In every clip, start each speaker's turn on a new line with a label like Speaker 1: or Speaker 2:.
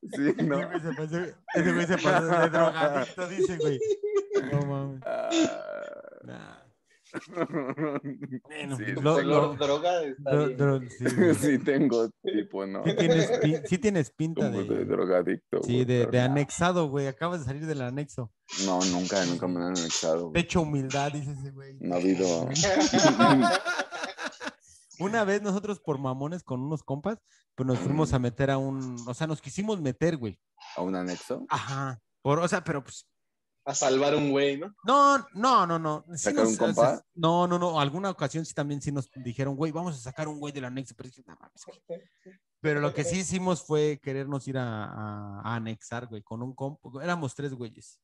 Speaker 1: Sí, no.
Speaker 2: Ese güey se pasó, ese güey se pasó de drogadicto, dice, güey. No mames.
Speaker 1: Ah.
Speaker 2: Nah. Bueno,
Speaker 1: Sí,
Speaker 2: lo-
Speaker 1: tengo-
Speaker 2: lo-
Speaker 3: droga está
Speaker 2: Dro-
Speaker 3: bien.
Speaker 2: dro- sí, güey.
Speaker 1: sí tengo tipo, ¿no?
Speaker 2: Sí tienes, pin- sí tienes pinta
Speaker 1: Como de
Speaker 2: de,
Speaker 1: drogadicto.
Speaker 2: sí,
Speaker 1: güey,
Speaker 2: de,
Speaker 1: pero
Speaker 2: de
Speaker 1: no.
Speaker 2: anexado, güey. Acabas de salir del anexo.
Speaker 1: No, nunca, nunca me lo han anexado. güey.
Speaker 2: Pecho humildad, dice ese güey.
Speaker 1: No ha habido.
Speaker 2: Una vez nosotros por mamones con unos compas, pues nos fuimos a meter a un, o sea, nos quisimos meter, güey.
Speaker 1: ¿A un anexo?
Speaker 2: Ajá. Por, o sea, pero pues
Speaker 3: A salvar un güey, ¿no?
Speaker 2: No, no, no, no. Sí
Speaker 1: ¿Sacar un
Speaker 2: nos- o sea,
Speaker 1: compa?
Speaker 2: no, no, no. Alguna ocasión sí también sí nos dijeron, güey, vamos a sacar un güey del anexo. Pero, dije, "No mames, güey". Pero lo que sí hicimos fue querernos ir a, a- a anexar, güey, con un compa. Éramos tres güeyes,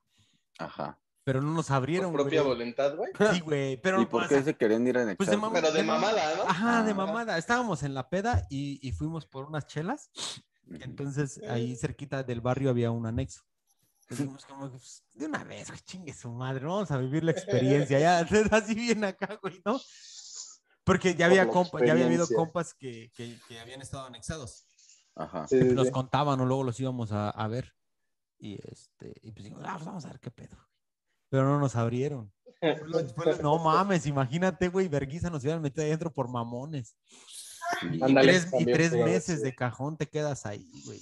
Speaker 1: Ajá.
Speaker 2: pero no nos
Speaker 3: Por
Speaker 2: abrieron.
Speaker 3: propia
Speaker 2: güey.
Speaker 3: voluntad, güey.
Speaker 2: Sí, güey, pero
Speaker 1: ¿Y por
Speaker 2: o
Speaker 1: qué
Speaker 2: sea,
Speaker 1: se querían ir a anexar?
Speaker 2: pues de mamá-
Speaker 3: Pero de
Speaker 2: de mamá.
Speaker 3: mamada, ¿no?
Speaker 2: Ajá, de
Speaker 1: Ah.
Speaker 2: mamada. Estábamos en la peda y, y fuimos por unas chelas.
Speaker 1: Ujú.
Speaker 2: Entonces,
Speaker 3: Eh.
Speaker 2: ahí cerquita del barrio había un anexo. Dijimos como, pues, de una vez, güey, chingue su madre, vamos a vivir la experiencia, ya, así bien acá, güey, ¿no? Porque ya
Speaker 3: Por
Speaker 2: había,
Speaker 3: la
Speaker 2: compa- ya había habido
Speaker 3: experiencia.
Speaker 2: compas que, que- que habían estado anexados.
Speaker 1: Ajá.
Speaker 3: Sí, sí,
Speaker 2: Nos
Speaker 3: sí.
Speaker 2: contaban o luego los íbamos a, a ver. Y, este, y pues dijimos, ah, pues vamos a ver qué pedo. Pero no nos abrieron. Fue lo- fue lo- no mames, imagínate, güey, verguiza nos hubieran metido adentro por mamones.
Speaker 1: Sí.
Speaker 2: Y
Speaker 3: Ándale,
Speaker 2: tres, y
Speaker 3: también
Speaker 2: tres
Speaker 3: pudo haber
Speaker 2: meses
Speaker 3: sido.
Speaker 2: de cajón te quedas ahí, güey.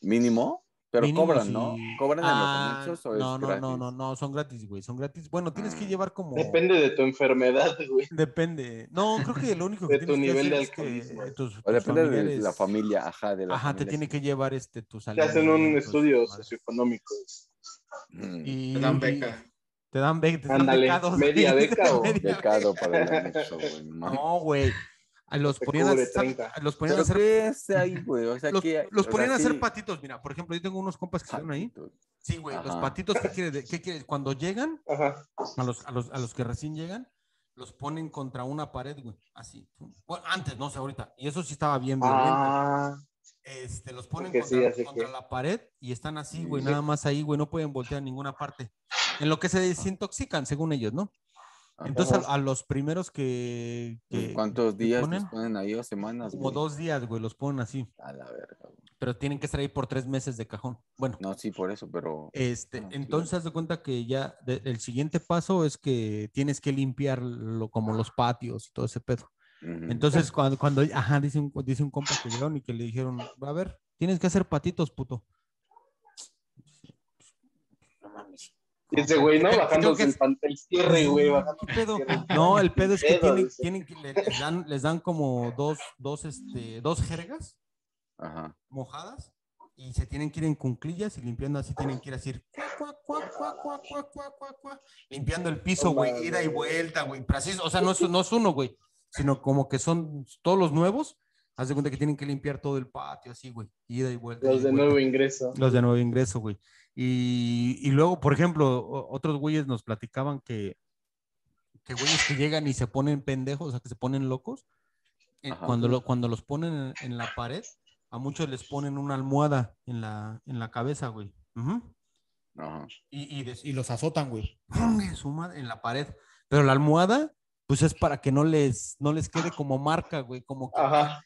Speaker 1: Mínimo, pero
Speaker 2: Mínimo,
Speaker 1: cobran,
Speaker 2: sí.
Speaker 1: ¿no? ¿Cobran en
Speaker 2: Ah,
Speaker 1: los anexos o es
Speaker 2: no, no,
Speaker 1: gratis?
Speaker 2: no, no, no, son gratis, güey, son gratis. Bueno, tienes que
Speaker 1: Mm.
Speaker 2: llevar como...
Speaker 3: Depende de tu enfermedad, güey.
Speaker 2: Depende. No, creo que lo único
Speaker 3: De
Speaker 2: que
Speaker 3: tu
Speaker 2: tienes que
Speaker 3: nivel
Speaker 2: hacer
Speaker 3: de
Speaker 2: es que
Speaker 3: alcoholismo.
Speaker 2: tus,
Speaker 1: O
Speaker 2: tus
Speaker 1: depende de la
Speaker 2: familiares-
Speaker 1: familia, ajá, de la
Speaker 2: Ajá, te
Speaker 1: familia
Speaker 2: tiene que llevar este, tus
Speaker 3: Te hacen un estudio socioeconómico.
Speaker 1: Mm,
Speaker 2: Y,
Speaker 4: Te dan beca.
Speaker 2: Te dan beca. Te dan
Speaker 3: Ándale,
Speaker 2: becados,
Speaker 3: media
Speaker 2: güey, te
Speaker 3: beca
Speaker 2: dan
Speaker 3: o-
Speaker 2: media
Speaker 1: Becado para el anexo, güey. no mames.
Speaker 2: No, güey. A Los
Speaker 3: Te
Speaker 2: ponían a,
Speaker 3: cubre
Speaker 2: hacer-
Speaker 3: 30.
Speaker 2: a los ponían a
Speaker 1: Pero
Speaker 2: hacer...
Speaker 1: ¿qué es ahí, güey? O sea,
Speaker 2: Los,
Speaker 1: ¿qué-
Speaker 2: los
Speaker 1: o sea,
Speaker 2: ponían a hacer
Speaker 1: sí-
Speaker 2: patitos, mira, por ejemplo, yo tengo unos compas que estuvieron ahí. Sí, güey, los
Speaker 1: Ajá.
Speaker 2: patitos, ¿qué quieres? de- ¿Qué quieres? Cuando llegan,
Speaker 3: Ajá.
Speaker 2: a los, a los, a los que recién llegan, los ponen contra una pared, güey, así. Bueno, antes, no sé, ahorita. Y eso sí estaba bien violento.
Speaker 3: Ah,
Speaker 2: Este, los ponen
Speaker 3: porque sí,
Speaker 2: contra,
Speaker 3: así
Speaker 2: contra
Speaker 3: que-
Speaker 2: la pared y están así, güey,
Speaker 1: Sí.
Speaker 2: nada más ahí, güey, no pueden voltear a ninguna parte. En lo que se desintoxican, según ellos, ¿no?
Speaker 1: Ajá.
Speaker 2: Entonces, a, a los primeros que... que-
Speaker 1: ¿Cuántos
Speaker 2: que
Speaker 1: días
Speaker 2: ponen?
Speaker 1: les ponen ahí o semanas?
Speaker 2: Como
Speaker 1: güey?
Speaker 2: dos días, güey, los ponen así.
Speaker 1: A la verga, güey.
Speaker 2: Pero tienen que estar ahí por tres meses de cajón. Bueno,
Speaker 1: No, sí, por eso, pero.
Speaker 2: Este,
Speaker 1: Ah, sí.
Speaker 2: entonces haz de cuenta que ya de- el siguiente paso es que tienes que limpiar lo, como los patios y todo ese pedo.
Speaker 1: ujú.
Speaker 2: Entonces cuando, cuando ajá, dice un, dice un compa que llegaron y que le dijeron, a ver, tienes que hacer patitos, puto. No mames.
Speaker 3: y ese güey, ¿no?
Speaker 2: Creo-
Speaker 3: Bajándose
Speaker 2: creo que
Speaker 3: el, pan- el cierre, güey. bajando-
Speaker 2: ¿Qué pedo?
Speaker 3: cierre.
Speaker 2: No, el pedo es que
Speaker 3: Pedo,
Speaker 2: tienen,
Speaker 3: dice.
Speaker 2: tienen que le- les, dan, les dan como dos, dos, este, dos jergas
Speaker 1: Ajá.
Speaker 2: mojadas y se tienen que ir en cunclillas y limpiando así, tienen que ir así, cuac, cuac, cuac, cuac, cuac, cuac, cuac, cuac, cuac, limpiando el piso,
Speaker 3: No
Speaker 2: güey,
Speaker 3: mames.
Speaker 2: ida y vuelta, güey, pero así, o sea, no es, no es uno, güey, sino como que son todos los nuevos, haz de cuenta que tienen que limpiar todo el patio, así, güey, ida y vuelta.
Speaker 3: Los
Speaker 2: ida
Speaker 3: de
Speaker 2: y
Speaker 3: nuevo
Speaker 2: vuelta.
Speaker 3: ingreso.
Speaker 2: Los de nuevo ingreso, güey. Y, y luego, por ejemplo, o- otros güeyes nos platicaban que, que güeyes que llegan y se ponen pendejos, o sea, que se ponen locos, eh,
Speaker 1: Ajá.
Speaker 2: cuando, lo- cuando los ponen en, en la pared, a muchos les ponen una almohada en la, en la cabeza, güey. Ujú.
Speaker 1: Ajá.
Speaker 2: y, y des- y los azotan, güey. ¡Chingue su madre! En la pared. Pero la almohada, pues es para que no les, no les quede como marca, güey. Como que,
Speaker 3: Ajá.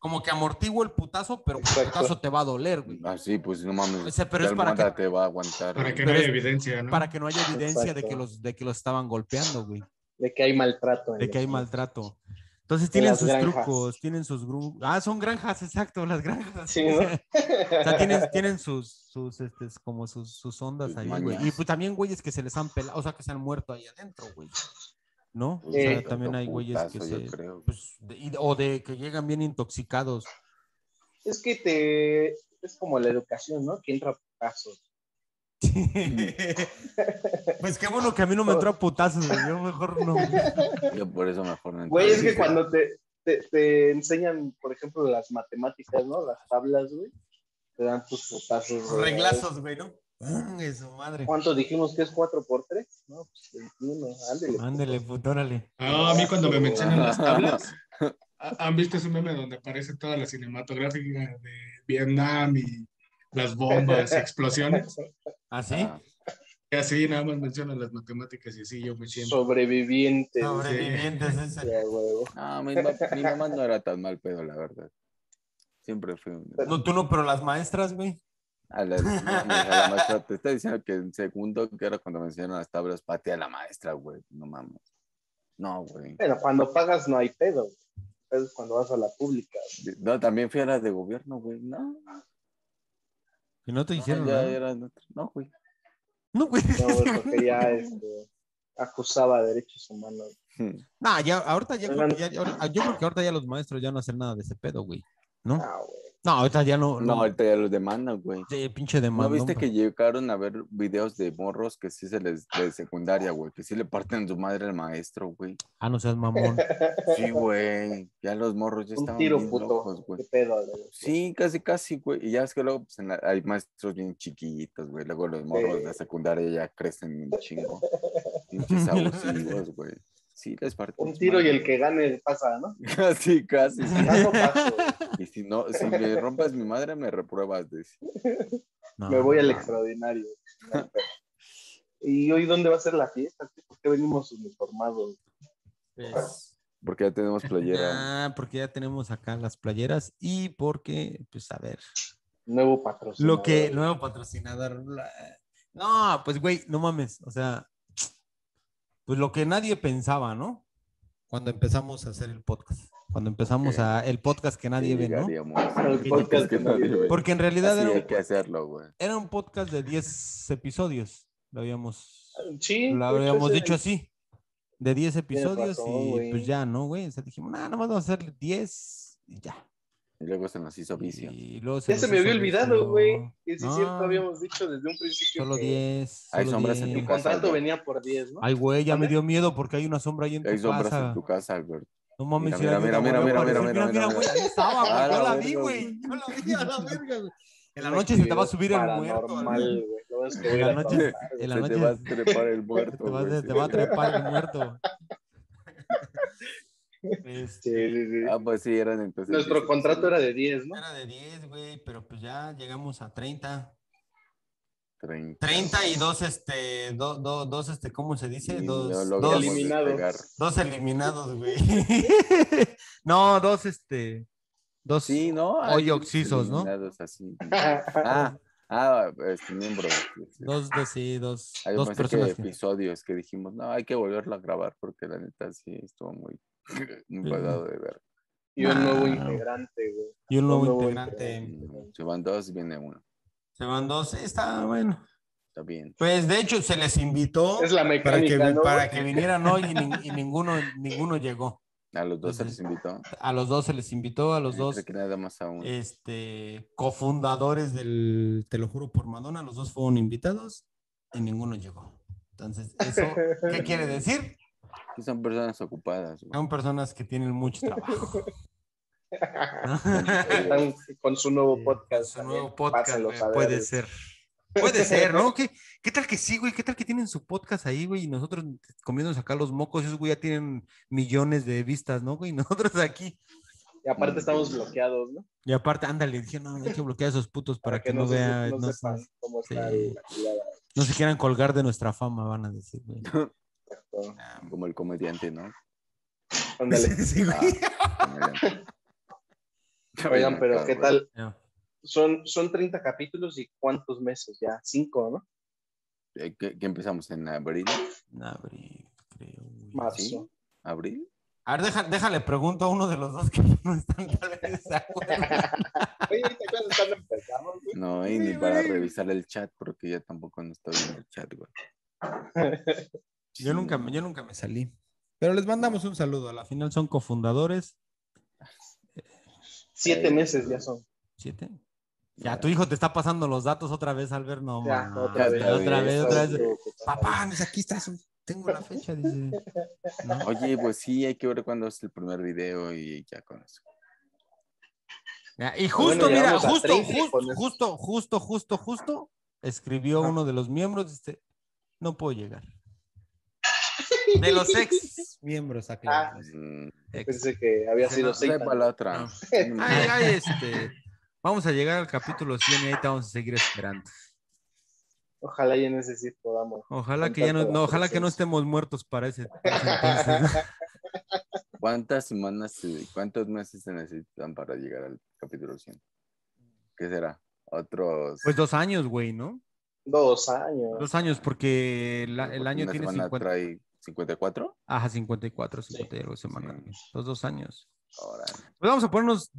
Speaker 2: como que amortigua el putazo, pero pues, el
Speaker 3: Exacto.
Speaker 2: putazo te va a doler, güey.
Speaker 1: Ah, sí, pues no mames.
Speaker 2: O sea, pero
Speaker 1: la
Speaker 2: es para que-
Speaker 1: almohada te va a aguantar.
Speaker 4: Para que
Speaker 2: Pero
Speaker 4: no haya
Speaker 2: es-
Speaker 4: evidencia, ¿no?
Speaker 2: para que no haya evidencia de que
Speaker 3: Exacto.
Speaker 2: los de que los estaban golpeando, güey,
Speaker 3: De que hay maltrato. en
Speaker 2: de que hay
Speaker 3: los-
Speaker 2: maltrato. Entonces tienen
Speaker 3: las
Speaker 2: sus
Speaker 3: granjas.
Speaker 2: trucos, tienen sus gru- Ah, son granjas, exacto, las granjas.
Speaker 3: Sí, ¿no?
Speaker 2: o sea, tienen, tienen sus, sus, este, como sus, sus ondas
Speaker 1: Sus
Speaker 2: ahí, güey. Y
Speaker 1: mañas.
Speaker 2: pues también güeyes que se les han pelado, o sea, que se han muerto ahí adentro, güey. ¿No? O
Speaker 1: Pues,
Speaker 2: sea,
Speaker 3: Eh.
Speaker 1: otro
Speaker 2: también hay güeyes que
Speaker 1: putazo, yo
Speaker 2: se...
Speaker 1: creo.
Speaker 2: pues, de- y- o de que llegan bien intoxicados.
Speaker 3: Es que te. Es como la educación, ¿no? Que entra a putazos.
Speaker 2: pues qué bueno que a mí no me entró a putazos, güey. Yo mejor no.
Speaker 1: Yo por eso mejor no
Speaker 3: Güey, es
Speaker 1: entré.
Speaker 3: que cuando te, te, te enseñan, por ejemplo, las matemáticas, ¿no? Las tablas, güey. Te dan tus putazos. güey.
Speaker 2: Reglazos, güey, ¿no? Mm, es su madre.
Speaker 3: ¿Cuánto dijimos que es 4 por 3? No, pues 21. Ándele.
Speaker 2: Ándele, puto, órale.
Speaker 4: No, Ah, a mí cuando me mencionan las tablas, ha- ¿han visto ese meme donde aparece toda la cinematográfica de Vietnam y las bombas, explosiones?
Speaker 2: ¿Así?
Speaker 1: Ah,
Speaker 4: Y así nada más mencionan las matemáticas y así yo me siento.
Speaker 3: Sobrevivientes.
Speaker 2: Sobrevivientes, ese.
Speaker 3: Ya, huevo.
Speaker 1: Ah, no, mi, ma- mi mamá no era tan mal pedo, la verdad. Siempre fui un.
Speaker 2: No, tú no, pero las maestras, güey.
Speaker 1: A la, a la maestra, te está diciendo que en segundo, que era cuando me enseñaron las tablas, patea a la maestra, güey. No mames. No, güey.
Speaker 3: Pero cuando pagas no hay pedo. güey. Pero es cuando vas a la pública. güey.
Speaker 1: No, también fui a la de gobierno, güey. No,
Speaker 2: Y no
Speaker 3: Ah,
Speaker 2: te ¿eh?
Speaker 1: no,
Speaker 2: dijeron
Speaker 1: Ah, ya
Speaker 2: nada.
Speaker 1: era de otro- No, güey.
Speaker 2: No, güey.
Speaker 3: No, güey, porque ya este, acusaba derechos humanos.
Speaker 2: Nah, ya, ahorita ya, creo
Speaker 3: Oigan.
Speaker 2: que ya- ya ahorita- yo creo que ahorita ya los maestros ya no hacen nada de ese pedo, güey. ¿No?
Speaker 3: Ah, güey.
Speaker 2: No, ahorita ya no.
Speaker 1: No,
Speaker 2: no,
Speaker 1: ahorita ya los demandan, güey.
Speaker 2: de pinche demanda.
Speaker 1: ¿No viste que llegaron a ver videos de morros que sí se les de secundaria, güey? Que sí le parten su madre al maestro, güey.
Speaker 2: Ah, no seas mamón.
Speaker 1: Sí, güey. Ya los morros ya
Speaker 3: Un
Speaker 1: estaban
Speaker 3: tiro
Speaker 1: bien
Speaker 3: puto.
Speaker 1: locos, güey.
Speaker 3: ¿Qué pedo, güey?
Speaker 1: Sí, casi, casi, güey. Y ya es que luego pues, en la- hay maestros bien chiquitos, güey. Luego los morros de
Speaker 3: Sí.
Speaker 1: secundaria ya crecen un chingo. Pinches abusivos, güey. Sí, les parte.
Speaker 3: Un tiro y el que gane pasa, ¿no?
Speaker 1: Casi, casi. sí.
Speaker 3: Paso, paso. güey.
Speaker 1: Y si no, si me rompes mi madre, me repruebas. dice.
Speaker 2: No,
Speaker 3: Me voy al
Speaker 2: no.
Speaker 1: Ah.
Speaker 3: extraordinario. ¿Y hoy dónde va a ser la fiesta? tío? ¿Por qué venimos uniformados?
Speaker 2: Pues,
Speaker 1: Porque ya tenemos playera.
Speaker 2: ah, porque ya tenemos acá las playeras y porque, pues a ver.
Speaker 3: Nuevo patrocinio.
Speaker 2: Lo que, nuevo patrocinador. bla. No, pues güey, no mames. O sea, pues lo que nadie pensaba, ¿no? Cuando empezamos a hacer el podcast. Cuando empezamos a el podcast que nadie
Speaker 1: que
Speaker 2: ve, ¿no?
Speaker 1: llegaríamos.
Speaker 3: Al podcast
Speaker 1: que
Speaker 3: que nadie
Speaker 1: nadie
Speaker 3: ve.
Speaker 1: ve.
Speaker 2: Porque en realidad
Speaker 1: Así
Speaker 2: era
Speaker 1: hay
Speaker 2: un,
Speaker 1: que hacerlo, güey.
Speaker 2: era un podcast de 10 episodios. Lo habíamos,
Speaker 3: Sí.
Speaker 2: lo
Speaker 3: de
Speaker 2: habíamos
Speaker 3: hecho,
Speaker 2: dicho
Speaker 3: ese-
Speaker 2: así. De 10 episodios
Speaker 3: razón,
Speaker 2: y
Speaker 3: güey.
Speaker 2: pues ya, ¿no, güey? O sea, dijimos, nada, nada más vamos a hacer 10 y ya.
Speaker 1: Y luego se nos hizo vicio.
Speaker 2: Y luego
Speaker 3: Ya
Speaker 2: nos
Speaker 3: se me
Speaker 2: hizo
Speaker 3: había olvidado,
Speaker 2: vicio.
Speaker 3: güey. Y sí,
Speaker 2: No,
Speaker 3: cierto, habíamos dicho desde un principio.
Speaker 2: Solo
Speaker 3: que
Speaker 2: 10.
Speaker 1: Hay
Speaker 2: solo
Speaker 1: sombras en tu
Speaker 2: 10.
Speaker 3: El
Speaker 1: casa,
Speaker 3: contrato
Speaker 1: güey.
Speaker 3: venía por 10, ¿no?
Speaker 2: Ay, güey, ya me
Speaker 3: ¿Mande?
Speaker 2: dio miedo porque hay una sombra ahí en
Speaker 1: Hay
Speaker 2: tu
Speaker 1: sombras
Speaker 2: casa.
Speaker 1: en tu casa, güey.
Speaker 2: No mames,
Speaker 1: Mira,
Speaker 2: si la
Speaker 1: mira,
Speaker 2: neta
Speaker 1: mira,
Speaker 2: volvió a
Speaker 1: mira,
Speaker 2: aparecer.
Speaker 1: mira, mira,
Speaker 2: güey,
Speaker 1: mira.
Speaker 2: ahí estaba, güey,
Speaker 1: Ah,
Speaker 2: yo
Speaker 1: la
Speaker 2: la vi,
Speaker 1: verga,
Speaker 2: güey.
Speaker 1: güey.
Speaker 2: Yo la vi a la verga, güey. En la noche se te va a subir el muerto. a la verga.
Speaker 3: Paranormal, güey. Lo ves que voy
Speaker 2: En
Speaker 3: a
Speaker 2: la
Speaker 3: ir a
Speaker 2: noche-
Speaker 3: trabajar, güey.
Speaker 2: en la
Speaker 1: Se
Speaker 2: noche
Speaker 1: te va a trepar el muerto.
Speaker 2: te va,
Speaker 1: güey,
Speaker 2: te
Speaker 1: sí.
Speaker 2: va a trepar el muerto.
Speaker 3: Sí,
Speaker 2: Este,
Speaker 3: sí, sí.
Speaker 1: Ah, pues sí, eran entonces.
Speaker 3: Nuestro
Speaker 1: 10
Speaker 3: contrato era
Speaker 1: episodios.
Speaker 3: de 10, ¿no?
Speaker 2: Era de 10, güey, pero pues ya llegamos a 30.
Speaker 1: 30.
Speaker 2: 30 y dos, este, do- do- dos, este, ¿cómo se dice?
Speaker 1: Y
Speaker 2: Dos,
Speaker 1: no
Speaker 2: dos,
Speaker 1: logramos
Speaker 3: Eliminados.
Speaker 1: despegar.
Speaker 2: dos eliminados, güey. no, dos, este, dos.
Speaker 1: Sí, ¿no?
Speaker 2: Hoy
Speaker 1: Hay
Speaker 2: oxisos, ¿no?
Speaker 1: eliminados así. Ah, ah, este miembro.
Speaker 2: Dos, dos, sí, dos,
Speaker 1: Hay
Speaker 2: dos personas. que-
Speaker 1: episodios que dijimos, no, hay que volverlo a grabar porque la neta sí estuvo muy, muy pasado de ver.
Speaker 3: Y un
Speaker 2: No.
Speaker 3: nuevo integrante, güey.
Speaker 2: Y un nuevo
Speaker 3: Un nuevo
Speaker 2: integrante.
Speaker 3: integrante.
Speaker 1: Mm, Se van dos, viene uno.
Speaker 2: Se van dos, sí, está bueno.
Speaker 1: Está bien.
Speaker 2: Pues de hecho se les invitó
Speaker 3: Es la
Speaker 2: para que,
Speaker 3: mecánica, ¿no,
Speaker 2: para
Speaker 3: güey?
Speaker 2: que vinieran hoy y, nin- y ninguno, ninguno llegó.
Speaker 1: A los dos se
Speaker 2: Ujú.
Speaker 1: les invitó.
Speaker 2: A los dos se les invitó, a los dos
Speaker 1: Creo que nada más a uno.
Speaker 2: este, cofundadores del Te lo juro por Madonna, los dos fueron invitados y ninguno llegó. Entonces, ¿eso qué quiere decir?
Speaker 1: Que son personas ocupadas. güey.
Speaker 2: Son personas que tienen mucho trabajo.
Speaker 3: Están con su nuevo podcast.
Speaker 2: Su nuevo
Speaker 3: también.
Speaker 2: podcast,
Speaker 3: Pásenlo
Speaker 2: güey,
Speaker 3: a ver,
Speaker 2: puede
Speaker 3: güey.
Speaker 2: ser. Puede ser, ¿no? ¿Qué, ¿Qué tal que sí, güey? ¿Qué tal que tienen su podcast ahí, güey? Y nosotros comiéndonos acá los mocos, esos güey ya tienen millones de vistas, ¿no, güey? Y nosotros aquí.
Speaker 3: Y aparte estamos bloqueados, ¿no?
Speaker 2: Y aparte, ándale, dije, no, hay que bloquear a esos putos para, que, no
Speaker 3: se-
Speaker 2: vean,
Speaker 3: no
Speaker 2: no, se-
Speaker 3: sepan cómo está
Speaker 2: sí.
Speaker 3: la tirada.
Speaker 2: no se quieran colgar de nuestra fama, van a decir, güey.
Speaker 3: Exacto.
Speaker 1: Como el comediante, ¿no?
Speaker 3: Ándale.
Speaker 2: Sí, güey.
Speaker 1: Ah, comediante.
Speaker 3: Oigan, pero ¿qué tal?
Speaker 2: Ya.
Speaker 3: Son, son 30 capítulos y cuántos meses ya? Cinco, ¿no?
Speaker 1: Eh, ¿Qué, qué empezamos en abril?
Speaker 2: No, abrí, creo, güey.
Speaker 3: Marzo.
Speaker 1: Sí. ¿Abril?
Speaker 2: A ver, deja- déjale, pregunto a uno de los dos que no están tal vez de acuerdo.
Speaker 3: Oye, ¿te acuerdas cuando empezamos, güey?
Speaker 1: No, y
Speaker 2: Sí,
Speaker 1: ni para
Speaker 2: güey.
Speaker 1: revisar el chat porque ya tampoco no estoy en el chat, güey.
Speaker 2: Yo nunca, me- yo nunca me salí. Pero les mandamos un saludo. A la final son cofundadores.
Speaker 3: Siete
Speaker 1: Ey,
Speaker 3: meses ya son.
Speaker 2: ¿Siete? Ya, tu hijo te está pasando los datos otra vez, Albert. No,
Speaker 3: Ya,
Speaker 2: mames.
Speaker 3: otra vez.
Speaker 2: Otra vez, otra vez.
Speaker 3: Otra vez.
Speaker 2: Papá, pues aquí está. su- Tengo la fecha, dice. No.
Speaker 1: Oye, pues sí, hay que ver cuándo es el primer video y ya con eso.
Speaker 2: Ya, Y justo,
Speaker 3: Bueno,
Speaker 2: mira,
Speaker 3: llegamos a
Speaker 2: justo,
Speaker 3: 30
Speaker 2: justo,
Speaker 3: con eso.
Speaker 2: justo, justo, justo, justo, escribió
Speaker 3: Ajá.
Speaker 2: uno de los miembros, dice, no puedo llegar. De los ex miembros, acá.
Speaker 3: Ah,
Speaker 1: Mm,
Speaker 3: Pensé que había
Speaker 2: Sí,
Speaker 3: sido
Speaker 2: no,
Speaker 3: seis.
Speaker 1: trae para la otra.
Speaker 2: No.
Speaker 1: Mm,
Speaker 2: Ay, ay, este. Vamos a llegar al capítulo 100 y ahí te vamos a seguir esperando.
Speaker 3: Ojalá y en ese sí podamos.
Speaker 2: Ojalá que ya no, no, ojalá que no estemos muertos para ese, para ese entonces.
Speaker 1: ¿Cuántas semanas, se- cuántos meses se necesitan para llegar al capítulo 100? ¿Qué será? otros.
Speaker 2: Pues dos años, güey, ¿no?
Speaker 3: Dos años.
Speaker 2: Dos años, porque la- el año
Speaker 1: Una
Speaker 2: tiene
Speaker 1: semana
Speaker 2: 50.
Speaker 1: trae 54.
Speaker 2: Ajá, 54, 50 euros
Speaker 1: Sí.
Speaker 2: semanal. Los dos años.
Speaker 1: Ahora,
Speaker 2: Pues vamos a ponernos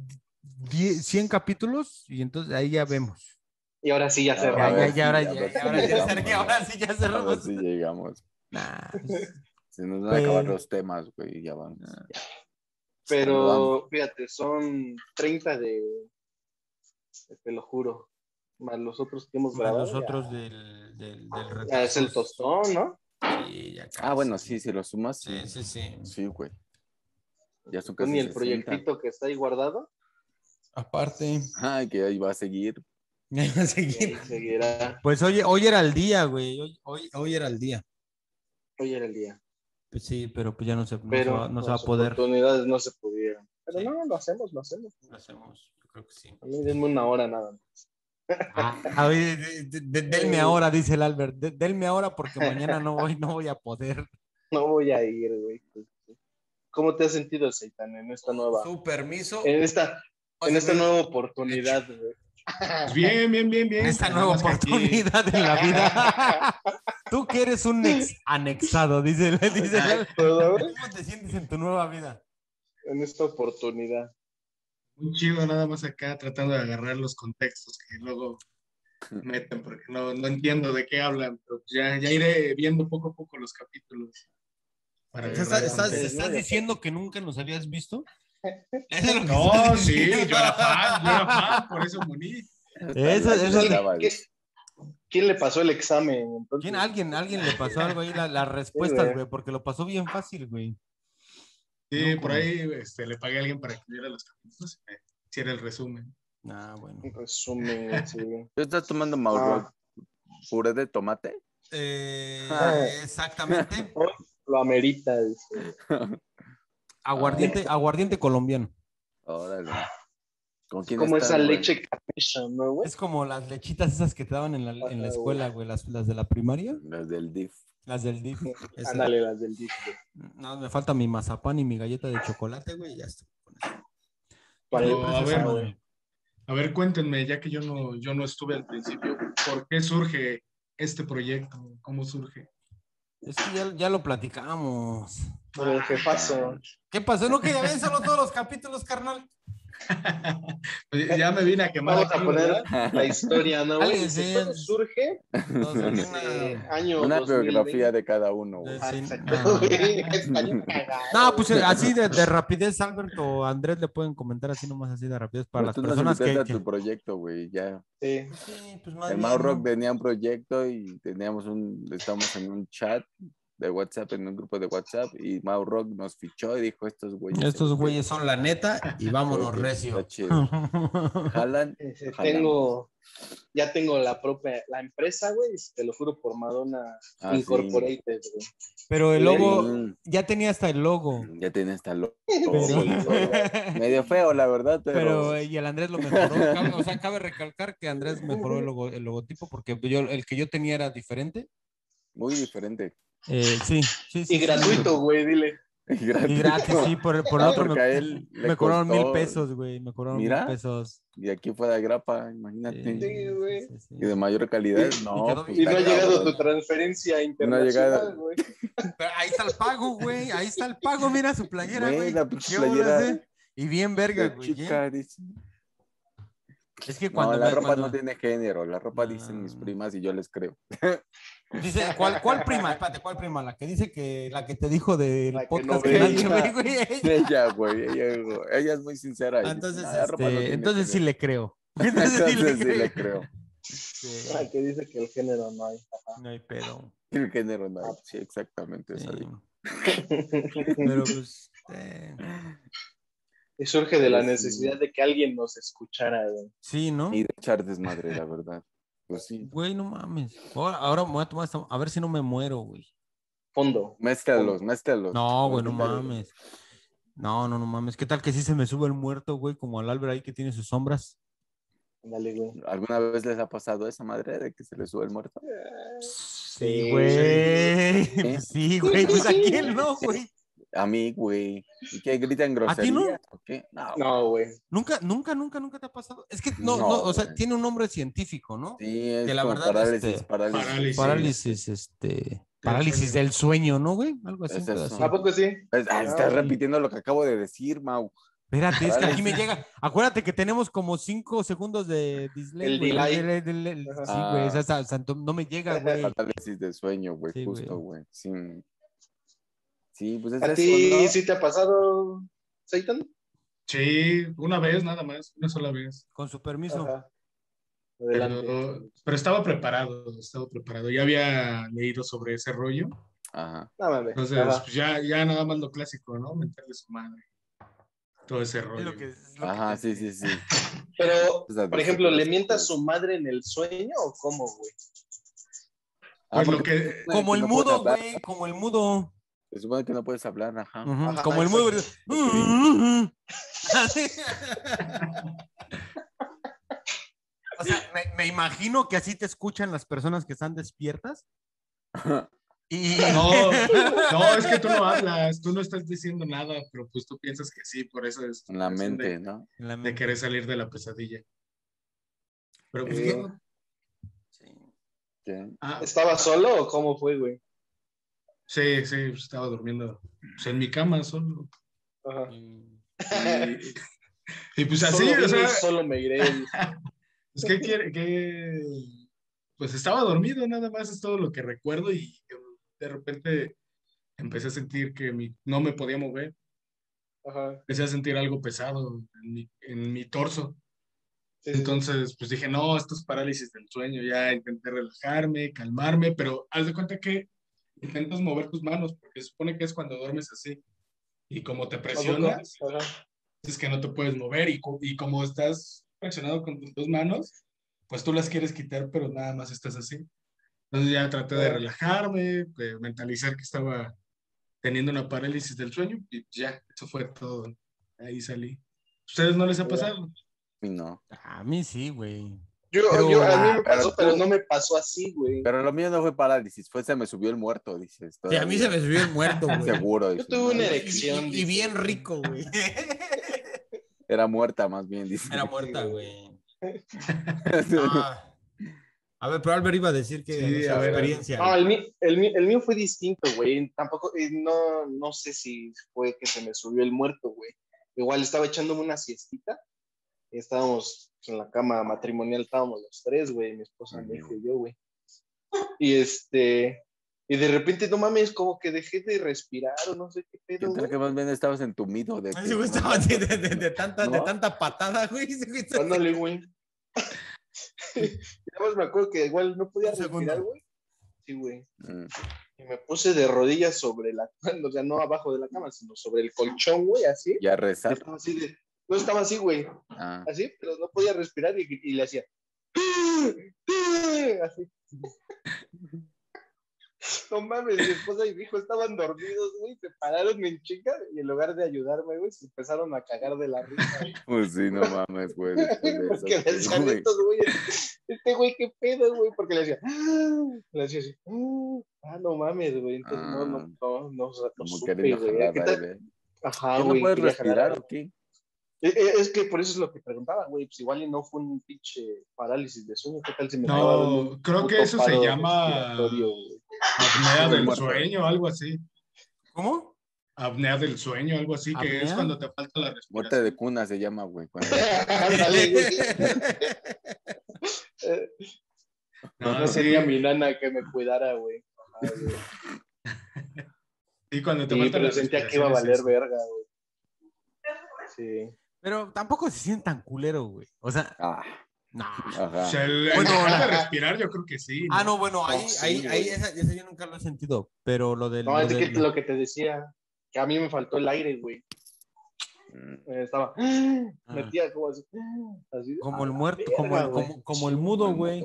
Speaker 2: 10 100 capítulos y entonces ahí ya vemos.
Speaker 3: Y ahora sí ya
Speaker 1: Ya,
Speaker 2: Ya,
Speaker 3: cerramos.
Speaker 2: ya,
Speaker 1: ver,
Speaker 2: ya, ahora
Speaker 1: ya,
Speaker 2: ya,
Speaker 1: ya,
Speaker 2: ya, ahora ya,
Speaker 1: ya,
Speaker 2: cerré,
Speaker 1: ya.
Speaker 2: ahora sí ya
Speaker 1: a ver
Speaker 3: pues,
Speaker 2: cerramos.
Speaker 1: si llegamos.
Speaker 2: Nah, pues,
Speaker 1: Se nos van a acabar
Speaker 2: Pero- Ah.
Speaker 1: los temas, güey, y ya vamos.
Speaker 2: nah.
Speaker 3: Pero fíjate, son 30 de. Te lo juro. Más los otros que hemos
Speaker 2: Más
Speaker 3: grabado.
Speaker 2: nosotros del, del, del
Speaker 3: ya-
Speaker 2: retraso.
Speaker 3: ya Ah, es el tostón, ¿no?
Speaker 2: Sí, ya
Speaker 1: Ah, bueno,
Speaker 2: casi.
Speaker 1: sí, si lo sumas. Sí,
Speaker 2: Sí, sí, sí.
Speaker 1: sí, güey. Ya son casi
Speaker 3: Pues Ni el
Speaker 1: 60.
Speaker 3: proyectito que está ahí guardado.
Speaker 2: Aparte.
Speaker 1: Ay, que ahí va a seguir.
Speaker 3: que ahí eh, Seguirá.
Speaker 2: Pues hoy, hoy era el día, güey. Hoy, hoy, hoy era el día.
Speaker 3: Hoy era el día.
Speaker 2: Pues sí, pero pues ya no se, no se
Speaker 3: Pero
Speaker 2: va, no se va a
Speaker 3: las
Speaker 2: poder.
Speaker 3: oportunidades no se pudieron. Pero
Speaker 2: Sí.
Speaker 3: no, lo hacemos, lo hacemos.
Speaker 2: Lo hacemos, yo creo que sí.
Speaker 3: A mí denme una hora nada más.
Speaker 2: Ah, a ver, de- de- de- denme ahora, dice el Albert. de- denme ahora porque mañana no voy, no voy a poder.
Speaker 3: No voy a ir, güey. ¿Cómo te has sentido, Seitan, en esta nueva,
Speaker 2: Su permiso.
Speaker 3: en esta, en este
Speaker 2: Pues,
Speaker 3: esta nueva oportunidad, güey?
Speaker 4: Pues bien, bien, bien, bien.
Speaker 2: En esta nueva
Speaker 4: Nada más que aquí-
Speaker 2: oportunidad en la vida. Tú que eres un ex- anexado, dice, el- dice el Albert.
Speaker 3: Todo, güey,
Speaker 2: ¿Cómo te sientes en tu nueva vida?
Speaker 3: En esta oportunidad.
Speaker 4: Muy chido, nada más acá tratando de agarrar los contextos que luego meten, porque no, no entiendo de qué hablan, pero ya, ya iré viendo poco a poco los capítulos. para
Speaker 2: ¿Estás,
Speaker 4: agarrar
Speaker 2: estás-
Speaker 4: contexto.
Speaker 2: estás diciendo que nunca nos habías visto? Eso es lo que
Speaker 4: No,
Speaker 2: estás
Speaker 4: sí, yo
Speaker 2: diciendo.
Speaker 4: era fan, yo era fan, por eso morí.
Speaker 2: Eso- eso-
Speaker 1: Estaba-
Speaker 3: ¿Qué- ¿Quién le pasó el examen? entonces?
Speaker 2: ¿Quién, alguien, alguien le pasó algo ahí, la- las respuestas,
Speaker 3: güey.
Speaker 2: güey, porque lo pasó bien fácil, güey.
Speaker 4: Sí,
Speaker 2: No,
Speaker 4: por
Speaker 2: como-
Speaker 4: ahí este, le pagué a alguien para que viera los capítulos y me hiciera el resumen.
Speaker 2: Ah, bueno.
Speaker 3: Un Resumen, güey, sí.
Speaker 1: ¿Tú estás tomando Mauro Ah. puré de tomate?
Speaker 3: Ah.
Speaker 2: exactamente.
Speaker 3: Lo amerita, dice.
Speaker 2: Aguardiente, aguardiente colombiano.
Speaker 1: Órale. ¿Con quién
Speaker 3: Como
Speaker 1: estás,
Speaker 3: esa
Speaker 1: güey?
Speaker 3: leche capricha, ¿no, güey?
Speaker 2: Es como las lechitas esas que te daban en la, en
Speaker 3: Ah,
Speaker 2: la escuela, güey, las, las de la primaria,
Speaker 1: Las del DIF.
Speaker 2: las del DIF. Esa.
Speaker 3: Ándale, las del disco.
Speaker 2: No, me falta mi mazapán y mi galleta de chocolate, güey, y ya está.
Speaker 3: Para el
Speaker 4: Pero, a
Speaker 3: procesado,
Speaker 4: ver, A ver, cuéntenme, ya que yo no, yo no estuve al principio, ¿por qué surge este proyecto? ¿Cómo surge?
Speaker 2: Es que ya, ya lo platicamos.
Speaker 3: por el jefazo.
Speaker 2: ¿Qué pasó? ¿No quería ver solo todos los capítulos, carnal?
Speaker 4: ya me vine a quemar.
Speaker 3: Vamos a
Speaker 4: aquí,
Speaker 3: poner
Speaker 4: ¿verdad?
Speaker 3: la historia, ¿no, güey?
Speaker 2: Alguien, sí.
Speaker 3: Todo surge
Speaker 2: Entonces,
Speaker 3: eh,
Speaker 2: una-
Speaker 3: año
Speaker 1: Una
Speaker 3: 2020.
Speaker 1: biografía de cada uno, güey.
Speaker 3: Ah,
Speaker 2: Sí,
Speaker 3: exacto, güey. Estaría cagado,
Speaker 2: No, pues
Speaker 3: güey.
Speaker 2: eh, así de, de rapidez, Alberto o Andrés le pueden comentar así nomás, así de rapidez para
Speaker 1: Pero Pues tú
Speaker 2: las
Speaker 1: nos
Speaker 2: personas que.
Speaker 1: invitaste
Speaker 2: que-
Speaker 1: a tu proyecto, güey, ya.
Speaker 3: Sí.
Speaker 2: Pues sí, pues más
Speaker 1: El
Speaker 2: bien,
Speaker 1: Mau Rock
Speaker 2: ¿no?
Speaker 1: tenía un proyecto y teníamos un, estábamos en un chat de WhatsApp, en un grupo de WhatsApp, y Mau Rock nos fichó y dijo, estos güeyes.
Speaker 2: Estos güeyes son la neta y vámonos
Speaker 1: Oye,
Speaker 2: recio.
Speaker 1: está chido. jalan.
Speaker 3: Este,
Speaker 1: Ojalá.
Speaker 3: Tengo, ya tengo la propia, la empresa, güey, te lo juro por Madonna
Speaker 1: Ah, sí.
Speaker 3: Incorporated, güey.
Speaker 2: Pero el logo,
Speaker 1: Mm,
Speaker 2: ya tenía hasta el logo.
Speaker 1: Ya tiene hasta loco.
Speaker 2: Pero,
Speaker 1: Medio feo, la verdad, pero.
Speaker 2: pero, eh, y el Andrés lo mejoró. Cabe- o sea, cabe recalcar que Andrés mejoró el, logo- el logotipo porque yo, el que yo tenía era diferente.
Speaker 1: Muy diferente.
Speaker 2: Eh, sí, sí, sí.
Speaker 3: Y gratuito, güey, dile.
Speaker 1: Y
Speaker 2: Y
Speaker 1: gratuito.
Speaker 2: gratis, sí, por, por el
Speaker 1: Ah,
Speaker 2: otro
Speaker 1: porque a
Speaker 2: me,
Speaker 1: él le
Speaker 2: me cobraron
Speaker 1: costó,
Speaker 2: mil pesos, güey. Me cobraron
Speaker 1: Mira.
Speaker 2: mil pesos.
Speaker 1: Y aquí fue de grapa,
Speaker 2: Sí,
Speaker 1: imagínate.
Speaker 3: Sí, güey.
Speaker 2: sí, sí.
Speaker 1: Y de mayor calidad, no.
Speaker 2: quedó
Speaker 1: pues,
Speaker 3: Y no ha
Speaker 1: está
Speaker 3: llegado
Speaker 1: cabrón.
Speaker 3: tu transferencia
Speaker 1: ha
Speaker 3: internacional,
Speaker 1: llegado.
Speaker 3: güey.
Speaker 2: Pero ahí está el pago, güey. Ahí está el pago. Mira su playera,
Speaker 1: Güey,
Speaker 2: güey.
Speaker 1: la pinche
Speaker 2: ¿Qué bolas,
Speaker 1: playera
Speaker 2: eh? Y bien verga,
Speaker 1: de
Speaker 2: güey.
Speaker 1: chica, dice.
Speaker 2: Es que
Speaker 1: No,
Speaker 2: cuando,
Speaker 1: la
Speaker 2: me-
Speaker 1: ropa
Speaker 2: cuando-
Speaker 1: no tiene género, la ropa dicen mis
Speaker 2: No.
Speaker 1: primas y yo les creo.
Speaker 2: dice, ¿cuál, cuál prima? Espérate, ¿cuál prima? La que dice que la que te dijo del
Speaker 3: La que
Speaker 2: podcast
Speaker 3: no
Speaker 2: que nadie
Speaker 3: veía.
Speaker 2: ve, güey.
Speaker 1: Ella, güey, ella, ella es muy sincera. y dice,
Speaker 2: Entonces,
Speaker 1: "No, la ropa no
Speaker 2: este,
Speaker 1: tiene
Speaker 2: entonces sí
Speaker 1: género".
Speaker 2: le creo. Entonces sí le
Speaker 1: Entonces sí le
Speaker 2: creo.
Speaker 1: creo.
Speaker 2: Sí,
Speaker 3: Ah, que dice que el género no hay.
Speaker 2: No hay pedo.
Speaker 1: El género, no, sí, exactamente.
Speaker 2: Sí.
Speaker 1: eso dijo.
Speaker 2: Pero pues. eh,
Speaker 3: Y surge de la
Speaker 1: Sí.
Speaker 3: necesidad de que alguien nos escuchara, güey.
Speaker 2: sí, ¿no?
Speaker 1: Y de echar desmadre, la verdad. Pues sí,
Speaker 2: Güey, no mames. Ahora, ahora me voy a tomar esta- A ver si no me muero, güey.
Speaker 3: Fondo.
Speaker 1: mézclalos, mézclalos. Pues
Speaker 2: No, güey, no
Speaker 1: Mézclalos.
Speaker 2: mames. No, no, no mames. ¿Qué tal que sí se me sube el muerto, güey? Como al Albert ahí que tiene sus sombras.
Speaker 3: Dale, güey.
Speaker 1: ¿Alguna vez les ha pasado esa madre de que se les sube el muerto?
Speaker 2: Sí,
Speaker 3: Sí,
Speaker 2: güey. Sí, güey. Pues a quién no, güey.
Speaker 1: A mí, güey. ¿Y qué gritan groserías?
Speaker 2: no?
Speaker 1: ¿O qué? No, güey.
Speaker 3: No, güey.
Speaker 2: Nunca, nunca, nunca, nunca te ha pasado. Es que
Speaker 1: No,
Speaker 2: no, no, o sea,
Speaker 1: güey.
Speaker 2: tiene un nombre científico, ¿no?
Speaker 1: Sí, es
Speaker 2: Que la
Speaker 1: como
Speaker 2: verdad,
Speaker 1: parálisis,
Speaker 2: este,
Speaker 1: parálisis.
Speaker 4: parálisis.
Speaker 2: Parálisis, este. Parálisis
Speaker 4: sueño.
Speaker 2: del sueño, ¿no, güey? Algo así.
Speaker 1: Es
Speaker 2: un
Speaker 1: eso.
Speaker 2: pedacito.
Speaker 3: ¿A poco sí?
Speaker 1: Es- ah, estás
Speaker 3: Ay.
Speaker 1: repitiendo lo que acabo de decir, Mau.
Speaker 2: Espérate, es que aquí me llega. Acuérdate que tenemos como cinco segundos de display.
Speaker 3: El
Speaker 2: güey.
Speaker 3: delay.
Speaker 2: El- el- el- el-
Speaker 3: Ajá.
Speaker 2: sí, güey. o sea, sa- santo- no me llega, güey.
Speaker 1: Parálisis de sueño, güey,
Speaker 2: Sí,
Speaker 1: justo, güey. Sí. Sí, pues es
Speaker 3: ¿A
Speaker 1: eso,
Speaker 3: ti
Speaker 1: ¿no?
Speaker 3: sí te ha pasado, Satan?
Speaker 4: Sí, una vez nada más, una sola vez.
Speaker 2: Con su permiso.
Speaker 3: Ajá.
Speaker 4: Pero,
Speaker 3: Adelante.
Speaker 4: pero estaba preparado, estaba preparado. Ya había leído sobre ese rollo.
Speaker 1: Ajá.
Speaker 3: No mames.
Speaker 4: Entonces,
Speaker 3: Ajá.
Speaker 4: pues, ya, ya nada más lo clásico, ¿no? Mentarle su madre. Todo ese rollo.
Speaker 2: Es
Speaker 4: Pues,
Speaker 2: lo que- es lo que
Speaker 1: Ajá,
Speaker 2: te-
Speaker 1: sí, sí, sí.
Speaker 3: Pero,
Speaker 1: Pues, a
Speaker 3: por
Speaker 1: veces
Speaker 3: ejemplo,
Speaker 1: te
Speaker 3: ¿le
Speaker 1: las
Speaker 3: mienta a
Speaker 1: cuentas.
Speaker 3: su madre en el sueño o cómo, güey?
Speaker 1: Ah,
Speaker 4: Pues lo
Speaker 1: porque
Speaker 4: que.
Speaker 2: Como el
Speaker 1: no puedes
Speaker 2: mudo,
Speaker 1: hablar.
Speaker 2: güey. Como el mudo.
Speaker 1: Se supone que no puedes hablar, ajá.
Speaker 2: Ujú,
Speaker 3: Ajá,
Speaker 2: como el mudo. güey. Así. O sea, me, me imagino que así te escuchan las personas que están despiertas. Y
Speaker 4: No, no, es que tú no hablas, tú no estás diciendo nada, pero pues tú piensas que sí, por eso es.
Speaker 1: En la
Speaker 4: es de-
Speaker 1: mente, ¿no?
Speaker 2: En la
Speaker 4: De
Speaker 2: mente,
Speaker 4: querer salir de la pesadilla. Pero pues
Speaker 3: Eh,
Speaker 4: no.
Speaker 2: sí.
Speaker 1: ¿Qué?
Speaker 4: Ah,
Speaker 3: ¿Estaba solo o cómo fue, güey?
Speaker 4: sí, sí, pues, estaba durmiendo pues, en mi cama solo.
Speaker 3: Ajá.
Speaker 4: Y, y pues así,
Speaker 3: solo
Speaker 4: o
Speaker 3: vine y
Speaker 4: sea,
Speaker 3: solo me iré.
Speaker 4: pues qué quiere, qué... Pues estaba dormido, nada más es todo lo que recuerdo y de repente empecé a sentir que mi- no me podía mover.
Speaker 3: Ajá.
Speaker 4: Empecé a sentir algo pesado en mi, en mi torso.
Speaker 3: Sí, sí.
Speaker 4: Entonces, pues dije, no, esto es parálisis del sueño. Ya intenté relajarme, calmarme, pero haz de cuenta que intentas mover tus manos, porque se supone que es cuando duermes así. Y como te presionas,
Speaker 3: Ajá.
Speaker 4: es que no te puedes mover. Y, co- y como estás presionado con tus dos manos, pues tú las quieres quitar, pero nada más estás así. Entonces ya traté de relajarme, de mentalizar que estaba teniendo una parálisis del sueño, y ya, eso fue todo. Ahí salí. ¿Ustedes no les ha
Speaker 3: Ya.
Speaker 4: pasado?
Speaker 1: Y no.
Speaker 2: A mí sí, güey.
Speaker 3: Yo,
Speaker 2: Pero-
Speaker 3: yo, a mí me
Speaker 1: Ah,
Speaker 3: pasó,
Speaker 1: pero
Speaker 3: pero
Speaker 1: tú-
Speaker 3: no me pasó así, güey.
Speaker 1: Pero lo mío no fue parálisis, fue se me subió el muerto, dices.
Speaker 2: Sí, a mí se me subió el muerto, güey.
Speaker 1: Seguro.
Speaker 3: Yo
Speaker 1: dices,
Speaker 3: tuve
Speaker 1: ¿no?
Speaker 3: una
Speaker 2: Y-
Speaker 3: erección.
Speaker 2: Y, y
Speaker 3: dice.
Speaker 2: bien rico, güey.
Speaker 1: Era muerta, más bien, dices.
Speaker 2: Era muerta, güey. Ah. A ver, pero Albert iba a decir que
Speaker 4: Sí,
Speaker 2: su
Speaker 4: a ver, Ah,
Speaker 2: experiencia.
Speaker 3: No, Ah, el mío, el, mío, el mío fue distinto, güey. Tampoco, eh, no, no sé si fue que se me subió el muerto, güey. Igual estaba echándome una siestita. y Estábamos en la cama matrimonial, estábamos los tres, güey. Mi esposa, mi hijo y yo, güey. Y este, y de repente, no mames, como que dejé de respirar o no sé qué pedo,
Speaker 1: Mientras
Speaker 3: güey.
Speaker 1: que más bien estabas entumido de.
Speaker 2: Ese güey estaba así de, de- de tanta, de
Speaker 1: ¿No?
Speaker 2: tanta patada, güey. Ese güey está-
Speaker 3: Ándale, güey. Nada más me acuerdo que igual no podía
Speaker 2: Un segundo.
Speaker 3: respirar, güey. Sí, güey.
Speaker 1: Mm.
Speaker 3: Y me puse de rodillas sobre la, o sea, no abajo de la cama, sino sobre el colchón, güey, así.
Speaker 1: Y a rezar.
Speaker 3: Estaba así de- no estaba así, güey,
Speaker 1: Ah,
Speaker 3: así, pero no podía respirar y, y le hacía. Así. No mames, mi esposa y mi hijo estaban dormidos, güey, se pararon en chica y en lugar de ayudarme, güey, se empezaron a cagar de la risa, güey.
Speaker 1: pues sí, no mames, güey. después de
Speaker 3: Porque
Speaker 1: eso,
Speaker 3: le decían
Speaker 1: güey.
Speaker 3: estos güeyes, este güey, qué pedo, güey, porque le decía, "Ah", le hacía así, "Ah", ah, no mames, güey, entonces no, no,
Speaker 1: Ah.
Speaker 3: no, no, no
Speaker 1: Como
Speaker 3: supe,
Speaker 1: queriendo
Speaker 3: güey,
Speaker 1: jalar
Speaker 3: ¿qué tal?
Speaker 1: aire.
Speaker 3: Ajá,
Speaker 1: ¿Que ¿No
Speaker 3: güey,
Speaker 1: puedes
Speaker 3: quería jalar.
Speaker 1: respirar o qué?
Speaker 3: Eh, eh, Es que por eso es lo que preguntaba, güey, pues igual y no fue un pinche parálisis de sueño, qué tal si me daba un
Speaker 4: No, creo que
Speaker 3: puto
Speaker 4: eso se
Speaker 3: paro
Speaker 4: llama
Speaker 3: respiratorio, güey?
Speaker 4: apnea del
Speaker 1: Muerto.
Speaker 4: sueño, algo así.
Speaker 2: ¿Cómo?
Speaker 4: Apnea del sueño, algo así, que es
Speaker 2: ¿Apnea?
Speaker 4: cuando te falta la
Speaker 1: Muerte
Speaker 4: respiración.
Speaker 1: de cuna se llama, güey. cuando-
Speaker 3: Ándale, güey. Eh,
Speaker 4: No,
Speaker 3: no
Speaker 4: sí,
Speaker 3: sería mi nana que me cuidara, güey. Ajá, güey.
Speaker 4: sí, cuando te
Speaker 3: Sí,
Speaker 4: falta la
Speaker 3: pero sentía que iba a
Speaker 4: respiración es
Speaker 3: valer verga, güey. Sí.
Speaker 2: Pero tampoco se sienten tan culero, güey. O sea,
Speaker 1: Ah,
Speaker 2: no.
Speaker 4: eso. O sea,
Speaker 1: ajá.
Speaker 4: el, el
Speaker 2: Bueno,
Speaker 4: dejar de
Speaker 3: la-
Speaker 4: respirar yo creo que sí.
Speaker 2: Ah,
Speaker 4: ¿no?
Speaker 2: no, bueno, ahí,
Speaker 3: No, sí,
Speaker 2: ahí, ahí,
Speaker 3: güey.
Speaker 2: esa, esa yo nunca lo he sentido. Pero lo del.
Speaker 3: No,
Speaker 2: lo
Speaker 3: es que
Speaker 2: del-
Speaker 3: lo que te decía, que a mí me faltó el aire, güey.
Speaker 1: Mm.
Speaker 3: Eh, Estaba, metía como así, así. ah,
Speaker 2: como el muerto, como
Speaker 3: verga,
Speaker 2: el,
Speaker 3: güey.
Speaker 2: como, como el mudo, güey.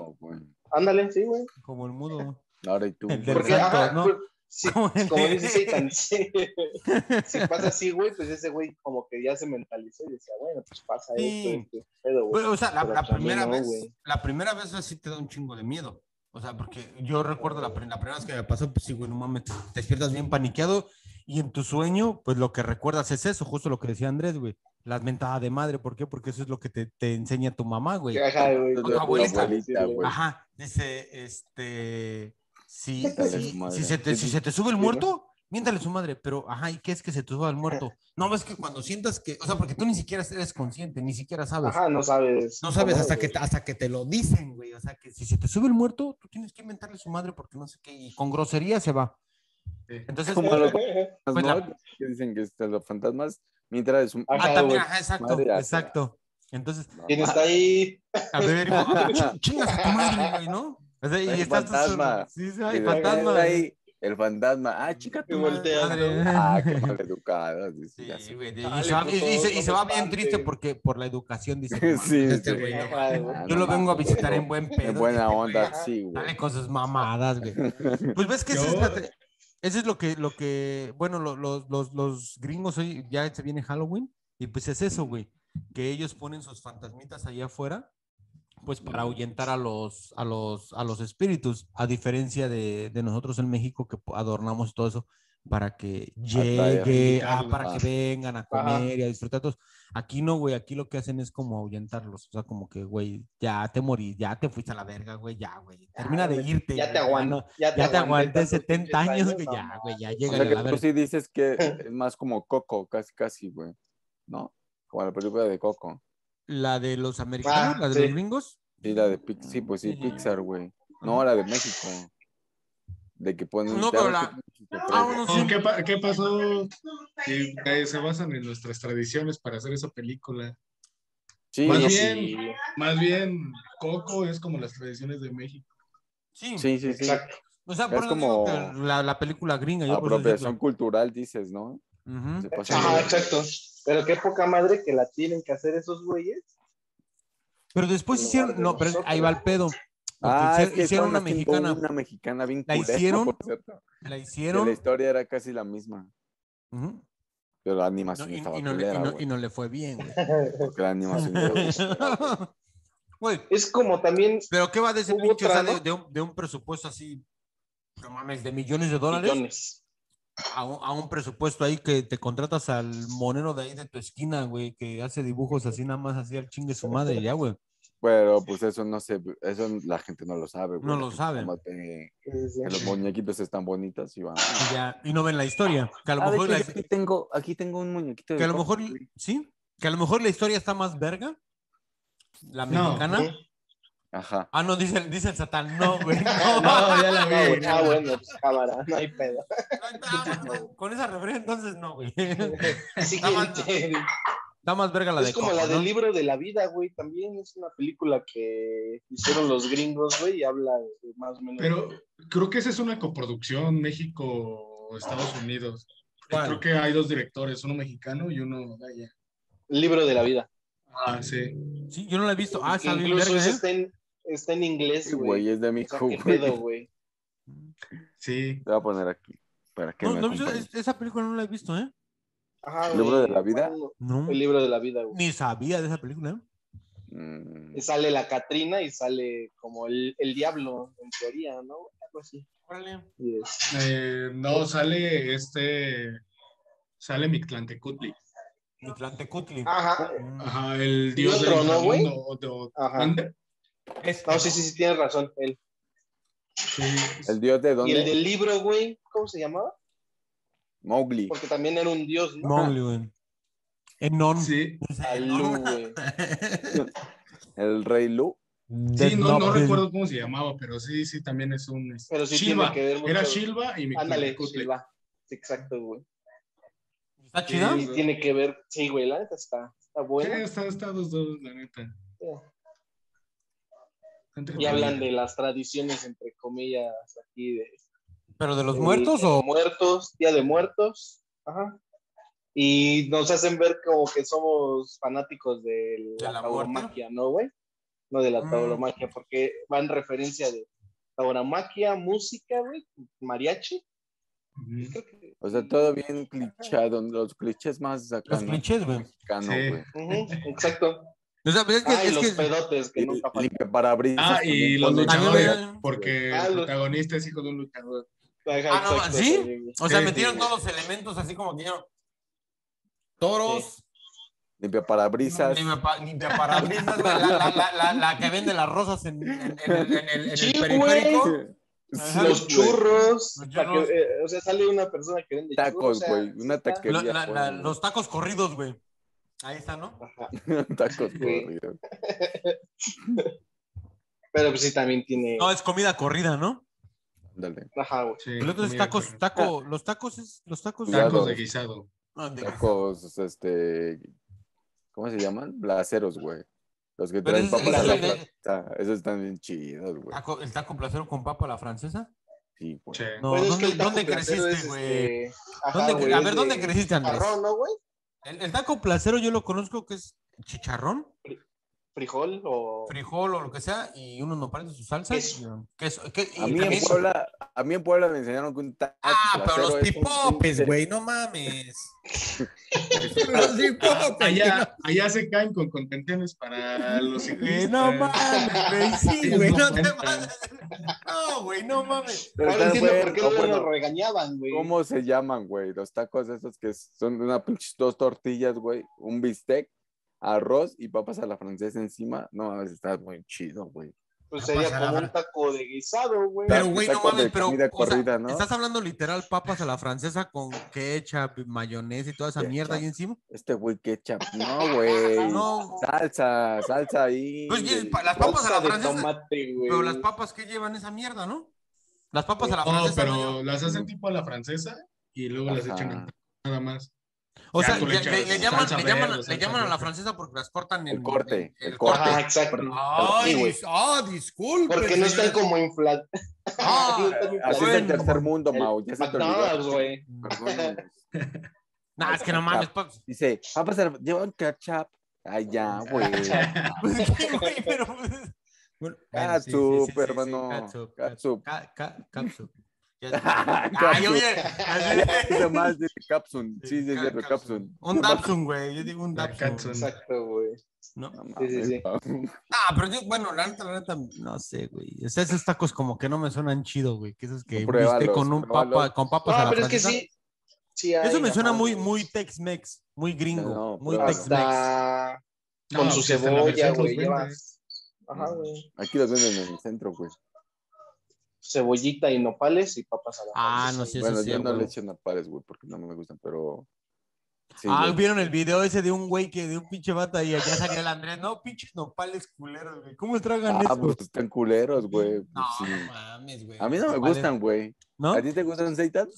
Speaker 3: Ándale, sí, güey.
Speaker 2: Como el mudo.
Speaker 1: Ahora y tú.
Speaker 2: El del
Speaker 1: güey.
Speaker 3: Porque,
Speaker 2: Exacto,
Speaker 3: ajá,
Speaker 2: ¿no?
Speaker 3: pues, sí,
Speaker 2: Como el-
Speaker 3: como dice Satan, sí. si pasa así, güey, pues ese güey como que ya se mentalizó y decía, bueno, pues pasa
Speaker 2: Sí.
Speaker 3: esto, este pedo, güey.
Speaker 2: Güey, o sea, la,
Speaker 3: Pero
Speaker 2: la
Speaker 3: pues a mí
Speaker 2: primera
Speaker 3: no,
Speaker 2: vez,
Speaker 3: güey.
Speaker 2: la primera vez sí te da un chingo de miedo. O sea, porque yo recuerdo la, pri- la primera vez que me pasó, pues sí, güey, no mames, te despiertas bien paniqueado Y en tu sueño, pues lo que recuerdas es eso, justo lo que decía Andrés, güey. Las mentadas de madre, ¿por qué? Porque eso es lo que te, te enseña tu mamá, güey.
Speaker 3: Ajá, güey.
Speaker 1: Tu
Speaker 2: tu abuelita.
Speaker 1: abuelita, güey.
Speaker 2: Ajá, dice, este, si,
Speaker 1: Métale
Speaker 2: si-
Speaker 1: su madre.
Speaker 2: si se te, si se te sube el
Speaker 3: Sí,
Speaker 2: muerto, miéntale su madre, pero, ajá, ¿y qué es que se te suba el muerto? No, ves que cuando sientas que, o sea, porque tú ni siquiera eres consciente, ni siquiera sabes.
Speaker 3: Ajá, no sabes.
Speaker 2: No sabes
Speaker 3: cómo,
Speaker 2: hasta que,
Speaker 3: güey.
Speaker 2: te- hasta que te lo dicen, güey. O sea, que si se te sube el muerto, tú tienes que inventarle su madre porque no sé qué. Y con grosería se va.
Speaker 4: Sí.
Speaker 2: Entonces,
Speaker 1: Como los
Speaker 2: pues,
Speaker 1: ¿no?
Speaker 2: la-
Speaker 1: que dicen que este, los fantasmas, mientras es un...
Speaker 3: Ajá,
Speaker 2: ah, también,
Speaker 3: güey.
Speaker 2: ajá, exacto,
Speaker 1: Madre, ajá.
Speaker 2: exacto. Entonces,
Speaker 1: No,
Speaker 3: ¿Quién
Speaker 1: ma-
Speaker 3: está ahí?
Speaker 2: a ver, hijo, ch- chingas a tu madre, güey, ¿no? O sea, y
Speaker 1: Hay
Speaker 2: estás tú solo.
Speaker 1: fantasma.
Speaker 2: Sí, sí,
Speaker 1: y
Speaker 2: hay
Speaker 1: de-
Speaker 2: fantasma.
Speaker 1: está ahí el fantasma. Ah, chica,
Speaker 3: Y
Speaker 1: tu madre.
Speaker 3: voltea.
Speaker 2: Madre.
Speaker 1: Ah, qué mal educado. Sí, ya
Speaker 2: Sí,
Speaker 1: sé.
Speaker 2: güey, y,
Speaker 3: Dale,
Speaker 2: se va, y- y se, y
Speaker 3: puto,
Speaker 2: se va
Speaker 3: no te
Speaker 2: bien triste
Speaker 3: espantes.
Speaker 2: porque por la educación dice.
Speaker 1: Sí,
Speaker 2: "No mames, este
Speaker 1: sí.
Speaker 2: güey, no
Speaker 3: Ajá, güey.
Speaker 1: Ah,
Speaker 2: Yo
Speaker 1: no
Speaker 2: lo vengo a
Speaker 1: mames,
Speaker 2: visitar
Speaker 1: pero
Speaker 2: en buen pedo.
Speaker 1: En buena
Speaker 2: este güey.
Speaker 1: onda,
Speaker 3: Ajá.
Speaker 1: sí, güey.
Speaker 2: Dale con sus mamadas, güey. Pues ves que
Speaker 4: Yo-
Speaker 2: esa es la te- eso es lo que, lo que bueno, lo- los, los, los gringos hoy ya se viene Halloween y pues es eso, güey, que ellos ponen sus fantasmitas allá afuera, pues para ahuyentar a los, a los, a los espíritus, a diferencia de, de nosotros en México que adornamos todo eso para que
Speaker 1: Atraer.
Speaker 2: llegue, ah, para
Speaker 1: Ajá.
Speaker 2: que vengan a
Speaker 3: Ajá.
Speaker 2: comer y a disfrutar todos. Aquí no, güey, aquí lo que hacen es como ahuyentarlos, o sea, como que, güey, ya te morí, ya te fuiste a la verga, güey, ya, güey,
Speaker 1: Ah,
Speaker 2: termina de
Speaker 3: güey,
Speaker 2: irte.
Speaker 3: Ya te
Speaker 2: güey,
Speaker 3: aguanto.
Speaker 2: no- ya te aguanté
Speaker 3: tantos
Speaker 2: 70
Speaker 3: pinches
Speaker 2: años, güey, ya,
Speaker 3: no,
Speaker 2: güey, ya
Speaker 1: O
Speaker 2: llega
Speaker 1: sea
Speaker 2: a la
Speaker 1: que tú
Speaker 2: verga.
Speaker 1: sí dices que es más como Coco, casi, casi, güey. ¿No? Como la película de Coco.
Speaker 2: La de los americanos,
Speaker 3: Ah,
Speaker 2: la de
Speaker 3: sí.
Speaker 2: los gringos.
Speaker 1: Sí, la de Pixar, sí, pues sí,
Speaker 2: Sí.
Speaker 1: Pixar, güey. No, la de México. De que ponen...
Speaker 2: No,
Speaker 1: ya
Speaker 2: pero
Speaker 1: ves
Speaker 2: la-
Speaker 1: que ponen
Speaker 2: Ah, bueno,
Speaker 4: No,
Speaker 2: sí.
Speaker 4: ¿qué, pa- qué pasó? Sí, eh, se basan en nuestras tradiciones para hacer esa película.
Speaker 1: Sí,
Speaker 4: Más
Speaker 1: no,
Speaker 4: bien, Más bien, Coco es como las tradiciones de México.
Speaker 2: Sí.
Speaker 1: sí, sí, sí.
Speaker 3: Exacto.
Speaker 2: O sea,
Speaker 1: Es
Speaker 2: por eso digo que
Speaker 1: como
Speaker 2: la, la película gringa. Yo por eso digo que la-
Speaker 1: Apropiación cultural, dices, ¿no?
Speaker 2: Ujú.
Speaker 1: Se pasan
Speaker 3: Ajá,
Speaker 1: de-
Speaker 3: exacto. Pero qué poca madre que la tienen que hacer esos güeyes.
Speaker 2: Pero después
Speaker 3: En lugar
Speaker 2: hicieron,
Speaker 3: de
Speaker 2: no, pero
Speaker 3: nosotros.
Speaker 2: ahí va el pedo. Porque
Speaker 1: Ah,
Speaker 2: hici-
Speaker 1: es que
Speaker 2: hicieron
Speaker 1: estaban
Speaker 2: una
Speaker 1: haciendo
Speaker 2: mexicana,
Speaker 1: Una mexicana bien
Speaker 2: La
Speaker 1: culera,
Speaker 2: hicieron,
Speaker 1: por cierto.
Speaker 2: la
Speaker 1: Que La
Speaker 2: hicieron
Speaker 1: historia era casi la misma,
Speaker 2: ujú,
Speaker 1: pero la
Speaker 2: no,
Speaker 1: animación
Speaker 2: y,
Speaker 1: Ah, estaba
Speaker 2: y no le, y
Speaker 1: culera,
Speaker 2: no-
Speaker 1: güey,
Speaker 2: y no le fue bien. güey.
Speaker 1: porque la animación era culera, güey.
Speaker 2: Güey,
Speaker 3: Es como también
Speaker 2: pero ¿qué va de ese
Speaker 3: Hubo
Speaker 2: pinche? O sea,
Speaker 3: otra,
Speaker 2: de,
Speaker 3: ¿no?
Speaker 2: de un, de un presupuesto así, no mames, de millones de dólares.
Speaker 3: millones.
Speaker 2: a un, a un presupuesto ahí que te contratas al monero de ahí de tu esquina, güey, que hace dibujos así nada más, así al chingue su madre, ya, güey.
Speaker 1: Pero pues eso no se, eso la gente no lo sabe, güey.
Speaker 2: No
Speaker 1: La
Speaker 2: lo
Speaker 1: gente
Speaker 2: sabe.
Speaker 1: nomás ve
Speaker 3: Sí, sí.
Speaker 1: Que los muñequitos están bonitos y van.
Speaker 2: Y, ya, y no ven la historia. Que a lo
Speaker 1: Ah, de
Speaker 2: mejor,
Speaker 1: hecho,
Speaker 2: la,
Speaker 1: yo aquí tengo, aquí tengo un muñequito. de
Speaker 2: que a lo
Speaker 1: Coco,
Speaker 2: mejor,
Speaker 1: güey.
Speaker 2: sí, que a lo mejor la historia está más verga. La
Speaker 4: No.
Speaker 2: mexicana.
Speaker 1: Ajá.
Speaker 2: Ah, no, dice, el- dice el satán, no, güey.
Speaker 4: No,
Speaker 2: No,
Speaker 4: ya la
Speaker 3: Ah,
Speaker 4: vi.
Speaker 3: bueno, ah, bueno, pues, cámara, no hay pedo.
Speaker 2: Con esa referencia, entonces no, güey.
Speaker 3: Siguiente.
Speaker 2: Da más verga la de
Speaker 3: es como
Speaker 2: Coco,
Speaker 3: la del
Speaker 2: ¿no?
Speaker 3: libro de la vida, güey. También es una película que hicieron los gringos, güey, y habla de más o menos.
Speaker 4: Pero creo que esa es una coproducción México-Estados Unidos.
Speaker 2: ¿Cuál?
Speaker 4: Creo que hay dos directores, uno mexicano y uno de allá.
Speaker 3: El libro de la vida.
Speaker 4: Ah, sí.
Speaker 2: Sí, yo no la he visto. Ah,
Speaker 3: Que
Speaker 2: está bien
Speaker 3: incluso
Speaker 2: verga,
Speaker 3: ese
Speaker 2: ¿eh?
Speaker 3: está en, está en inglés,
Speaker 1: Sí, güey,
Speaker 3: güey.
Speaker 1: es de mi
Speaker 3: O sea,
Speaker 1: hijo,
Speaker 3: qué
Speaker 1: güey.
Speaker 3: pedo, güey.
Speaker 4: Sí.
Speaker 1: Te voy a poner aquí. Para que
Speaker 2: No, pues,
Speaker 1: me
Speaker 2: no, esa-
Speaker 1: acompañes.
Speaker 2: esa película no la he visto, ¿eh?
Speaker 3: Ajá,
Speaker 1: ¿El libro
Speaker 3: güey,
Speaker 1: de la vida?
Speaker 3: bueno,
Speaker 2: No.
Speaker 3: El libro de la vida, güey.
Speaker 2: Ni sabía de esa película, ¿eh?
Speaker 1: Mm,
Speaker 3: Y sale la Catrina y sale como el, el diablo, en teoría, ¿no? Algo así. Y es-
Speaker 4: Eh, no, sale este. Sale Mictlantecutli.
Speaker 2: Mitlantecutli.
Speaker 3: Ajá.
Speaker 2: Mm.
Speaker 4: Ah, Ajá, el
Speaker 3: Y
Speaker 4: dios
Speaker 3: otro,
Speaker 4: del
Speaker 3: ¿no, güey? Ah.
Speaker 4: inframundo, o de- o-
Speaker 3: Ajá.
Speaker 4: ¿Mande?
Speaker 2: Mm,
Speaker 3: No, sí, sí, sí, tienes razón. Él.
Speaker 4: Sí.
Speaker 1: ¿El dios de
Speaker 3: Y
Speaker 1: dónde?
Speaker 3: el del libro, güey, ¿cómo se llamaba?
Speaker 1: Mowgli.
Speaker 3: Porque también era un dios, ¿no?
Speaker 2: Mowgli, güey. Enon.
Speaker 4: Sí.
Speaker 3: Alú, güey.
Speaker 1: El rey Lu.
Speaker 4: Sí, no, no recuerdo cómo se llamaba, pero sí, sí, también es un. es-
Speaker 3: Pero sí
Speaker 4: Shilva.
Speaker 3: tiene que ver mucho.
Speaker 4: Era Shilva y
Speaker 3: Ándale,
Speaker 4: Mictlantecutli.
Speaker 3: Silva. Exacto, güey.
Speaker 2: ¿Está chida?
Speaker 4: Sí.
Speaker 3: Y tiene que ver, sí, güey, la neta está, está
Speaker 4: Eh,
Speaker 3: buena.
Speaker 4: Está, está dos, dos, la neta.
Speaker 3: Y hablan de las tradiciones, entre comillas, aquí de
Speaker 2: ¿Pero de los
Speaker 3: de-
Speaker 2: muertos
Speaker 3: de
Speaker 2: o...?
Speaker 3: Eh, Muertos, Día de Muertos. Ajá. Y nos hacen ver como que somos fanáticos de la,
Speaker 2: ¿De la muerte?
Speaker 3: tauromaquia, ¿no, güey? No de la
Speaker 2: Mm.
Speaker 3: tauromaquia, porque va en referencia de tauromaquia, música, güey, mariachi.
Speaker 4: Ujú.
Speaker 3: Creo que-
Speaker 1: O sea, todo bien clichado. Los clichés más acá.
Speaker 2: Los
Speaker 1: ¿no?
Speaker 2: clichés, güey.
Speaker 1: Mexicano,
Speaker 4: Sí.
Speaker 1: güey.
Speaker 3: Ujú, exacto.
Speaker 2: O sea, pues es que...
Speaker 3: Ah, y
Speaker 2: es
Speaker 3: los
Speaker 2: que-
Speaker 3: pedotes que
Speaker 1: Y-
Speaker 3: nunca faltan.
Speaker 1: Limpia parabrisas.
Speaker 4: Ah, y
Speaker 1: también
Speaker 4: los
Speaker 1: ponen-
Speaker 2: También,
Speaker 4: luchadores,
Speaker 2: güey.
Speaker 4: porque
Speaker 3: Ah,
Speaker 4: el
Speaker 3: los-
Speaker 4: protagonista es hijo de un luchador.
Speaker 3: Ajá,
Speaker 2: Ah, no,
Speaker 3: exacto,
Speaker 2: ¿sí?
Speaker 3: güey.
Speaker 2: O sea,
Speaker 4: Sí,
Speaker 2: metieron
Speaker 4: sí,
Speaker 2: todos los elementos así como que ya- Toros,
Speaker 1: Limpia parabrisas.
Speaker 2: limpia pa- limpia parabrisas, güey, la, la- la- la- la que vende las rosas en, en- en el, en el- en el
Speaker 3: Sí, güey.
Speaker 2: periférico.
Speaker 1: Sí,
Speaker 3: Los
Speaker 1: güey.
Speaker 3: churros.
Speaker 2: Ah, Los
Speaker 3: para
Speaker 2: churros.
Speaker 3: que, eh, o sea, sale una persona que vende churros,
Speaker 1: Tacos,
Speaker 3: o sea,
Speaker 1: güey. Una
Speaker 3: está-
Speaker 1: taquería.
Speaker 2: Lo- la- la-
Speaker 1: güey.
Speaker 2: los tacos corridos, güey. Ahí está, ¿no?
Speaker 3: Ajá.
Speaker 1: Tacos
Speaker 3: Güey.
Speaker 1: corridos.
Speaker 3: Pero pues sí, también tiene.
Speaker 2: No, es comida corrida, ¿no?
Speaker 1: Ándale.
Speaker 3: Ajá, güey.
Speaker 4: Sí,
Speaker 2: El otro es
Speaker 4: comida
Speaker 2: tacos,
Speaker 4: corrida.
Speaker 2: taco, los tacos es, los tacos.
Speaker 1: Cuidado.
Speaker 4: Tacos de guisado.
Speaker 2: Ah, de-
Speaker 1: Tacos, este. ¿Cómo se llaman? Blaceros, güey. Los que
Speaker 2: Pero
Speaker 1: traen
Speaker 2: ese es el
Speaker 1: papas a la
Speaker 2: de-
Speaker 1: plata. Esos están bien chidos, güey.
Speaker 2: taco- el taco placero con papa a la francesa.
Speaker 1: Sí, güey.
Speaker 4: Sí.
Speaker 2: No,
Speaker 3: Pues es que
Speaker 2: ¿dónde,
Speaker 3: el taco
Speaker 2: dónde
Speaker 3: placero
Speaker 2: creciste,
Speaker 3: es,
Speaker 2: güey?
Speaker 3: este, ajá,
Speaker 2: ¿Dónde cre-
Speaker 3: güey,
Speaker 2: a
Speaker 3: es
Speaker 2: ver, ¿dónde
Speaker 3: de
Speaker 2: creciste, Andrés?
Speaker 3: Chicharrón, ¿no, güey?
Speaker 2: El, el taco placero yo lo conozco que es chicharrón,
Speaker 3: Frijol o.
Speaker 2: frijol o lo que sea, y uno no parece su salsa.
Speaker 3: Queso.
Speaker 2: y- queso, que- y
Speaker 1: A mí, en
Speaker 2: también-
Speaker 1: Puebla, a mí en Puebla me enseñaron que un taco.
Speaker 2: Ah, pero los
Speaker 1: placero es un
Speaker 2: pipopes,
Speaker 1: pinche-
Speaker 2: güey, no mames. los pipopes.
Speaker 4: Allá, allá se caen con contenciones para los
Speaker 2: Güey,
Speaker 4: ciclistas.
Speaker 2: no mames, güey, sí,
Speaker 4: Ellos
Speaker 2: güey,
Speaker 4: no
Speaker 2: no te
Speaker 4: cuentan.
Speaker 2: pases. No, güey, no mames.
Speaker 1: Pero
Speaker 3: Ahora
Speaker 1: están
Speaker 3: entiendo por
Speaker 1: buenos,
Speaker 3: qué luego
Speaker 1: bueno,
Speaker 3: nos regañaban, güey.
Speaker 1: ¿Cómo se llaman, güey? Los tacos esos que son una pinches dos tortillas, güey. Un bistec, arroz y papas a la francesa encima. No mames, está muy chido, güey.
Speaker 3: Pues
Speaker 2: Papas
Speaker 3: sería
Speaker 2: a la
Speaker 3: como un
Speaker 2: bra-
Speaker 3: taco de guisado, güey.
Speaker 2: Pero,
Speaker 1: Taco-
Speaker 2: güey, no
Speaker 1: taco de
Speaker 2: mames, pero.
Speaker 1: comida
Speaker 2: o sea,
Speaker 1: corrida, ¿no?
Speaker 2: Estás hablando literal papas a la francesa con ketchup, mayonesa y toda esa mierda ahí encima.
Speaker 1: Este güey ketchup. No, güey.
Speaker 2: No.
Speaker 1: Salsa, salsa ahí.
Speaker 2: Pues,
Speaker 1: güey.
Speaker 2: pa- las papas a
Speaker 3: Salsa
Speaker 2: la
Speaker 3: de
Speaker 2: francesa.
Speaker 3: tomate, güey.
Speaker 2: Pero las papas que llevan esa mierda, ¿no? Las papas a la
Speaker 4: No,
Speaker 2: francesa.
Speaker 4: Oh, pero
Speaker 2: ¿no?
Speaker 4: las hacen tipo a la francesa y luego las
Speaker 1: Ajá.
Speaker 4: echan en nada más.
Speaker 2: O
Speaker 4: ya
Speaker 2: sea,
Speaker 4: tú le
Speaker 2: ya-
Speaker 4: echas
Speaker 2: le, le llaman,
Speaker 4: salsa
Speaker 2: le llaman-
Speaker 4: verde,
Speaker 2: le
Speaker 4: salsa
Speaker 2: llaman a la
Speaker 4: roja.
Speaker 2: francesa porque las cortan en
Speaker 1: El corte,
Speaker 2: en- en
Speaker 1: el corte.
Speaker 3: Ajá, exacto.
Speaker 2: Ay,
Speaker 1: Sí, güey.
Speaker 2: dis- ah, disculpe.
Speaker 3: Porque no están
Speaker 2: señores.
Speaker 3: como inflados.
Speaker 2: Ah,
Speaker 1: Así es el
Speaker 2: bueno.
Speaker 1: tercer mundo, Mau. Ya se te
Speaker 3: McDonald's,
Speaker 1: olvidó.
Speaker 3: güey.
Speaker 1: Perdóname.
Speaker 2: Nah, es que no mames, pa-
Speaker 1: Dice, papas a la llevan ketchup. Ay, ya,
Speaker 2: Ah,
Speaker 1: güey.
Speaker 2: pues, ¿qué, güey? Pero, pues- Bueno, bueno,
Speaker 3: Ah,
Speaker 2: sí, sí, sí,
Speaker 1: Katsup,
Speaker 2: sí, sí,
Speaker 1: hermano.
Speaker 2: catsup,
Speaker 1: Katsup.
Speaker 2: ca- ca- catsup. Ya- Ah, yo
Speaker 1: Katsup.
Speaker 2: bien. así-
Speaker 1: Dice más de Capsun. Sí, sí,
Speaker 2: ca-
Speaker 1: sí, de Capsun.
Speaker 2: catsup. Un Dapsun, güey. Yo digo un
Speaker 4: La
Speaker 2: Dapsun.
Speaker 4: catsup.
Speaker 3: Exacto, güey.
Speaker 2: ¿no?
Speaker 1: No
Speaker 3: Sí, sí, sí.
Speaker 1: mames,
Speaker 2: Ah, pero yo, bueno, la neta, la neta, no sé, güey. O sea, esos tacos como que no me suenan chido, güey. Que esos que
Speaker 1: Pruébalos,
Speaker 2: viste con un
Speaker 1: pruébalos.
Speaker 2: papa, con papas a
Speaker 3: No,
Speaker 2: la
Speaker 3: pero es que
Speaker 2: francesa.
Speaker 3: sí. sí
Speaker 2: Eso
Speaker 3: hay,
Speaker 2: me suena
Speaker 3: ajá,
Speaker 2: muy,
Speaker 3: güey. Ah,
Speaker 2: muy Tex-Mex, muy gringo,
Speaker 1: No,
Speaker 2: muy
Speaker 1: pero
Speaker 2: Tex-Mex.
Speaker 3: Hasta
Speaker 4: No,
Speaker 3: con su
Speaker 4: pues, hasta en la
Speaker 3: cebolla,
Speaker 4: versión
Speaker 3: güey.
Speaker 4: los
Speaker 3: Lleva.
Speaker 4: venden.
Speaker 3: Ajá, güey.
Speaker 1: Aquí los venden en el centro, güey.
Speaker 3: Cebollita y nopales y papas a la
Speaker 2: Ah,
Speaker 3: francesa,
Speaker 2: no, sí,
Speaker 3: güey.
Speaker 2: eso
Speaker 1: Bueno,
Speaker 2: a
Speaker 1: yo no
Speaker 2: huevo.
Speaker 1: le echo napales, güey, porque no me gustan, pero. Sí,
Speaker 2: ah,
Speaker 1: güey.
Speaker 2: vieron el video ese de un güey que de un pinche bata y allá salió el Andrés. No, pinches nopales culeros, güey. ¿Cómo tragan
Speaker 1: Ah,
Speaker 2: eso?
Speaker 1: pues están culeros, güey.
Speaker 2: no,
Speaker 1: Sí.
Speaker 2: no mames, güey.
Speaker 1: A mí no me
Speaker 2: Nopales,
Speaker 1: gustan, güey.
Speaker 2: ¿No?
Speaker 1: ¿A ti te gustan seitan?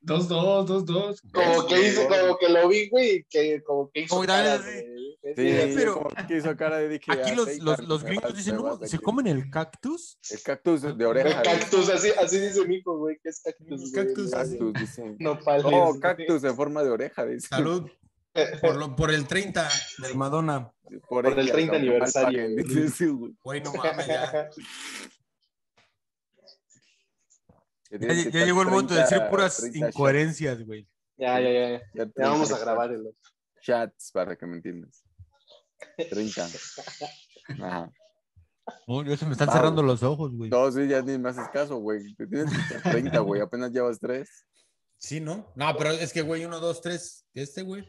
Speaker 4: Dos, dos, dos, dos. Este,
Speaker 3: Como que hizo,
Speaker 4: Dos,
Speaker 3: como que lo vi, güey, y que como que hizo.
Speaker 2: Como que también
Speaker 3: caras,
Speaker 2: así.
Speaker 3: güey. Es
Speaker 1: Sí,
Speaker 3: de-
Speaker 2: pero-
Speaker 1: pero. que hizo cara de dije,
Speaker 2: Aquí
Speaker 1: ah,
Speaker 2: los,
Speaker 1: seitan,
Speaker 2: los, los
Speaker 1: me
Speaker 2: gringos
Speaker 1: vas-
Speaker 2: dicen,
Speaker 1: me
Speaker 2: "No,
Speaker 1: vas de
Speaker 2: ¿se
Speaker 1: aquí".
Speaker 2: comen el cactus?
Speaker 1: El cactus de
Speaker 3: de
Speaker 1: oreja. güey.
Speaker 3: cactus, así, así dice mi hijo, güey, que es cactus. güey,
Speaker 2: Cactus,
Speaker 3: no-
Speaker 2: así.
Speaker 1: Cactus, dicen.
Speaker 3: Nopales.
Speaker 1: Oh,
Speaker 3: güey.
Speaker 1: cactus en forma de oreja, dice.
Speaker 2: Salud. Por, lo- por el 30 del Madonna.
Speaker 3: Por el
Speaker 1: ella,
Speaker 3: 30
Speaker 1: aunque mal
Speaker 3: aniversario,
Speaker 1: paguen,
Speaker 3: güey.
Speaker 1: dice, sí, güey.
Speaker 2: Güey, no mames, ya.
Speaker 1: Que
Speaker 2: Ya,
Speaker 1: tienen que
Speaker 2: ya
Speaker 1: estar
Speaker 2: llegó el momento de decir
Speaker 1: 30,
Speaker 2: puras
Speaker 1: 30 shots,
Speaker 2: incoherencias, güey.
Speaker 3: Ya, ya, ya.
Speaker 1: ya
Speaker 3: Ya
Speaker 1: 30
Speaker 3: vamos a
Speaker 1: shots,
Speaker 3: grabar el otro.
Speaker 1: Shots, para que me entiendas. 30. Ajá.
Speaker 2: No, yo se me están
Speaker 1: Wow.
Speaker 2: cerrando los ojos, güey.
Speaker 1: No, sí, ya ni me haces caso, güey. Te tienes que echar 30, güey. Apenas llevas 3.
Speaker 2: Sí, ¿no? No, pero es que, güey, uno, dos, tres. Este, güey.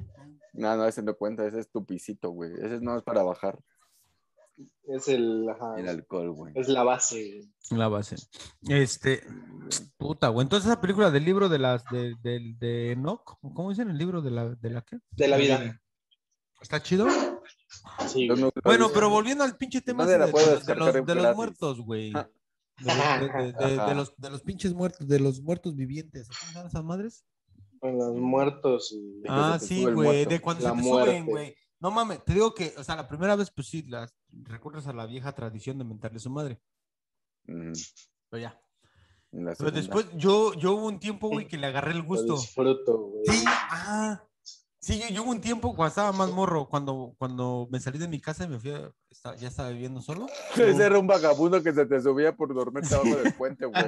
Speaker 1: No, no, ese no cuenta. Ese es tu pisito, güey. Ese es más para bajar
Speaker 3: Es el. Ajá,
Speaker 1: el alcohol, güey.
Speaker 3: es la base, güey.
Speaker 2: La base. Este, puta, güey. Entonces, esa película del libro de las, de, del de Enoch, ¿cómo dicen el libro de la, de la qué?
Speaker 3: De la vida.
Speaker 2: ¿Está chido?
Speaker 3: Sí,
Speaker 1: Yo
Speaker 3: güey.
Speaker 1: no-
Speaker 2: Bueno, pero volviendo al pinche tema
Speaker 1: ¿Dónde
Speaker 2: ese
Speaker 1: la
Speaker 2: de,
Speaker 1: puedo
Speaker 2: de- de
Speaker 1: descargar
Speaker 2: los,
Speaker 1: en
Speaker 2: de los
Speaker 1: gratis?
Speaker 2: muertos, güey. De los, de- de- de- de
Speaker 1: Ajá.
Speaker 2: los- de los pinches muertos, de los muertos vivientes. ¿Cómo se llaman esas madres?
Speaker 3: Con los muertos. y-
Speaker 1: que
Speaker 2: Ah,
Speaker 1: se te
Speaker 2: sí,
Speaker 1: sube el
Speaker 2: güey,
Speaker 1: muerto.
Speaker 2: de cuando
Speaker 3: La
Speaker 2: se te suben,
Speaker 3: muerte.
Speaker 2: güey. No mames, te digo que, o sea, la primera vez, pues sí, las, recurres a la vieja tradición de mentarle a su madre,
Speaker 1: Ujú.
Speaker 2: pero ya.
Speaker 1: En la
Speaker 2: Pero
Speaker 1: segunda.
Speaker 2: después, yo, yo hubo un tiempo, güey, que le agarré el
Speaker 3: Lo
Speaker 2: gusto.
Speaker 3: disfruto, güey.
Speaker 2: Sí, ah, sí, yo, yo hubo un tiempo cuando estaba más morro, cuando, cuando me salí de mi casa y me fui, a- esta- ya estaba viviendo solo.
Speaker 1: Ese era un vagabundo que se te subía por dormirte abajo del puente, güey.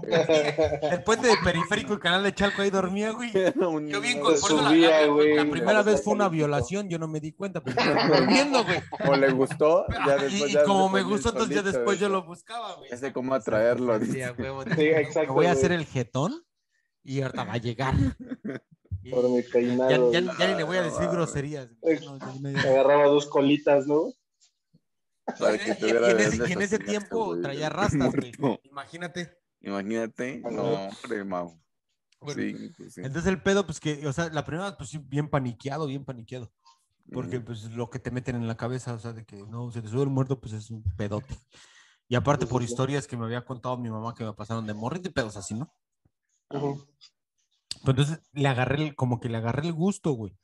Speaker 2: El puente de periférico y canal de Chalco ahí dormía, güey.
Speaker 1: Era un-
Speaker 2: Yo bien
Speaker 1: no,
Speaker 2: con
Speaker 3: Se
Speaker 2: por eso la-
Speaker 3: subía,
Speaker 2: la-
Speaker 3: güey,
Speaker 2: La
Speaker 3: de
Speaker 2: primera
Speaker 3: la
Speaker 2: vez fue una
Speaker 3: Periférico.
Speaker 2: violación, yo no me di cuenta, pero estaba durmiendo, güey.
Speaker 1: O le gustó, ya
Speaker 2: Y-
Speaker 1: después
Speaker 2: y,
Speaker 1: ya
Speaker 2: como
Speaker 1: se
Speaker 2: me
Speaker 1: ponía
Speaker 2: gustó, entonces ya
Speaker 1: solito,
Speaker 2: después yo
Speaker 1: dice,
Speaker 2: lo buscaba, güey.
Speaker 1: Ya sé cómo atraerlo.
Speaker 2: Sí,
Speaker 1: dice.
Speaker 2: a huevo,
Speaker 3: Sí,
Speaker 2: dije,
Speaker 3: exacto,
Speaker 2: "Me voy a
Speaker 3: güey.
Speaker 2: hacer el jetón Y ahorita va a llegar. Y
Speaker 3: Por mi
Speaker 2: ya,
Speaker 3: peinado.
Speaker 2: ya- ya ni le voy a
Speaker 1: Ah,
Speaker 2: decir
Speaker 1: va.
Speaker 2: groserías.
Speaker 3: Ex-
Speaker 2: No, ya me-
Speaker 3: Agarraba dos colitas, ¿no?
Speaker 1: Para que
Speaker 2: Y-
Speaker 1: te
Speaker 2: y
Speaker 1: viera
Speaker 2: en
Speaker 1: de
Speaker 2: ese-
Speaker 1: dónde
Speaker 2: y en ese
Speaker 1: sacaste,
Speaker 2: tiempo
Speaker 1: güey,
Speaker 2: traía
Speaker 1: del
Speaker 2: rastas, güey.
Speaker 1: muerto.
Speaker 2: Imagínate.
Speaker 1: Imagínate. No, hombre, Mau.
Speaker 2: Bueno,
Speaker 1: sí, pues sí.
Speaker 2: Entonces el pedo, pues que, o sea, la primera, vez, pues sí, bien paniqueado, bien paniqueado. Porque
Speaker 1: Ujú.
Speaker 2: pues lo que te meten en la cabeza, o sea, de que no, se te sube el muerto, pues es un pedote. Y aparte
Speaker 3: Sí, sí,
Speaker 2: por
Speaker 3: sí.
Speaker 2: historias que me había contado mi mamá que me pasaron de morrito y pedos así, ¿no? Ah.
Speaker 3: Ujú.
Speaker 2: Pero entonces le agarré, el- como que le agarré el gusto, güey.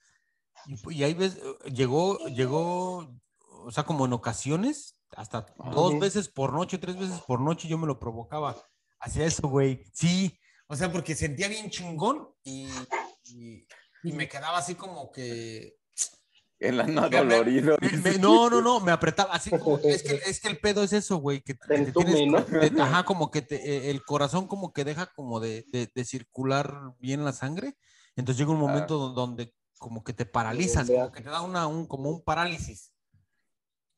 Speaker 2: Y, y ahí ves, eh, llegó, llegó, o sea, como en ocasiones, hasta dos
Speaker 3: Ujú.
Speaker 2: veces por noche, tres veces por noche, yo me lo provocaba. Hacía eso, güey. Sí, o sea, porque sentía bien chingón y, y- y me quedaba así como que.
Speaker 1: El ano
Speaker 2: Me- me-
Speaker 1: dolorido.
Speaker 2: me- me- no, no, no, me apretaba así como. Es que, es que el pedo es eso, güey. Que, que
Speaker 3: Te
Speaker 2: te tienes-
Speaker 3: entume, ¿no?
Speaker 2: te- ajá, como que te- eh, el corazón como que deja como de, de- de circular bien la sangre. Entonces llega un momento don- donde como que te paralizas, como que te da una, un, como un parálisis.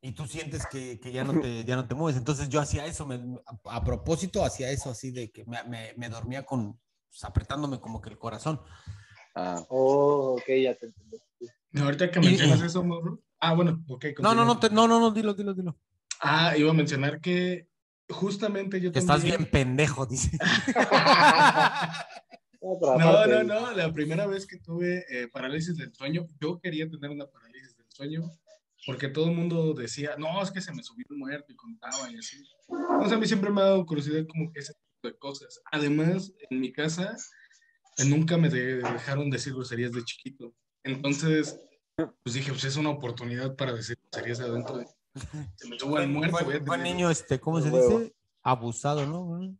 Speaker 2: Y tú sientes que, que ya, no te, ya no te mueves. Entonces yo hacía eso, me- a, a propósito hacía eso así de que me, me- me dormía con pues, apretándome como que el corazón.
Speaker 1: Ah,
Speaker 3: Oh, ok, ya te entendí.
Speaker 4: Ahorita que
Speaker 2: Y-
Speaker 4: mencionas eso, morro. Ah, bueno, ok.
Speaker 2: No, no,
Speaker 4: continúa.
Speaker 2: no, te- no, no, no, dilo, dilo, dilo.
Speaker 4: Ah, iba a mencionar que justamente yo
Speaker 2: Que estás
Speaker 4: también.
Speaker 2: bien pendejo, dice.
Speaker 3: Otra
Speaker 4: No,
Speaker 3: parte.
Speaker 4: no, no. La primera vez que tuve eh, parálisis del sueño, yo quería tener una parálisis del sueño porque todo el mundo decía, no, es que se me subió el muerto y contaba y así. Entonces a mí siempre me ha dado curiosidad como que ese tipo de cosas. Además, en mi casa eh, nunca me de- dejaron decir groserías de chiquito. Entonces, pues dije, pues es una oportunidad para decir groserías adentro. de- Se me subió el muerto. eh, voy
Speaker 2: Fue,
Speaker 4: a
Speaker 2: fue
Speaker 4: tener-
Speaker 2: niño, este, ¿cómo se
Speaker 3: Huevo.
Speaker 2: dice? Abusado, ¿no? güey?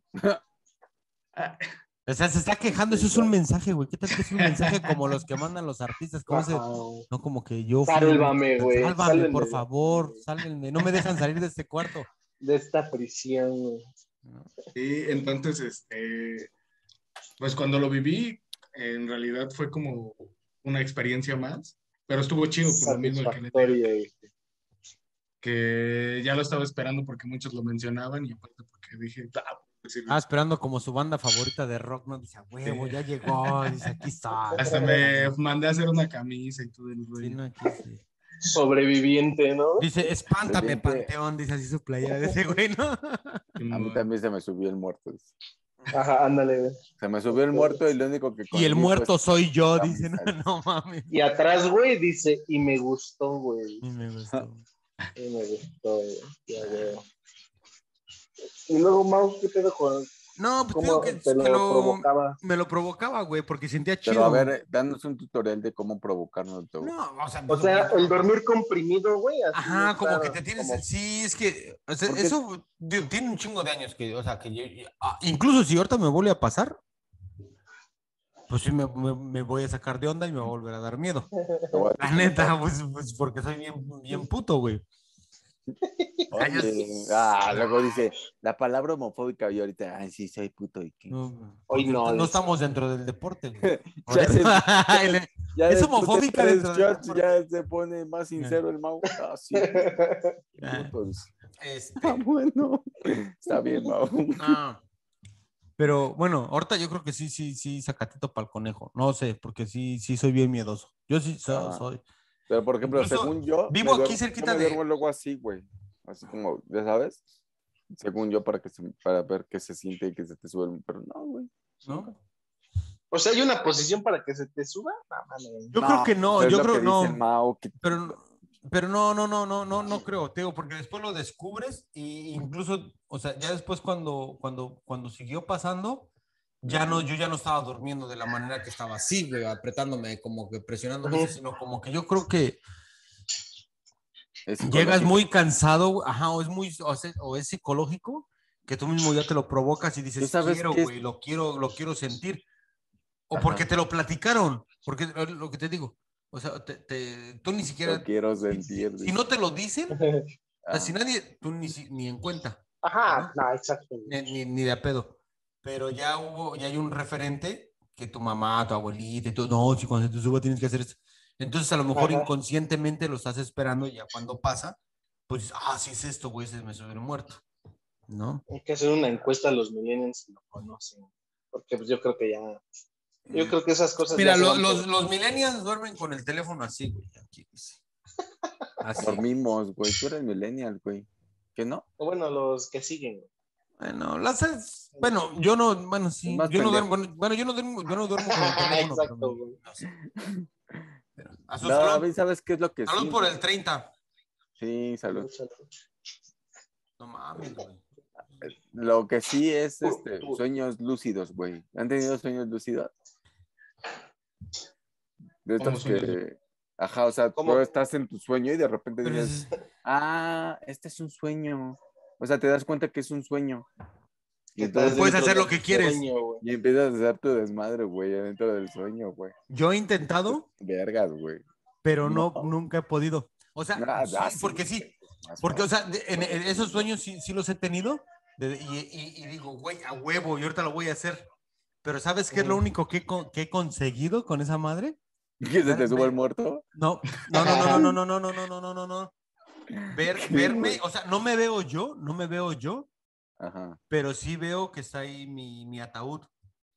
Speaker 2: O sea, se está quejando, eso es un mensaje, güey. ¿Qué tal que es un mensaje como los que mandan los artistas? ¿Cómo se-
Speaker 3: Ajá.
Speaker 2: No, como que yo. fui-
Speaker 3: Sálvame, güey.
Speaker 2: Sálvame,
Speaker 3: Sálvenme
Speaker 2: por
Speaker 3: de-
Speaker 2: favor, sálvenme. No me dejan salir de este cuarto.
Speaker 3: De esta prisión, güey.
Speaker 4: Sí, entonces, este, pues cuando lo viví, en realidad fue como una experiencia más, pero estuvo chido
Speaker 2: pues,
Speaker 4: por lo mismo que, le digo,
Speaker 3: Satisfactoria, güey.
Speaker 4: que ya lo estaba esperando porque muchos lo mencionaban y aparte porque dije, "Ah, pues sí".
Speaker 2: Ah, esperando como su banda favorita de rock, ¿no? Dice, "A huevo, ya llegó. Dice, aquí está.
Speaker 4: hasta me mandé a hacer una camisa y todo el
Speaker 2: Sí,
Speaker 4: rollo.
Speaker 2: no, aquí sí.
Speaker 3: Sobreviviente, ¿no?
Speaker 2: Dice, espántame,
Speaker 1: Siguiente.
Speaker 2: Panteón. Dice así su playa de ese güey, ¿no?
Speaker 1: a
Speaker 2: Mm.
Speaker 1: mí también se me subió el muerto. dice.
Speaker 3: Ajá, ándale, güey.
Speaker 1: Se me subió el muerto y lo único que.
Speaker 2: Y el
Speaker 1: conseguí,
Speaker 2: muerto
Speaker 1: pues,
Speaker 2: soy yo,
Speaker 1: la
Speaker 2: dice, no,
Speaker 1: misa.
Speaker 2: no mames.
Speaker 3: Y atrás, güey, dice, y me gustó, güey.
Speaker 2: Y me gustó.
Speaker 3: Y me gustó, güey. Ya, güey. Y luego, Mau, ¿qué pedo con
Speaker 2: No, pues
Speaker 3: cómo
Speaker 2: digo que,
Speaker 3: te lo,
Speaker 2: que lo-
Speaker 3: provocaba?
Speaker 2: me lo provocaba, güey, porque sentía chido.
Speaker 1: Pero a ver, danos un tutorial de cómo provocarnos. todo.
Speaker 2: no, o sea,
Speaker 3: O
Speaker 2: pues,
Speaker 3: sea,
Speaker 2: güey,
Speaker 3: el dormir comprimido, güey. así,
Speaker 2: ajá, como
Speaker 3: claro,
Speaker 2: que te tienes,
Speaker 3: como-
Speaker 2: sí, es que, o sea,
Speaker 1: Porque-
Speaker 2: eso digo, tiene un chingo de años que, o sea, que yo, yo- ah, incluso si ahorita me vuelve a pasar, pues sí me, me- me voy a sacar de onda y me va a volver a dar miedo.
Speaker 1: Te voy a-
Speaker 2: La neta, pues, pues, porque soy bien, bien puto, güey.
Speaker 1: Oye, ah, luego dice la palabra homofóbica y ahorita, ay, sí, soy puto y qué.
Speaker 2: No,
Speaker 3: Hoy no,
Speaker 2: no
Speaker 3: dice.
Speaker 2: estamos dentro del deporte, güey. Por
Speaker 1: Ya
Speaker 2: eso- el-
Speaker 1: Ya después
Speaker 2: Es
Speaker 1: de
Speaker 2: homofóbica
Speaker 1: tres
Speaker 2: dentro de la
Speaker 1: shots, ya se pone más sincero el Mau. Ah, sí, puto, dice.
Speaker 2: Ah. este,
Speaker 1: Está bueno. Está bien, Mau.
Speaker 2: Ah. Pero bueno, ahorita yo creo que sí, sí, sí, sacatito para el conejo. No sé, porque sí, sí soy bien miedoso. Yo sí so-
Speaker 1: Ah.
Speaker 2: soy.
Speaker 1: Pero, por ejemplo,
Speaker 2: Incluso
Speaker 1: según yo.
Speaker 2: vivo
Speaker 1: me
Speaker 2: aquí
Speaker 1: duermo-
Speaker 2: cerquita
Speaker 1: yo me
Speaker 2: de-
Speaker 1: duermo luego así, güey. Así como, ya sabes. Según yo, para, que se- para ver qué se siente y que se te sube. el- Pero no, güey.
Speaker 2: ¿no?
Speaker 3: O sea, hay una posición para que se te suba. No, mames.
Speaker 2: Yo creo que no,
Speaker 1: es
Speaker 2: yo
Speaker 1: lo
Speaker 2: creo
Speaker 1: que
Speaker 2: que no.
Speaker 1: dice el Mau, que-
Speaker 2: Pero, pero no, no, no, no, no, no creo, te digo, porque después lo descubres y incluso, o sea, ya después cuando, cuando, cuando siguió pasando, ya no, yo ya no estaba durmiendo de la manera que estaba así, güey, apretándome, como que presionándome,
Speaker 3: Ujú.
Speaker 2: sino como que yo creo que
Speaker 1: es
Speaker 2: Llegas
Speaker 1: psicológico.
Speaker 2: muy cansado, güey, ajá, o es muy, o es, o es psicológico, que tú mismo ya te lo provocas y
Speaker 1: ¿Tú
Speaker 2: dices,
Speaker 1: sabes
Speaker 2: quiero,
Speaker 1: qué es?
Speaker 2: güey, lo quiero, lo quiero sentir. O
Speaker 1: Ajá.
Speaker 2: porque te lo platicaron, porque eh, lo que te digo, o sea, te- te- tú ni siquiera,
Speaker 1: Lo quiero
Speaker 2: si,
Speaker 1: sentir.
Speaker 2: si no te lo dicen,
Speaker 1: Ah,
Speaker 2: si nadie, tú ni, si- ni en cuenta,
Speaker 3: Ajá, no, exacto. güey.
Speaker 2: ni, ni, ni de a pedo. Pero ya hubo, ya hay un referente que tu mamá, tu abuelita, y tú, no, si cuando se te suba tienes que hacer esto. Entonces a lo mejor
Speaker 3: Ajá.
Speaker 2: inconscientemente lo estás esperando y ya cuando pasa, pues, ah, sí es esto, güey, se me subió el muerto. ¿No?
Speaker 3: Hay que hacer una encuesta a los millennials si lo conocen. Porque pues yo creo que ya Yo creo que esas
Speaker 2: Mm.
Speaker 3: cosas.
Speaker 2: Mira,
Speaker 3: ya se
Speaker 2: lo-
Speaker 3: van
Speaker 2: los,
Speaker 3: por-
Speaker 2: los millennials duermen con el teléfono así, güey. Aquí dice. Así.
Speaker 1: Dormimos, güey. Tú eres millennial, güey. ¿Qué no?
Speaker 3: Bueno, los que siguen. güey.
Speaker 2: Bueno, las es- bueno, yo no, bueno, sí,
Speaker 1: Es más
Speaker 2: yo no
Speaker 1: pendejo.
Speaker 2: duermo, con- bueno, yo no duermo, yo no duermo con el teléfono.
Speaker 3: Exacto,
Speaker 2: pero-
Speaker 3: güey.
Speaker 2: no sé. Pero, a su
Speaker 1: No, a
Speaker 2: salud,
Speaker 1: ver, ¿sabes qué es lo que
Speaker 2: salud
Speaker 1: sí?
Speaker 2: por
Speaker 1: güey?
Speaker 2: el 30.
Speaker 1: Sí, salud.
Speaker 2: No mames, güey.
Speaker 1: Lo que sí es
Speaker 3: Puro
Speaker 1: este,
Speaker 3: puto.
Speaker 1: sueños lúcidos, güey. ¿Han tenido sueños lúcidos? De
Speaker 4: ¿Cómo
Speaker 1: estos
Speaker 4: sueños
Speaker 1: que... Ajá, o sea,
Speaker 3: ¿Cómo?
Speaker 1: tú estás en tu sueño y de repente
Speaker 2: Pero
Speaker 1: dices,
Speaker 2: es-
Speaker 1: ah, este es un sueño. O sea, te das cuenta que es un sueño. Y entonces
Speaker 2: Puedes hacer
Speaker 3: dentro
Speaker 2: lo que
Speaker 3: del
Speaker 2: quieres.
Speaker 3: sueño, güey.
Speaker 1: y empiezas a hacer tu desmadre, güey, adentro del sueño, güey.
Speaker 2: yo he intentado,
Speaker 1: Vergas, güey.
Speaker 2: pero no,
Speaker 1: No.
Speaker 2: nunca he podido. O sea,
Speaker 1: Ah,
Speaker 2: sí,
Speaker 1: ah, sí,
Speaker 2: porque
Speaker 1: güey.
Speaker 2: sí, Porque, o sea, de- en, en esos sueños sí, sí los he tenido de- y, y- y digo, güey, a huevo, y ahorita lo voy a hacer. Pero ¿sabes qué es lo
Speaker 3: Ujú.
Speaker 2: único que, he con- que he conseguido con esa madre?
Speaker 1: ¿Que se te suba el muerto?
Speaker 2: No, no, no, no, no, no, no, no, no, no, no, no. Ver,
Speaker 1: ¿Qué,
Speaker 2: verme,
Speaker 1: güey?
Speaker 2: o sea, no me veo yo, no me veo yo,
Speaker 1: Ajá.
Speaker 2: pero sí veo que está ahí mi, mi ataúd.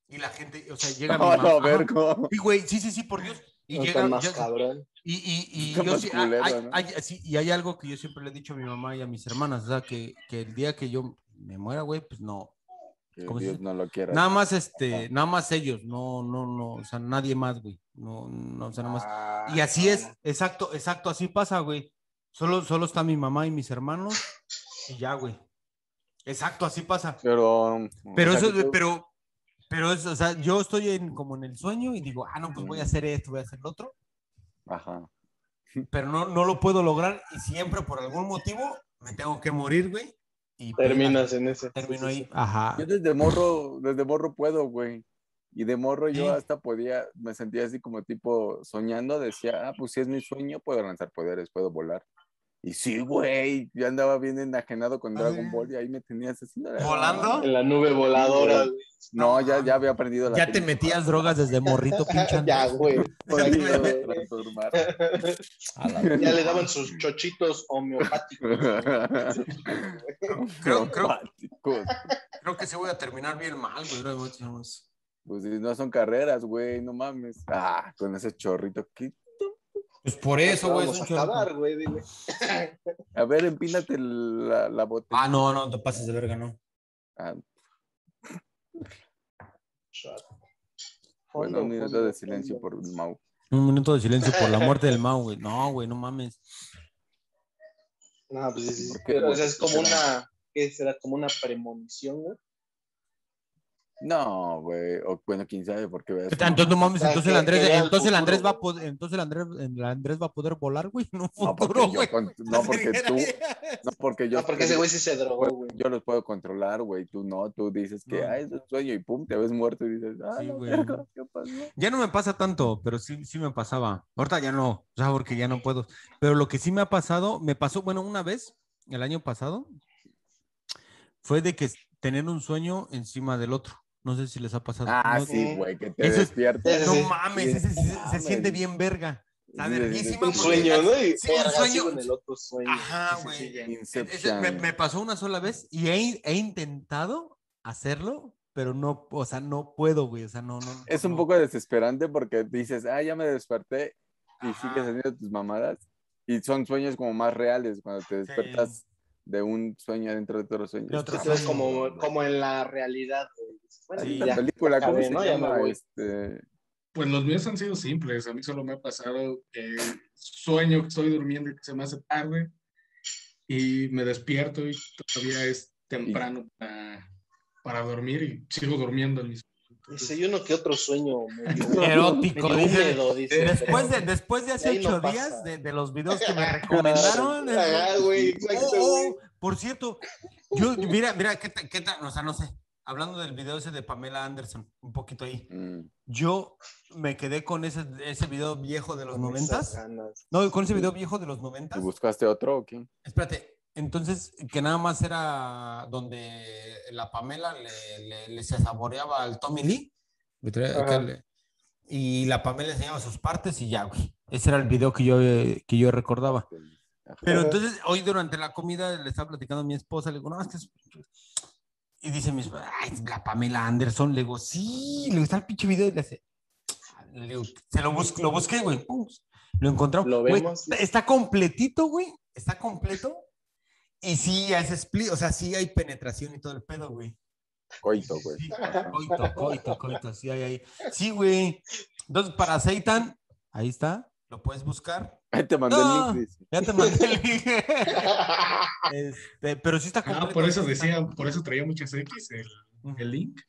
Speaker 2: Y la gente, o sea, llega mi
Speaker 1: No,
Speaker 2: mamá.
Speaker 1: no,
Speaker 2: ajá.
Speaker 1: vergo.
Speaker 2: Sí, güey, sí, sí, sí, por Dios. Y
Speaker 3: No
Speaker 2: llega,
Speaker 3: está más
Speaker 2: ya-
Speaker 3: cabrón.
Speaker 2: y, y, y
Speaker 1: Está
Speaker 2: yo
Speaker 1: más
Speaker 2: sí-
Speaker 1: culero,
Speaker 2: hay,
Speaker 1: ¿no?
Speaker 2: hay- sí, y hay algo que yo siempre le he dicho a mi mamá y a mis hermanas, o sea, que, que el día que yo me muera, güey, pues no.
Speaker 1: Que
Speaker 2: ¿Cómo se
Speaker 1: Dios
Speaker 2: dice?
Speaker 1: no lo quiera.
Speaker 2: Nada más este, nada más ellos, no, no, no, o sea, nadie más, güey. No, no, o sea, nada más.
Speaker 3: Ah,
Speaker 2: Y así es, exacto, exacto, así pasa, güey. Solo, solo está mi mamá y mis hermanos y ya, güey. Exacto, así pasa.
Speaker 1: Pero,
Speaker 2: Pero
Speaker 1: o sea,
Speaker 2: eso,
Speaker 1: que tú-
Speaker 2: pero, pero eso, o sea, yo estoy en, como en el sueño y digo, ah, no, pues voy a hacer esto, voy a hacer lo otro.
Speaker 1: Ajá.
Speaker 2: pero no, no lo puedo lograr y siempre por algún motivo me tengo que morir, güey. Y pues,
Speaker 3: Terminas en ese.
Speaker 2: termino
Speaker 3: Sí, sí,
Speaker 2: ahí. Ajá.
Speaker 1: Yo desde morro, desde morro puedo, güey. Y de morro
Speaker 2: Sí.
Speaker 1: yo hasta podía, me sentía así como tipo soñando, decía, ah, pues si es mi sueño, puedo lanzar poderes, puedo volar. Y sí, güey, yo andaba bien enajenado con Dragon Ball y ahí me tenías así. no, no,
Speaker 3: sí.
Speaker 2: Ah, ¿Volando?
Speaker 3: En la nube voladora, güey.
Speaker 1: No, ya, ya había aprendido la
Speaker 2: Ya te
Speaker 1: técnica
Speaker 2: metías drogas desde morrito, pinche
Speaker 3: Ya,
Speaker 2: Andrés.
Speaker 3: güey.
Speaker 1: para
Speaker 3: Ya,
Speaker 1: poder
Speaker 3: güey.
Speaker 1: transformar.
Speaker 2: A la-
Speaker 3: Ya le daban sus chochitos homeopáticos.
Speaker 2: Creo- creo-
Speaker 1: Homeopáticos.
Speaker 2: Creo que se voy a terminar bien mal, güey. ahora, güey, chavos.
Speaker 1: Pues si no son carreras, güey, no mames. Ah, con ese chorrito. ¿qué?
Speaker 2: Pues por eso, güey. es
Speaker 3: Vamos
Speaker 2: un
Speaker 3: a
Speaker 2: chorro.
Speaker 3: acabar, güey. dile.
Speaker 1: A ver, empínate la, la botella.
Speaker 2: Ah, no, no, te pases de verga, no.
Speaker 1: Ah,
Speaker 3: Fondo,
Speaker 1: bueno, un minuto
Speaker 3: fondo,
Speaker 1: de silencio
Speaker 3: fondo.
Speaker 1: por Mau.
Speaker 2: Un minuto de silencio por la muerte del Mau, güey. No, güey, no mames.
Speaker 3: No, pues es,
Speaker 1: ¿Por qué,
Speaker 3: pero, o
Speaker 1: güey?
Speaker 3: sea, es como
Speaker 1: Era-
Speaker 3: una. ¿Qué será? Como una premonición, güey.
Speaker 1: No, güey. O, bueno, quién sabe por qué. veas-
Speaker 2: Entonces no mames,
Speaker 3: O sea,
Speaker 2: entonces el
Speaker 3: que-
Speaker 2: Andrés,
Speaker 3: que vea el
Speaker 2: entonces el
Speaker 3: futuro,
Speaker 2: Andrés va a
Speaker 3: güey.
Speaker 2: poder, entonces el Andrés, el Andrés va a poder volar, güey, en un
Speaker 1: no, porque
Speaker 2: futuro,
Speaker 1: yo
Speaker 2: güey.
Speaker 1: con- no, porque tú. No, porque yo.
Speaker 3: Ah, porque ese güey sí se drogó, güey.
Speaker 1: Yo los puedo controlar, güey. Tú no. Tú dices que,
Speaker 2: No.
Speaker 1: ah, es un sueño y pum, te ves muerto y dices, ah,
Speaker 2: Sí,
Speaker 1: no,
Speaker 2: güey.
Speaker 1: verga, ¿qué pasó?
Speaker 2: Ya no me pasa tanto, pero sí, sí me pasaba. Ahorita ya no, o sea, porque ya no puedo. Pero lo que sí me ha pasado, me pasó, bueno, una vez, el año pasado, fue de que tener un sueño encima del otro. No sé si les ha pasado.
Speaker 1: Ah,
Speaker 2: No,
Speaker 1: sí, güey, que te
Speaker 2: Eso es-
Speaker 1: despiertas.
Speaker 3: eso
Speaker 2: No
Speaker 3: sí.
Speaker 2: mames,
Speaker 1: Sí,
Speaker 2: ese sí se,
Speaker 1: no
Speaker 2: se siente
Speaker 1: mames.
Speaker 2: bien verga. Está verguísima,
Speaker 3: Un
Speaker 2: porque-
Speaker 3: sueño, ¿no? Y
Speaker 2: Sí, un
Speaker 3: verga,
Speaker 2: sueño.
Speaker 3: sigo en el otro sueño.
Speaker 2: Ajá,
Speaker 3: Sí, sí,
Speaker 2: güey.
Speaker 3: sí, ya.
Speaker 2: Ese-
Speaker 1: Inception.
Speaker 2: me, me pasó una sola vez y he, he intentado hacerlo, pero no, o sea, no puedo, güey. O sea, no, no.
Speaker 1: Es un
Speaker 2: no.
Speaker 1: poco desesperante porque dices, ah, ya me desperté y
Speaker 2: Ajá.
Speaker 1: sigues haciendo tus mamadas. Y son sueños como más reales cuando te despertas de un sueño dentro de otro sueño.
Speaker 2: De otro
Speaker 1: Ah,
Speaker 3: Estás
Speaker 2: sueño.
Speaker 3: como, como en la realidad, güey. Bueno,
Speaker 2: Sí.
Speaker 1: La
Speaker 3: ya.
Speaker 1: película, ¿cómo
Speaker 3: acabé,
Speaker 1: se
Speaker 3: ¿no? Ya me
Speaker 1: llama?
Speaker 3: voy.
Speaker 1: Este,
Speaker 4: Pues los míos han sido simples. A mí solo me ha pasado que sueño que estoy durmiendo y que se me hace tarde y me despierto y todavía es temprano para, para dormir y sigo durmiendo en mis
Speaker 3: Dice, y uno que otro sueño medio,
Speaker 2: Erótico,
Speaker 3: medio
Speaker 2: dice.
Speaker 3: húmedo, dice.
Speaker 2: Después de,
Speaker 3: pero-
Speaker 2: después de hace
Speaker 3: ahí no
Speaker 2: ocho
Speaker 3: pasa.
Speaker 2: días de, de los videos que me recomendaron.
Speaker 3: Ajá, Ah, güey, exacto,
Speaker 2: Oh,
Speaker 3: güey.
Speaker 2: oh, por cierto, yo, mira, mira, ¿qué tal? qué tal? O sea, no sé. Hablando del video ese de Pamela Anderson, un poquito ahí.
Speaker 1: mm,
Speaker 2: Yo me quedé con ese, ese video viejo de los
Speaker 3: Con
Speaker 2: noventas.
Speaker 3: esas ganas.
Speaker 2: No, con ese video viejo de los noventas.
Speaker 1: ¿y buscaste otro o qué?
Speaker 2: Espérate, entonces que nada más era donde la Pamela le, le- le se saboreaba al Tommy Lee. Le traía acá
Speaker 3: Ajá.
Speaker 2: le- Y la Pamela enseñaba sus partes y ya, güey. Ese era el video que yo, eh, que yo recordaba.
Speaker 1: Ajá.
Speaker 2: Pero
Speaker 3: Ajá.
Speaker 2: entonces hoy durante la comida le estaba platicando a mi esposa, le digo, no, es que es... Y dice mi esposa, "Ay, es la Pamela Anderson. Le digo, sí, le gusta el pinche video. Y le hace, Leut. Se lo, bus- lo busqué, güey. Pum. Lo encontramos.
Speaker 3: Lo
Speaker 2: Güey,
Speaker 3: vemos.
Speaker 2: está- está completito, güey. Está completo. Y sí, es split. O sea, sí hay penetración y todo el pedo, güey.
Speaker 1: Coito,
Speaker 3: Pues,
Speaker 1: güey.
Speaker 2: Sí, coito, coito, coito. Sí, hay ahí. Sí, güey. Entonces, para Seitan, ahí está. Lo puedes buscar.
Speaker 1: Ahí Te mandé
Speaker 2: No.
Speaker 1: el link, dice.
Speaker 2: Ya te mandé el link. Este, pero sí está
Speaker 4: Ah,
Speaker 2: completo.
Speaker 4: por eso decía, por eso traía muchas X el,
Speaker 2: Ujú.
Speaker 4: el link.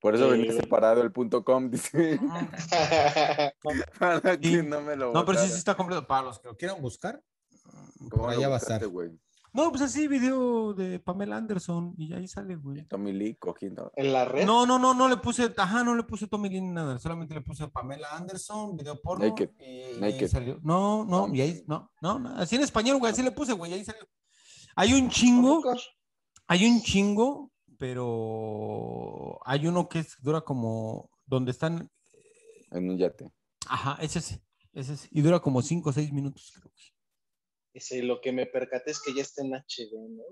Speaker 1: Por eso
Speaker 3: Sí,
Speaker 1: venía
Speaker 3: güey.
Speaker 1: separado el punto com, dice.
Speaker 2: Ujú.
Speaker 1: Para que
Speaker 2: Sí.
Speaker 1: no me lo
Speaker 2: No, pero sí, sí
Speaker 1: botara.
Speaker 2: está completo. Para los que lo quieran buscar,
Speaker 1: ¿Cómo
Speaker 2: por
Speaker 1: lo
Speaker 2: allá va a
Speaker 1: buscaste,
Speaker 2: estar.
Speaker 1: güey?
Speaker 2: No, pues así, video de Pamela Anderson y ahí sale, güey.
Speaker 1: Tommy Lee cogiendo.
Speaker 3: en la red.
Speaker 2: No, no, no, no le puse, ajá, no le puse Tommy Lee ni nada, solamente le puse Pamela Anderson, video porno.
Speaker 1: Naked,
Speaker 2: y- y ahí
Speaker 1: naked.
Speaker 2: salió. No, no, y ahí, no, no, no, así en español, güey, así le puse, güey, ahí salió. Hay un chingo, hay un chingo, pero hay uno que es- dura como, donde están,
Speaker 1: En un yate.
Speaker 2: ajá, ese sí, ese sí, y dura como cinco o seis minutos, creo que.
Speaker 3: Dice, lo que me percaté es que ya está en HD, ¿no?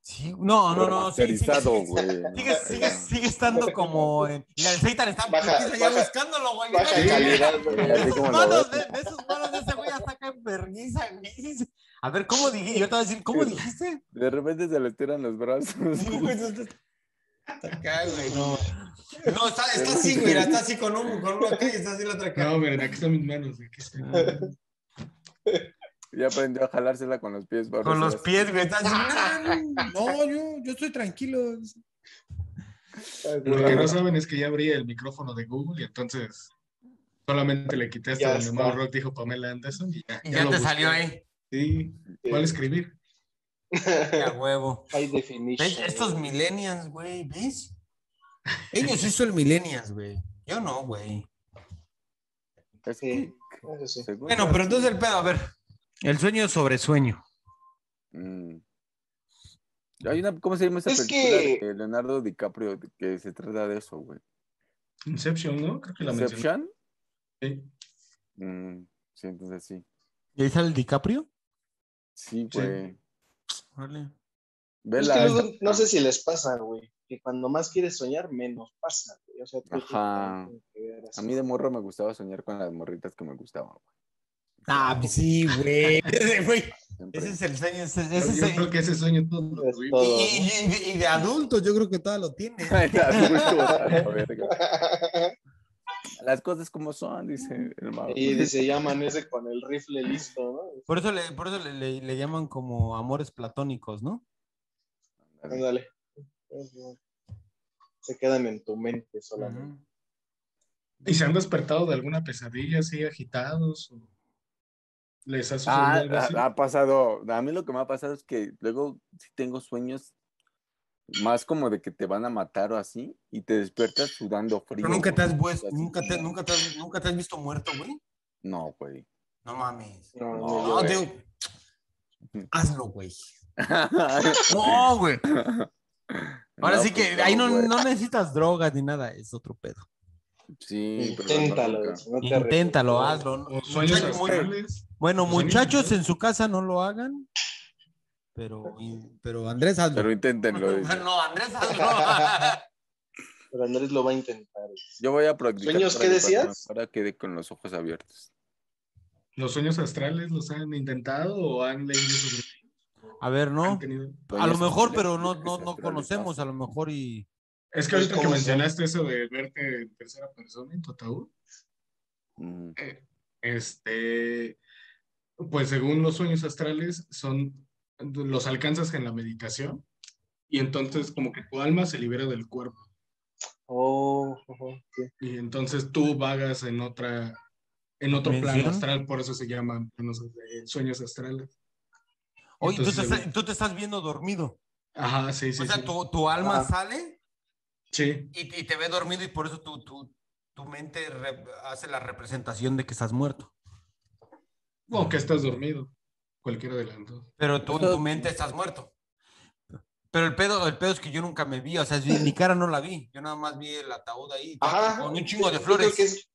Speaker 2: Sí, no, no, no, sí, sí, sí,
Speaker 1: Remasterizado, güey. No,
Speaker 2: Sigue, sigue,
Speaker 1: era-
Speaker 2: sigue estando como en. La de Seitan está
Speaker 3: Baja,
Speaker 2: putiza ya
Speaker 3: baja,
Speaker 2: buscándolo, güey.
Speaker 3: Baja
Speaker 2: Mira,
Speaker 3: calidad,
Speaker 1: Así
Speaker 2: De
Speaker 3: güey.
Speaker 1: como
Speaker 2: sus
Speaker 1: lo
Speaker 2: manos, de,
Speaker 1: ves.
Speaker 2: de sus manos de ese güey hasta acá en vergüenza, güey. A ver, ¿cómo dije? Yo te voy a decir, ¿cómo
Speaker 1: Sí.
Speaker 2: dijiste?
Speaker 1: De repente se le tiran los brazos.
Speaker 2: Sí, güey, Hasta acá, güey, no. No, está, está así, güey. Está así con un, con uno acá y está así la otra acá.
Speaker 4: No, miren, aquí están mis manos. aquí está.
Speaker 1: Ya aprendió a jalársela con los pies.
Speaker 2: Con los
Speaker 1: Barros.
Speaker 2: pies, güey. Está así. No, yo, yo estoy tranquilo.
Speaker 4: Lo que no saben es que ya abrí el micrófono de Google y entonces solamente le quité
Speaker 3: Ya
Speaker 4: hasta donde
Speaker 3: está.
Speaker 4: Mau Rock dijo Pamela Anderson y ya.
Speaker 2: Y ya
Speaker 4: lo
Speaker 2: te
Speaker 4: busqué.
Speaker 2: salió ahí.
Speaker 4: Sí, ¿cuál escribir?
Speaker 2: Y a huevo.
Speaker 3: Hay
Speaker 2: ¿Ves?
Speaker 3: definition.
Speaker 2: Estos millennials, güey, ¿ves? Ellos sí son millennials, güey. Yo no, güey.
Speaker 1: Es
Speaker 3: Sí,
Speaker 1: que,
Speaker 3: eso sí.
Speaker 1: según
Speaker 2: Bueno,
Speaker 1: yo-
Speaker 2: pero entonces el pedo, a ver. El sueño sobre sueño.
Speaker 1: Mm. Hay una, ¿cómo se llama esa
Speaker 3: Es
Speaker 1: película
Speaker 3: que-
Speaker 1: de Leonardo DiCaprio que se trata de eso, güey?
Speaker 4: Inception, ¿no? Creo que la mencioné.
Speaker 1: ¿Inception?
Speaker 4: Sí.
Speaker 1: Mm, sí, entonces sí.
Speaker 2: ¿Y ahí sale el DiCaprio?
Speaker 1: Sí,
Speaker 4: Sí.
Speaker 1: güey.
Speaker 2: Vale.
Speaker 3: Es
Speaker 1: Vela.
Speaker 3: que luego, no sé si les pasa, güey, que cuando más quieres soñar, menos pasa, güey. O sea, tú tienes
Speaker 1: Ajá.
Speaker 3: que ver así.
Speaker 1: A mí de morro me gustaba soñar con las morritas que me gustaban, güey.
Speaker 2: Ah, pues sí, güey. Ese, güey,
Speaker 1: Siempre.
Speaker 2: ese es el sueño. Ese, ese
Speaker 4: Yo,
Speaker 2: es
Speaker 4: yo
Speaker 2: el-
Speaker 4: creo que ese sueño todos lo
Speaker 3: Es
Speaker 4: tuvimos.
Speaker 3: todo.
Speaker 2: Y, y- y- y de adultos, yo creo que todo lo tiene.
Speaker 1: Ay, ya, justo, a la verga. Las cosas como son, dice el mago.
Speaker 3: Y dice, ya amanece con el rifle listo, ¿no?
Speaker 2: Por eso le, por eso le, le- le llaman como amores platónicos, ¿no?
Speaker 3: Pues, Ándale. Pues, Se quedan en tu mente solamente.
Speaker 2: Ujú.
Speaker 4: ¿Y se han despertado de alguna pesadilla así, agitados? o ¿Les ha sucedido
Speaker 1: Ah,
Speaker 4: algo así?
Speaker 1: ha, ha pasado. A mí lo que me ha pasado es que luego sí tengo sueños más como de que te van a matar o así y te despiertas sudando frío.
Speaker 2: Pero nunca te has
Speaker 1: güey.
Speaker 2: vuest-
Speaker 1: Así
Speaker 2: nunca te,
Speaker 1: como-
Speaker 2: nunca te has- nunca te has visto muerto, güey.
Speaker 1: No, güey.
Speaker 2: No mames.
Speaker 3: No,
Speaker 1: No,
Speaker 3: no,
Speaker 2: No,
Speaker 3: yo, eh,
Speaker 2: digo, hazlo, güey.
Speaker 1: Ahora
Speaker 2: No, güey. Ahora sí
Speaker 1: pues
Speaker 2: que ahí no, no necesitas drogas ni nada, es otro pedo.
Speaker 1: Sí, pero
Speaker 3: Inténtalo,
Speaker 1: nunca.
Speaker 3: dice, no te
Speaker 2: Inténtalo,
Speaker 3: arrepientas.
Speaker 2: hazlo.
Speaker 4: ¿O sueños
Speaker 2: Muchachos, ah, muy-
Speaker 4: astrales?
Speaker 2: bueno,
Speaker 4: Sueños
Speaker 2: muchachos
Speaker 4: astrales.
Speaker 2: en su casa no lo hagan, pero, y- pero Andrés hazlo.
Speaker 1: Pero inténtenlo. dice.
Speaker 2: no, Andrés hazlo.
Speaker 3: Pero Andrés lo va a intentar.
Speaker 1: Yo voy a practicar.
Speaker 3: ¿Sueños
Speaker 1: para
Speaker 3: qué
Speaker 1: que cuando
Speaker 3: decías?
Speaker 1: Ahora quede con los ojos abiertos.
Speaker 4: ¿Los sueños astrales los han intentado o han leído sobre
Speaker 2: A ver,
Speaker 4: han
Speaker 2: ¿no?
Speaker 4: tenido?
Speaker 2: A lo
Speaker 1: Sueños
Speaker 2: mejor,
Speaker 1: astrales,
Speaker 2: pero no,
Speaker 1: viajes
Speaker 2: no, no
Speaker 1: astrales,
Speaker 2: conocemos, a lo mejor y...
Speaker 4: Es que
Speaker 3: Pues,
Speaker 4: ahorita que
Speaker 3: ¿cómo
Speaker 4: mencionaste eso de verte en tercera persona en tu ataúd, eh,
Speaker 1: Mm.
Speaker 4: este, pues según los sueños astrales son, los alcanzas en la meditación y entonces como que tu alma se libera del cuerpo.
Speaker 3: Oh, ojo, sí.
Speaker 4: Y entonces tú vagas en otra, en otro plano
Speaker 2: ¿Dimensión?
Speaker 4: astral, por eso se llaman planos, eh, sueños astrales.
Speaker 2: Oye, tú te,
Speaker 4: Entonces,
Speaker 2: estás, tú te estás viendo dormido.
Speaker 4: Ajá, sí, sí,
Speaker 2: o sea,
Speaker 4: sí.
Speaker 2: tu, tu alma
Speaker 3: Ah.
Speaker 2: sale
Speaker 4: Sí,
Speaker 2: y, y te ve dormido y por eso tu, tu, tu mente re- hace la representación de que estás muerto.
Speaker 4: o que estás dormido, cualquiera de las dos.
Speaker 2: Pero tú en
Speaker 1: Eso-
Speaker 2: tu mente estás muerto. Pero el pedo, el pedo es que yo nunca me vi, o sea, yo- mi cara no la vi. Yo nada más vi el ataúd ahí
Speaker 3: Ajá.
Speaker 2: con un chingo de
Speaker 3: Yo creo
Speaker 2: flores.
Speaker 3: que es,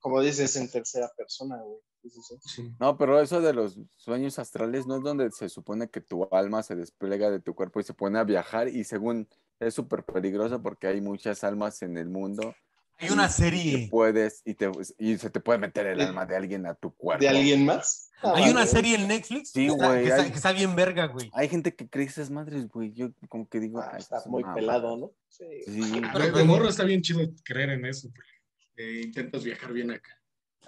Speaker 3: como dices, en tercera persona, güey. Sí, sí, sí.
Speaker 4: Sí.
Speaker 1: No, pero eso de los sueños astrales no es donde se supone que tu alma se despliega de tu cuerpo y se pone a viajar y según es súper peligroso porque hay muchas almas en el mundo
Speaker 2: Hay una
Speaker 1: Te
Speaker 2: serie.
Speaker 1: puedes y, te, y se te puede meter el alma de alguien a tu cuerpo.
Speaker 3: ¿De alguien más? Ah,
Speaker 2: Hay una
Speaker 3: vale.
Speaker 2: serie en Netflix
Speaker 1: Sí,
Speaker 2: que, está,
Speaker 1: güey,
Speaker 2: que está-
Speaker 1: hay-
Speaker 2: que está bien verga, güey.
Speaker 1: Hay gente que cree esas madres, güey. Yo como que digo,
Speaker 3: Ah,
Speaker 1: ay,
Speaker 3: está
Speaker 1: pues,
Speaker 3: muy
Speaker 1: mamá.
Speaker 3: pelado, ¿no? Sí.
Speaker 1: Sí.
Speaker 4: A
Speaker 2: pues,
Speaker 4: ver, de morro está bien chido creer en eso, porque eh, intentas viajar bien acá.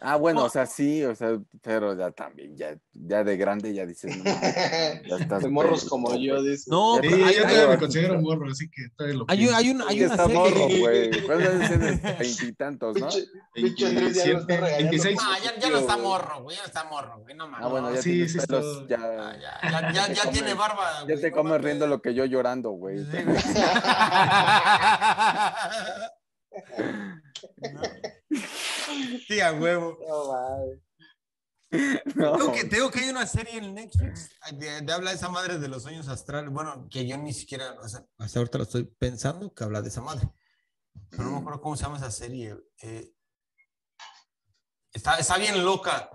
Speaker 1: Ah, bueno,
Speaker 2: No.
Speaker 1: o sea, sí, o sea, pero ya también, ya, ya de grande ya dices, no, ya estás.
Speaker 3: De morros como
Speaker 1: güey.
Speaker 3: yo, dice.
Speaker 1: Ya
Speaker 2: No,
Speaker 4: Sí,
Speaker 2: pero pues, hay-
Speaker 4: yo
Speaker 2: hay-
Speaker 4: todavía me considero morro, así que todavía lo
Speaker 2: Hay, un- hay un- hay
Speaker 1: Hay
Speaker 2: una
Speaker 1: está
Speaker 2: serie.
Speaker 1: morro, güey. ¿Cuántos años tienes? Veintitantos, pues, ¿no?
Speaker 3: "Pues, Pinche- pinche Andrés ya lo está regañando.
Speaker 4: 26.
Speaker 2: Ah, ya, ya no está morro, güey. Ya no está morro, güey. No mames.
Speaker 1: Ah, bueno, ya
Speaker 4: sí,
Speaker 1: tienes
Speaker 4: sí
Speaker 1: pelos,
Speaker 4: estoy.
Speaker 1: ya,
Speaker 2: Ah, ya, ya, ya,
Speaker 1: Te
Speaker 2: ya
Speaker 1: comes-
Speaker 2: tiene barba.
Speaker 1: ya te comes riendo lo que yo llorando, güey.
Speaker 2: Tía, huevo.
Speaker 3: No, vale.
Speaker 1: No.
Speaker 2: Tengo que, tengo que hay una serie en Netflix de, de habla de esa madre de los sueños astrales. Bueno, que yo ni siquiera, o sea, hasta ahorita lo estoy pensando que habla de esa madre. Pero no me acuerdo cómo se llama esa serie. eh. está, está bien loca.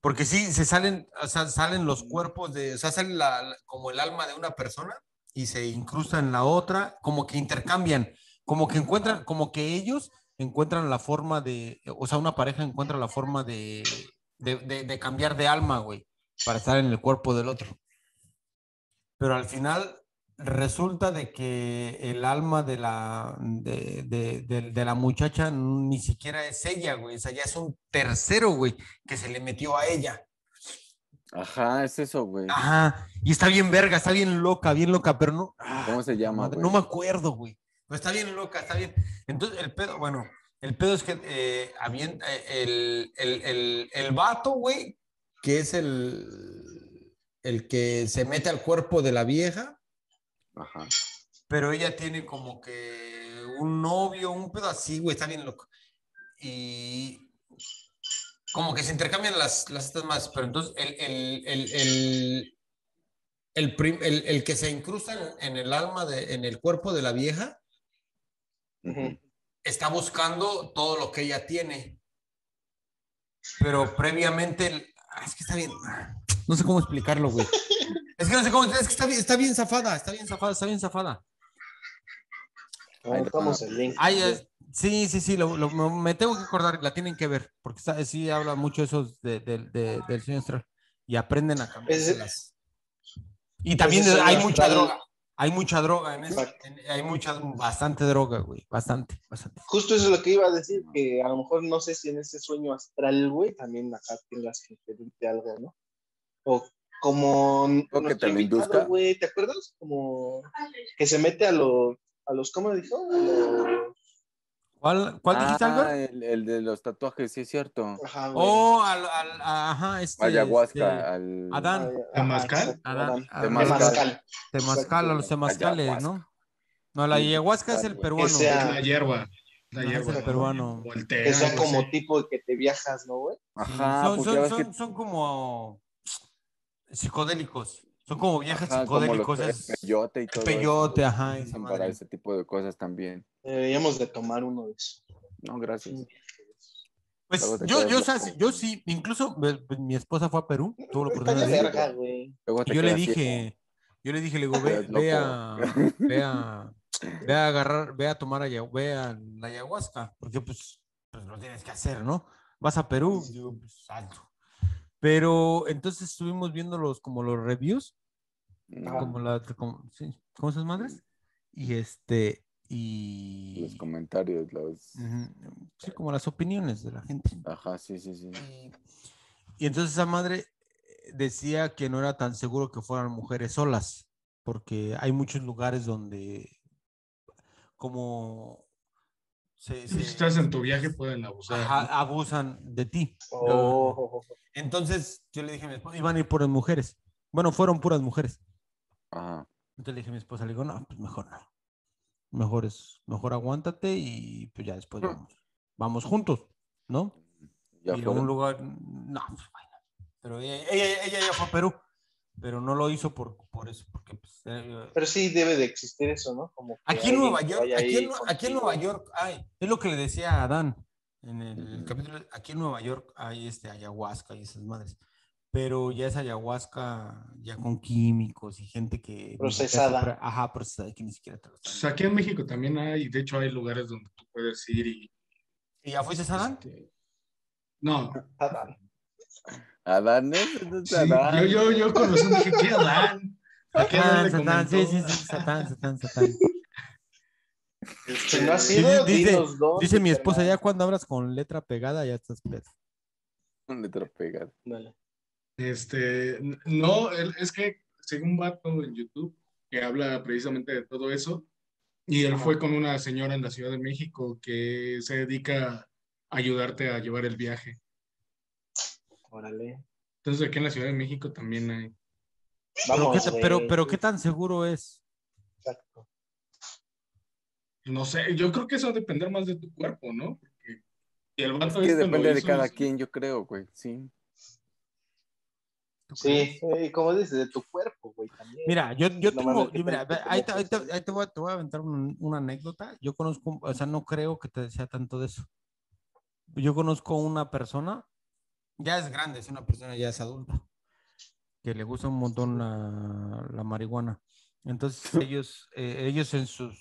Speaker 2: Porque sí, se salen, o sea, salen los cuerpos de, o sea, sale la- la- como el alma de una persona y se incrusta en la otra, como que intercambian, como que encuentran, como que ellos encuentran la forma de, o sea, una pareja encuentra la forma de, de, de- de cambiar de alma, güey, para estar en el cuerpo del otro. Pero al final resulta de que el alma de la, de, de- de- de la muchacha ni siquiera es ella, güey, o sea, ya es un tercero, güey, que se le metió a ella.
Speaker 1: Ajá, es eso, güey.
Speaker 2: Ajá, y está bien verga, está bien loca, bien loca, pero no, ah,
Speaker 1: ¿Cómo se llama,
Speaker 2: madre,
Speaker 1: güey?
Speaker 2: no me acuerdo, güey. Pero está bien loca, está bien. Entonces, el pedo, bueno, el pedo es que eh, habían- eh, el, el, el, el vato, güey, que es el, el que se mete al cuerpo de la vieja,
Speaker 1: Ajá.
Speaker 2: pero ella tiene como que un novio, un pedo así, güey, está bien loco. Y como que se intercambian las, las estas más, pero entonces el, el, el, el, el, prim- el- el que se incrusta en, en el alma, de, en el cuerpo de la vieja,
Speaker 1: Ujú.
Speaker 2: está buscando todo lo que ella tiene. Pero previamente, el- ah, es que está bien, no sé cómo explicarlo, güey. Es que no sé cómo, es que está bien, está bien zafada, está bien zafada, está bien zafada.
Speaker 3: Ahí Estamos el link.
Speaker 2: Ay, es- sí, sí, sí, lo- lo- me- me tengo que acordar, la tienen que ver, porque está- sí habla mucho eso de, de- de- del sueño astral y aprenden a cambiar.
Speaker 3: Ese-
Speaker 2: Y también
Speaker 3: ese sueño
Speaker 2: hay mucha
Speaker 3: astral-
Speaker 2: droga, hay mucha droga en eso,
Speaker 3: Exacto.
Speaker 2: en- hay mucha, bastante droga, güey, bastante, bastante.
Speaker 3: Justo eso es lo que iba a decir, que a lo mejor no sé si en ese sueño astral, güey, también acá tengas que pedirte algo, ¿no? O como
Speaker 1: que
Speaker 3: nuestro
Speaker 1: te lo
Speaker 3: invitado,
Speaker 1: induzca.
Speaker 3: güey, ¿te acuerdas? Como que se mete a los, a los, ¿cómo dijo? A los-
Speaker 2: ¿Cuál, cuál dijiste,
Speaker 1: Ah,
Speaker 2: Albert?
Speaker 1: el, el de los tatuajes, sí es cierto.
Speaker 3: Ajá, güey.
Speaker 2: Oh, al, al- a- ajá, este,
Speaker 1: Ayahuasca,
Speaker 2: este,
Speaker 1: al
Speaker 2: Adán.
Speaker 3: Ay, ajá,
Speaker 4: ¿Temazcal?
Speaker 3: exacto,
Speaker 2: Adán,
Speaker 3: Adán.
Speaker 2: Adán,
Speaker 1: Temazcal.
Speaker 3: Temazcal.
Speaker 2: temazcal, a los temazcales, ¿no? No, la ayahuasca es el peruano.
Speaker 3: Que sea-
Speaker 4: La hierba.
Speaker 2: Ajá,
Speaker 4: La
Speaker 2: Ah, es
Speaker 4: hierba.
Speaker 2: el peruano.
Speaker 4: O el té,
Speaker 3: Que sea
Speaker 4: algo así.
Speaker 3: como tipo que te viajas, ¿no, güey?
Speaker 2: Sí,
Speaker 1: Ajá,
Speaker 2: son,
Speaker 1: porque
Speaker 2: son-
Speaker 1: ya ves
Speaker 2: son-
Speaker 1: que
Speaker 2: son como psicodélicos. Son como viajes
Speaker 1: ajá, como los
Speaker 2: psicodélicos. es
Speaker 1: el peyote y todo. eso,
Speaker 2: peyote, ajá. esa
Speaker 1: usan para
Speaker 2: madre.
Speaker 1: ese tipo de cosas también.
Speaker 3: Deberíamos de tomar uno de esos.
Speaker 1: No, gracias.
Speaker 2: Pues
Speaker 1: Luego te
Speaker 2: yo,
Speaker 1: quedas
Speaker 2: yo, o sea,
Speaker 1: loco.
Speaker 2: yo sí, incluso eh, pues, mi esposa fue a Perú, tuvo la
Speaker 3: Está
Speaker 2: oportunidad
Speaker 3: de
Speaker 2: de ir.
Speaker 3: verga, güey.
Speaker 1: Luego te
Speaker 2: Y yo le
Speaker 1: quedas
Speaker 2: dije, yo le dije, le digo, ve,
Speaker 1: Quedas
Speaker 2: ve
Speaker 1: loco.
Speaker 2: a, ve a, ve a agarrar, ve a tomar allá, ve a la ayahuasca, porque pues, pues lo tienes que hacer, ¿no? Vas a Perú, digo, pues alto. Pero entonces estuvimos viendo los, como los reviews
Speaker 1: ciego. No,
Speaker 3: Ajá.
Speaker 2: como la como, sí, como esas madres y este
Speaker 1: los
Speaker 2: y
Speaker 1: comentarios, los...
Speaker 2: Ujú, sí, como las opiniones de la gente
Speaker 1: Ajá, sí, sí, sí.
Speaker 2: y, y entonces esa madre eh, decía que no era tan seguro que fueran mujeres solas porque hay muchos lugares donde como se,
Speaker 4: Si
Speaker 2: se-
Speaker 4: estás en tu viaje, pues, pueden abusar.
Speaker 2: ajá, abusan de ti
Speaker 3: Oh,
Speaker 2: entonces yo le dije a mi esposa iban a ir puras mujeres bueno fueron puras mujeres
Speaker 1: Ajá.
Speaker 2: Entonces le dije a mi esposa, le digo, no, pues mejor no. Mejor es, mejor aguántate y pues ya después vamos. Vamos juntos, ¿no?
Speaker 1: Ya
Speaker 2: ir a
Speaker 1: fueron.
Speaker 2: un lugar, no, pues bueno. Pero ella, ella, ella ya fue a Perú, pero no lo hizo por, por eso, porque pues, eh,
Speaker 3: Pero sí debe de existir eso, ¿no? Como que
Speaker 2: Aquí en
Speaker 3: alguien
Speaker 2: Nueva
Speaker 3: que
Speaker 2: York,
Speaker 3: vaya
Speaker 2: aquí
Speaker 3: ahí
Speaker 2: en, aquí en
Speaker 3: contigo.
Speaker 2: Nueva York hay, es lo que le decía a Adán en el
Speaker 1: Ujú.
Speaker 2: capítulo, aquí en Nueva York hay este ayahuasca y esas madres, pero ya es ayahuasca ya con químicos y gente que... ni siquiera se
Speaker 3: Procesada.
Speaker 2: pre- Ajá, procesada, que ni siquiera te lo están
Speaker 4: Pues aquí en México también hay, de hecho hay lugares donde tú puedes ir y
Speaker 2: ¿Y ya fuiste a Adán?
Speaker 4: Este, No,
Speaker 3: Ah,
Speaker 1: Adán, ¿es? ¿Es
Speaker 4: sí,
Speaker 1: Adán?
Speaker 4: yo, yo, yo con razón dije, ¿qué Adán? ¿A Pues, qué Adán
Speaker 2: Satán,
Speaker 4: le
Speaker 2: Satán,
Speaker 4: comentó?
Speaker 2: Ah, sí, sí, sí, Satán, Satán, Satán.
Speaker 4: Este,
Speaker 3: Si no ha
Speaker 2: Sí,
Speaker 3: sido,
Speaker 2: dice-
Speaker 3: dinos dónde,
Speaker 2: Dice mi esposa, ya
Speaker 3: carnal.
Speaker 2: cuando hablas con letra pegada, ya estás pedo.
Speaker 1: Un letra pegada.
Speaker 3: Dale.
Speaker 4: Este, n- no, él- es que según un vato en YouTube que habla precisamente de todo eso, y él fue con una señora en la Ciudad de México que se dedica a ayudarte a llevar el viaje.
Speaker 3: Órale.
Speaker 4: Entonces aquí en la Ciudad de México también hay.
Speaker 2: Pero,
Speaker 3: Vamos, eh,
Speaker 2: ¿qué, ta-
Speaker 3: güey.
Speaker 2: pero, pero ¿qué tan seguro es?
Speaker 3: Exacto.
Speaker 4: No sé, yo creo que eso va a depender más de tu cuerpo, ¿no? Porque si el
Speaker 1: Es
Speaker 4: vato
Speaker 1: que
Speaker 4: este lo
Speaker 1: depende de
Speaker 4: hizo,
Speaker 1: cada
Speaker 4: sí.
Speaker 1: quien, yo creo, güey. Sí.
Speaker 3: Sí, y como dices, de tu cuerpo, güey, también.
Speaker 2: Mira, yo, yo
Speaker 3: No mames,
Speaker 2: tengo,
Speaker 3: ¿qué
Speaker 2: yo, mira,
Speaker 3: tal que
Speaker 2: ahí, te,
Speaker 3: tengo
Speaker 2: ahí te-
Speaker 3: cosas?
Speaker 2: ahí te voy, a- te voy a aventar un- una anécdota. Yo conozco, o sea, no creo que te sea tanto de eso. Yo conozco una persona, ya es grande, es una persona ya es adulta, que le gusta un montón la, la marihuana. Entonces ellos, eh, ellos en sus,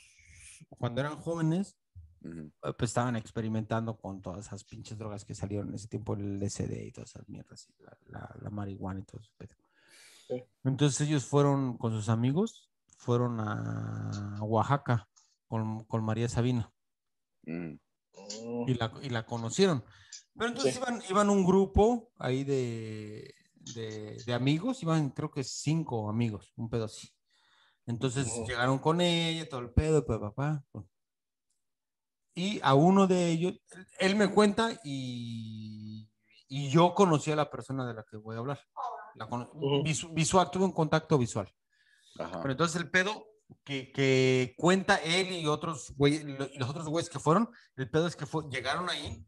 Speaker 2: cuando eran jóvenes,
Speaker 1: Ujú.
Speaker 2: eh, pues estaban experimentando con todas esas pinches drogas que salieron en ese tiempo, el LSD y todas esas mierdas, y la, la- la marihuana y todo eso. pedo.
Speaker 3: Sí.
Speaker 2: Entonces ellos fueron con sus amigos, fueron a Oaxaca con, con María Sabina
Speaker 1: Mm.
Speaker 3: Mm,
Speaker 2: y la, y la conocieron. Pero entonces
Speaker 3: Sí.
Speaker 2: iban, iban un grupo ahí de, de, de amigos, iban creo que cinco amigos, un pedo así. Entonces
Speaker 3: Ujú.
Speaker 2: llegaron con ella, todo el pedo, pues papá. pues. Y a uno de ellos, él- él me cuenta y, y yo conocí a la persona de la que voy a hablar. La cono-
Speaker 3: Ujú.
Speaker 2: visu- visual, tuve un contacto visual.
Speaker 1: Ajá.
Speaker 2: Pero entonces el pedo que, que cuenta él y otros güey, lo- y los otros güeyes que fueron, el pedo es que fue- llegaron ahí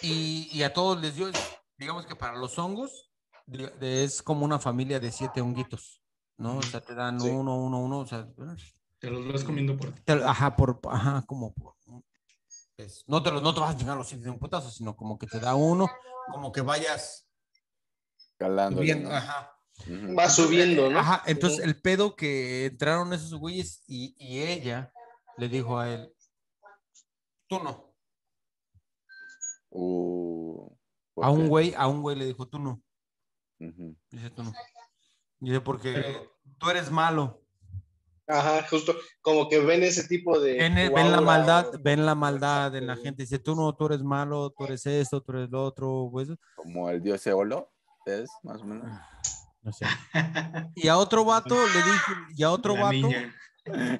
Speaker 2: y, y a todos les dio, digamos que para los hongos de- de- es como una familia de siete honguitos, ¿no? O sea, te dan
Speaker 3: Sí.
Speaker 2: uno, uno, uno, o sea,
Speaker 4: Te los vas comiendo por ti.
Speaker 2: te- ajá, por, ajá, como por- es- no, te, lo- no te vas a llegar a los siete de un putazo, sino como que te da uno, como que vayas
Speaker 1: Calando.
Speaker 2: viendo, ajá.
Speaker 3: Va subiendo, ¿no?
Speaker 2: Ajá, entonces
Speaker 3: Ujú.
Speaker 2: el pedo que entraron esos güeyes y, y ella le dijo a él, tú no.
Speaker 1: Uh,
Speaker 2: A un güey, a un güey le dijo, tú no. Dice, tú no. Dice, porque tú eres malo.
Speaker 3: Ajá, justo, como que ven ese tipo de.
Speaker 2: Ven, eh, ven
Speaker 3: aura,
Speaker 2: la maldad,
Speaker 3: güey.
Speaker 2: ven la maldad en la
Speaker 3: Exacto.
Speaker 2: gente. Dice, tú no, tú eres malo, tú eres esto, tú eres lo otro, güey.
Speaker 1: Como el dios Eolo, es más o menos.
Speaker 2: Ah. No sé. Y a otro vato le dijo, y a otro
Speaker 4: La
Speaker 2: vato,
Speaker 4: niña.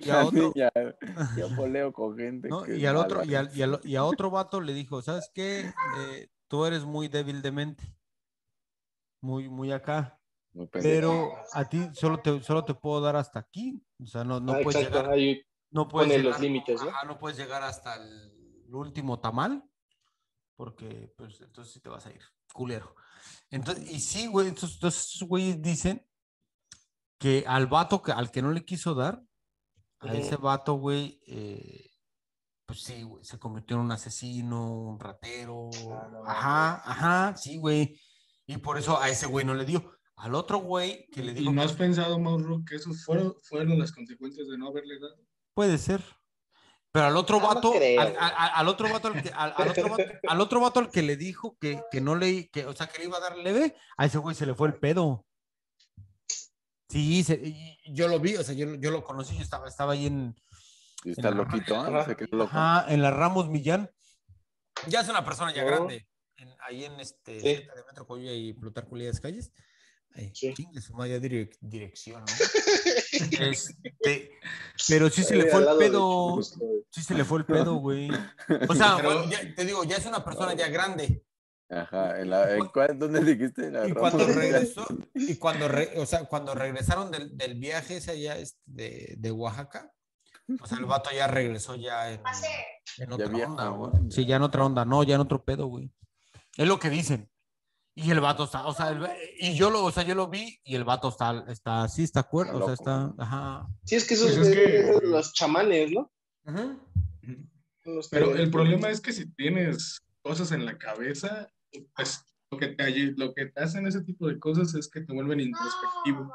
Speaker 2: y a
Speaker 1: La
Speaker 2: otro,
Speaker 1: niña, yo poleo con gente.
Speaker 2: ¿no?
Speaker 1: que
Speaker 2: Y al
Speaker 1: es
Speaker 2: otro,
Speaker 1: mala.
Speaker 2: y al, y al- y a otro vato le dijo, ¿sabes qué? Eh, tú eres muy débil de mente. Muy, muy acá.
Speaker 1: Muy
Speaker 3: Pues
Speaker 1: pendejo.
Speaker 2: Pero a ti solo te, solo te puedo dar hasta aquí. O sea, no, no
Speaker 3: Ah,
Speaker 2: puedes
Speaker 3: exacto,
Speaker 2: llegar.
Speaker 3: ahí
Speaker 2: No puedes
Speaker 3: pone
Speaker 2: llegar
Speaker 3: los límites, ¿no?
Speaker 2: ajá, no puedes llegar hasta el, último tamal. Porque, pues, entonces sí te vas a ir, culero. Entonces, y sí, güey, entonces, entonces esos güeyes dicen que al vato que, al que no le quiso dar, a
Speaker 3: Ujú.
Speaker 2: ese vato, güey, eh, pues sí, güey, se convirtió en un asesino, un ratero.
Speaker 3: Ah, no,
Speaker 2: ajá, ajá, sí, güey. Y por eso a ese güey no le dio. Al otro güey que le dijo.
Speaker 4: ¿Y no
Speaker 2: que-
Speaker 4: has pensado, Mauro, que eso fueron, fueron las consecuencias de no haberle dado?
Speaker 2: Puede ser. Pero al otro
Speaker 3: No, no
Speaker 2: vato,
Speaker 3: creo,
Speaker 2: al,
Speaker 3: güey.
Speaker 2: al- al- al otro vato al que, al, al otro vato, al otro vato al que le dijo que, que no le, que, o sea, que le iba a dar leve, a ese güey se le fue el pedo. Sí, se- y- y yo lo vi, o sea, yo, yo lo conocí, yo estaba, estaba ahí en,
Speaker 1: Y está
Speaker 2: en la-
Speaker 1: loquito, ¿eh? Se quedó loco.
Speaker 2: ajá, en la Ramos Millán. Ya es una persona ya
Speaker 3: Oh.
Speaker 2: grande, en- ahí en este,
Speaker 3: Sí.
Speaker 2: cerca de Metro Coyuya y Plutarco Elías Calles. Ay,
Speaker 3: Sí.
Speaker 2: chingue su madre, ya direc- dirección, ¿no? Este, pero sí se le fue
Speaker 3: al
Speaker 2: el
Speaker 3: lado de
Speaker 2: pedo.
Speaker 3: Churubusco, güey.
Speaker 2: Sí se le fue el pedo, güey. O sea,
Speaker 4: Pero-
Speaker 2: bueno, ya- te digo, ya es una persona ya grande.
Speaker 1: Ajá. ¿En la, en cuál- ¿Dónde dijiste? En la
Speaker 2: Y
Speaker 1: Roma
Speaker 2: cuando
Speaker 1: Villa.
Speaker 2: regresó, y cuando, re- o sea, cuando regresaron del, del viaje ese allá este, de, de Oaxaca, o sea, el vato ya regresó ya en, en otra
Speaker 1: viejo,
Speaker 2: onda,
Speaker 1: ¿no?
Speaker 2: güey. Sí, ya en otra onda, no, ya en otro pedo, güey. Es lo que dicen. Y el vato está, o sea, el- y yo lo, o sea, yo lo vi y el vato está, está así, está cuerdo, o sea, está,
Speaker 1: Loco.
Speaker 2: ajá.
Speaker 3: Sí, es que esos
Speaker 4: Pues es que-
Speaker 3: esos los chamanes, ¿no? Los
Speaker 4: Pero
Speaker 3: que-
Speaker 4: el problema es que si tienes cosas en la cabeza, pues lo que te, ay- lo que te hacen ese tipo de cosas es que te vuelven introspectivo.